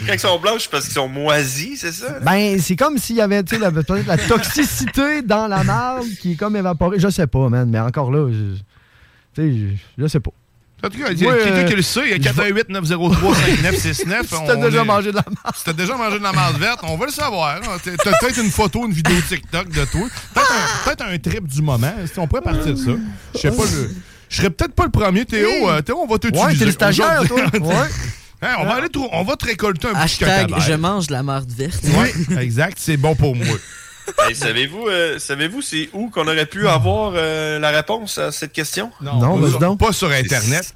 Quand ils sont blanches, c'est parce qu'ils sont moisis, c'est ça? Ben, c'est comme s'il y avait tu sais, la, peut-être la toxicité dans la marde qui est comme évaporée. Je sais pas, man, mais encore là, je, tu sais, je, je sais pas. En tout cas, il y a Moi, quelqu'un euh, qui le sait, il y a je vais- 418 903 5969 Si t'as déjà mangé de la merde. Si t'as déjà mangé de la merde verte, on va le savoir. hein. T'as t'as peut-être une photo, une vidéo TikTok de toi. Peut-être un, peut-être un trip du moment. Si On pourrait partir de ça. Je sais pas. le- Je serais peut-être pas le premier, Théo. Oui. euh, Théo, on va t'utiliser. Ouais, t'es le stagiaire, aujourd'hui. toi. Ouais. Hein, on, va aller trou- on va te récolter un petit Hashtag cacahuète. je mange de la marde verte. Ouais, exact. C'est bon pour moi. Hey, savez-vous, euh, savez-vous c'est où qu'on aurait pu avoir euh, la réponse à cette question? Non, vas-y sur- donc. Pas sur Internet.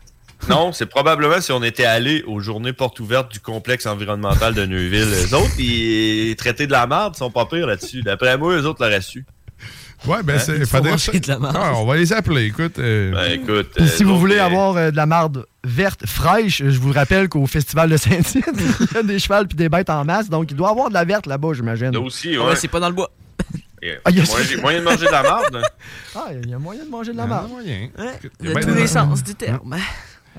Non, c'est probablement si on était allé aux journées portes ouvertes du complexe environnemental de Neuville. Eux autres, ils traités de la marde, ils sont pas pires là-dessus. D'après moi, eux autres l'auraient su. Ah, Ouais, ben Hein? c'est. Ils faut font dire manger ça. de la marde. Ouais, on va les appeler. Écoute. euh, écoute. Puis si vous voulez avoir euh, de la marde verte fraîche, je vous rappelle qu'au festival de Saint-Tite, il y a des chevals puis des bêtes en masse, donc il doit y avoir de la verte là-bas, j'imagine. Là aussi, Ah ouais. ouais, c'est pas dans le bois. Eh, Ah, il y a- moyen- j'ai moyen de manger de la marde. hein. Ah, il y a moyen de manger de la Il y en a marde. moyen. De tous les sens du terme.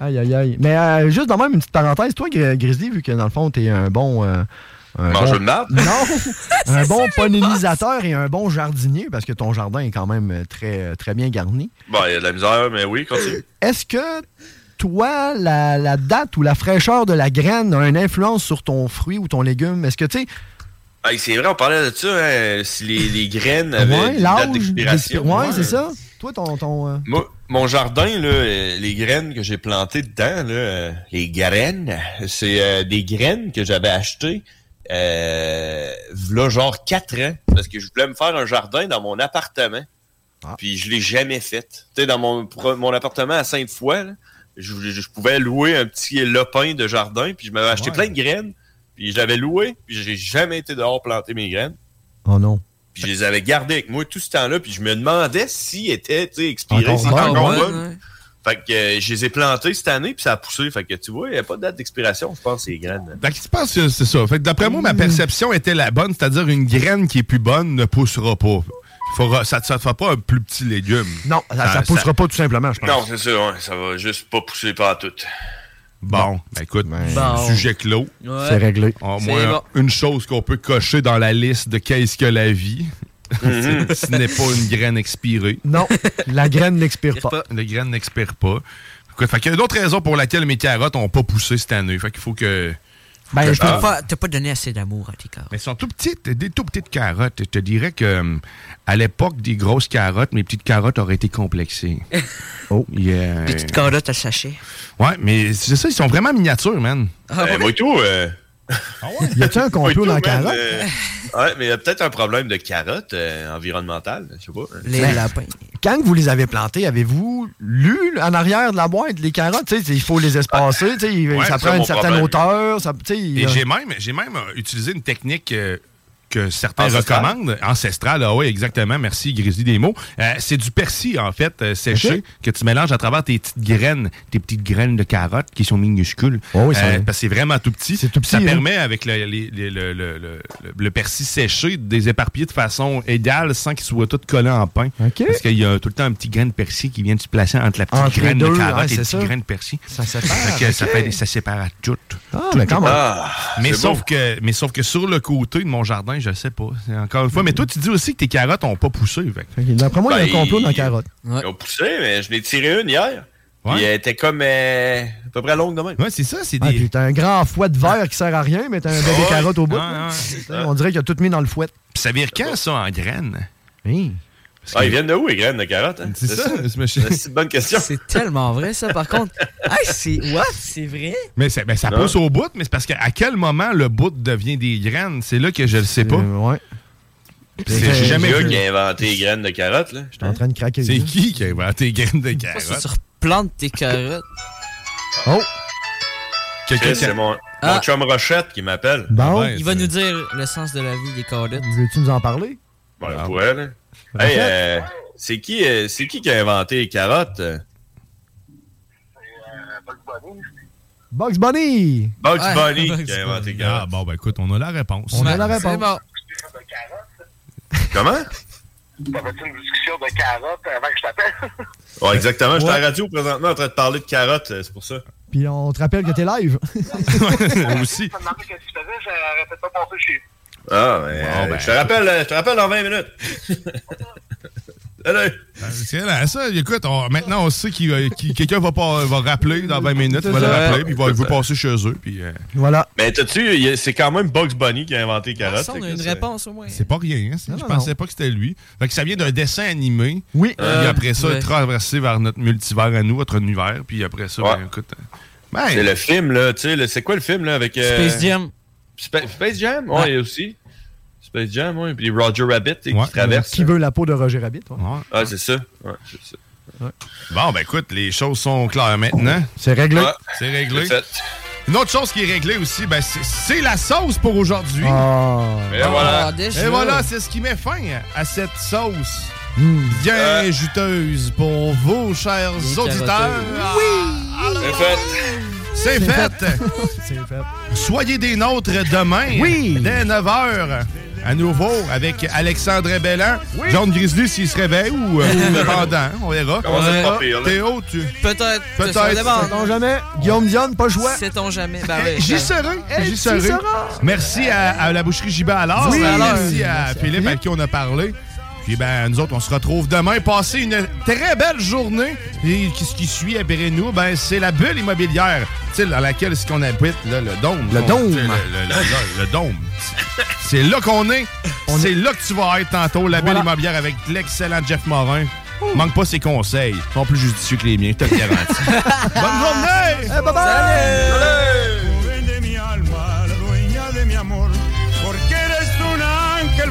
Aïe, aïe, aïe. Mais euh, juste dans même une petite parenthèse, toi, Gr- Grizzly, vu que dans le fond, t'es un bon. euh, un Mangeur bon- de marde? Non! un bon pollinisateur et un bon jardinier, parce que ton jardin est quand même euh, très, très bien garni. Bon, il y a de la misère, mais oui, continue. Est-ce que toi, la, la date ou la fraîcheur de la graine a une influence sur ton fruit ou ton légume? Est-ce que, tu sais, Hey, c'est vrai, on parlait de ça, hein, si les, les graines avaient ouais, une Euh, date l'âge, d'expiration. d'expi- ouais, Ouais. c'est ça. Toi, ton. ton euh, Moi, mon jardin, là, euh, les graines que j'ai plantées dedans, là, euh, les graines, c'est euh, des graines que j'avais achetées euh, v'là genre 4 ans, parce que je voulais me faire un jardin dans mon appartement. Puis je l'ai jamais fait. Tu sais, dans mon, pro- mon appartement à Sainte-Foy, là, je, voulais- je pouvais louer un petit lopin de jardin, puis je m'avais acheté plein de graines. Puis je l'avais loué, puis j'ai jamais été dehors planter mes graines. Oh non. Puis je les avais gardées avec moi tout ce temps-là, puis je me demandais s'ils étaient tu sais, expirés, Encore s'ils étaient bonnes. encore Encore bonnes. Fait que euh, je les ai plantées cette année, puis ça a poussé. Fait que tu vois, il n'y a pas de date d'expiration, je pense, ces graines. Fait que tu penses que c'est ça. Fait que d'après moi, ma Hmm. perception était la bonne, c'est-à-dire une graine qui est plus bonne ne poussera pas. Faudra- ça ne te fera pas un plus petit légume. Non, ça ne poussera pas tout simplement, je pense. Non, c'est ça, ouais, ça va juste pas pousser par tout. Bon, ben écoute, Bon. sujet clos. Ouais. C'est réglé. Au C'est moins, bon. une chose qu'on peut cocher dans la liste de qu'est-ce que la vie, Mm-hmm. Mhm. ce n'est pas une graine expirée. Non, la graine n'expire pas. La graine n'expire pas. Écoute, fait qu'il y a d'autres raisons pour lesquelles mes carottes n'ont pas poussé cette année. Fait qu'il faut que. faut Ben, que- je peux Ah. pas, t'as pas donné assez d'amour à tes carottes. Mais elles sont tout petites, des tout petites carottes. Je te dirais que euh, à l'époque des grosses carottes, mes petites carottes auraient été complexées. oh, yeah. Des petites carottes à sachet. Ouais, mais c'est ça, ils sont vraiment miniatures, man. Ah, ouais? moi et tout, euh, Ah Y a-tu un complot dans la man, carotte? euh, ouais, mais il y a peut-être un problème de carotte euh, environnementale, je sais pas. hein. Ben, Quand vous les avez plantés, avez-vous lu en arrière de la boîte les carottes? Tu sais, Il faut les espacer, tu sais, Ouais, ça c'est prend ça, une mon certaine problème. hauteur. Ça, tu sais, Et là. j'ai même, j'ai même euh, utilisé une technique euh, que certains Ancestrale. recommandent, ancestrale. Ah oui, exactement. Merci, Grizzly des mots. Euh, c'est du persil, en fait, euh, séché, Ok. que tu mélanges à travers tes petites graines, tes petites graines de carottes qui sont minuscules. Oh euh, oui, ça- parce que c'est vraiment tout petit. tout Puis Ça petit, hein. permet, avec le, les- les- le- le- le- le- le persil séché, de les éparpiller de façon égale sans qu'ils soient tous collés en pain. Parce qu'il y a tout le temps un petit grain de persil qui vient de se placer entre la petite Entre les graine deux, de carotte ouais, et c'est le ça. petit grain de persil. Ça sépare, Fait que ça, ok. fait- ça sépare à tout. Ah, Tout, mais tout. quand même. mais, Ah, c'est bon. sauf que, mais sauf que sur le côté de mon jardin, je sais pas. C'est Encore une fois, mais toi, tu dis aussi que tes carottes n'ont pas poussé. fait que- Mm. D'après moi, il y a Ben, un complot dans la carotte. Ils ont poussé, mais je l'ai tiré une hier. Ouais. Puis elle était comme euh, à peu près longue de même. Ouais, c'est ça, c'est Ah, puis t'as un grand fouet de verre qui sert à rien, mais t'as un bébé Ouais. carotte au bout. Ouais, là. ouais. Putain, On dirait qu'il a tout mis dans le fouet. Puis ça vire quand, ça, en graines? Ah, ils viennent de où, les graines de carottes? hein? C'est ça, je me suis- C'est une bonne question. C'est tellement vrai, ça, par contre. Ah, c'est. What? C'est vrai? Mais, c'est- ben, ça Non. pousse au bout, mais c'est parce qu'à quel moment le bout devient des graines? C'est là que je le sais pas. Ouais. Puis c'est- J'ai jamais le gars vu. qui a inventé les graines de carottes, là. J'étais en train de craquer. C'est là. qui qui a inventé les graines de Pas sûr que carottes? tu replantes tes carottes. Oh! Quelqu'un Chris, qui a- C'est mon, mon Ah. chum Rochette qui m'appelle. Ah Bon. Ouais, Il va nous dire le sens de la vie des carottes. Veux-tu nous en parler? Bon, il pourrait, là. Hey, euh, c'est qui, euh, c'est qui qui a inventé les carottes? euh? Bugs Bunny! Bugs Bunny qui a inventé Ah, les carottes. bon, ben écoute, on a la réponse. On a la réponse. Comment? T'avais-tu une discussion de carottes avant que je t'appelle? Ouais, exactement. J'étais à Ouais. la radio présentement en train de parler de carottes, euh, c'est pour ça. Puis on te rappelle que t'es live. aussi. Ça me demandait qu'est-ce que tu faisais, j'arrêtais pas de penser chez Ah, mais, euh, ben. je, te rappelle, euh, je te rappelle dans 20 minutes. Salut! Ah, C'est là, ça, écoute, on- maintenant on sait qu'il va- qu'il- quelqu'un va, pas- va rappeler dans 20 minutes, il va le C'est ça. rappeler, puis il va, il va passer chez eux. Puis, euh, Voilà. Mais t'as-tu, il y a- c'est quand même Bugs Bunny qui a inventé les carottes. Ça, on fait a que une c'est- réponse au moins. c'est pas rien, hein, ça. Non, je non, pensais non. pas que c'était lui. Fait que ça vient d'un dessin animé. Oui. Puis Euh, après ça, ouais. traversé vers notre multivers à nous, notre univers, puis après ça, ben, écoute. euh, ben, C'est le film, là, tu sais, le- c'est quoi le film, là, avec... euh, Space Jam. Spa- Space Jam, ouais, aussi. Space Jam, ouais. Puis Roger Rabbit, tu sais, qui traverse. Qui veut la peau de Roger Rabbit? ouais. Ah, c'est ça. Ouais, c'est ça. Bon, ben écoute, les choses sont claires maintenant. C'est réglé. Ah, C'est réglé. c'est fait. Une autre chose qui est réglée aussi, ben, c'est- c'est la sauce pour aujourd'hui. Et voilà. Et voilà, c'est ce qui met fin à cette sauce bien Euh. juteuse pour vous, chers Bien auditeurs. Oui! C'est fait. C'est fait. C'est fait. Soyez des nôtres demain, Oui. dès 9h, à nouveau avec Alexandre Bellan. John Grizzly s'il se réveille ou, euh, ou pendant, on verra. Comment ça, c'est pas Ah, pire, là? Théo, tu... Peut-être. Peut-être. Ça dépend. Sait-on jamais? Guillaume Dionne, pas le choix. Sait-on jamais. Ben, Eh, ouais, J'y ben- serai, Eh, j'y tu serai. seras. Merci à, à la boucherie Giba alors. Oui. Merci à Merci à Philippe à qui on a parlé. Puis ben, nous autres, on se retrouve demain. Passez une très belle journée. Et ce qui suit après nous, ben, c'est la bulle immobilière, tu sais, dans laquelle ce qu'on habite, là, le dôme. Le On- dôme. tu sais, Le, le- le- le- le dôme. C'est là qu'on est. C'est là que tu vas être tantôt, la bulle Voilà. immobilière avec l'excellent Jeff Morin. Manque pas ses conseils. Ils sont plus judicieux que les miens, je te le garantis. Bonne journée! Eh, bye bye! Joven de mi alma, la dueña de mi amor, porque eres un ángel el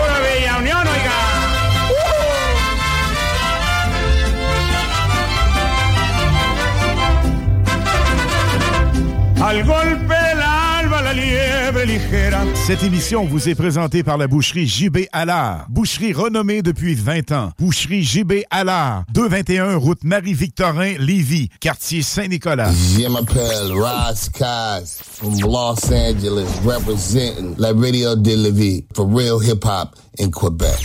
¡Hora Bella Unión, oiga! Al golpe del alba la liebre ligera. Cette émission vous est présentée par la boucherie JB Allard. Boucherie renommée depuis 20 ans. Boucherie JB Allard. 221 route Marie-Victorin, Lévis, quartier Saint-Nicolas. Je m'appelle Roz Kaz from Los Angeles, representing La Radio de la Vie for real hip hop in Quebec.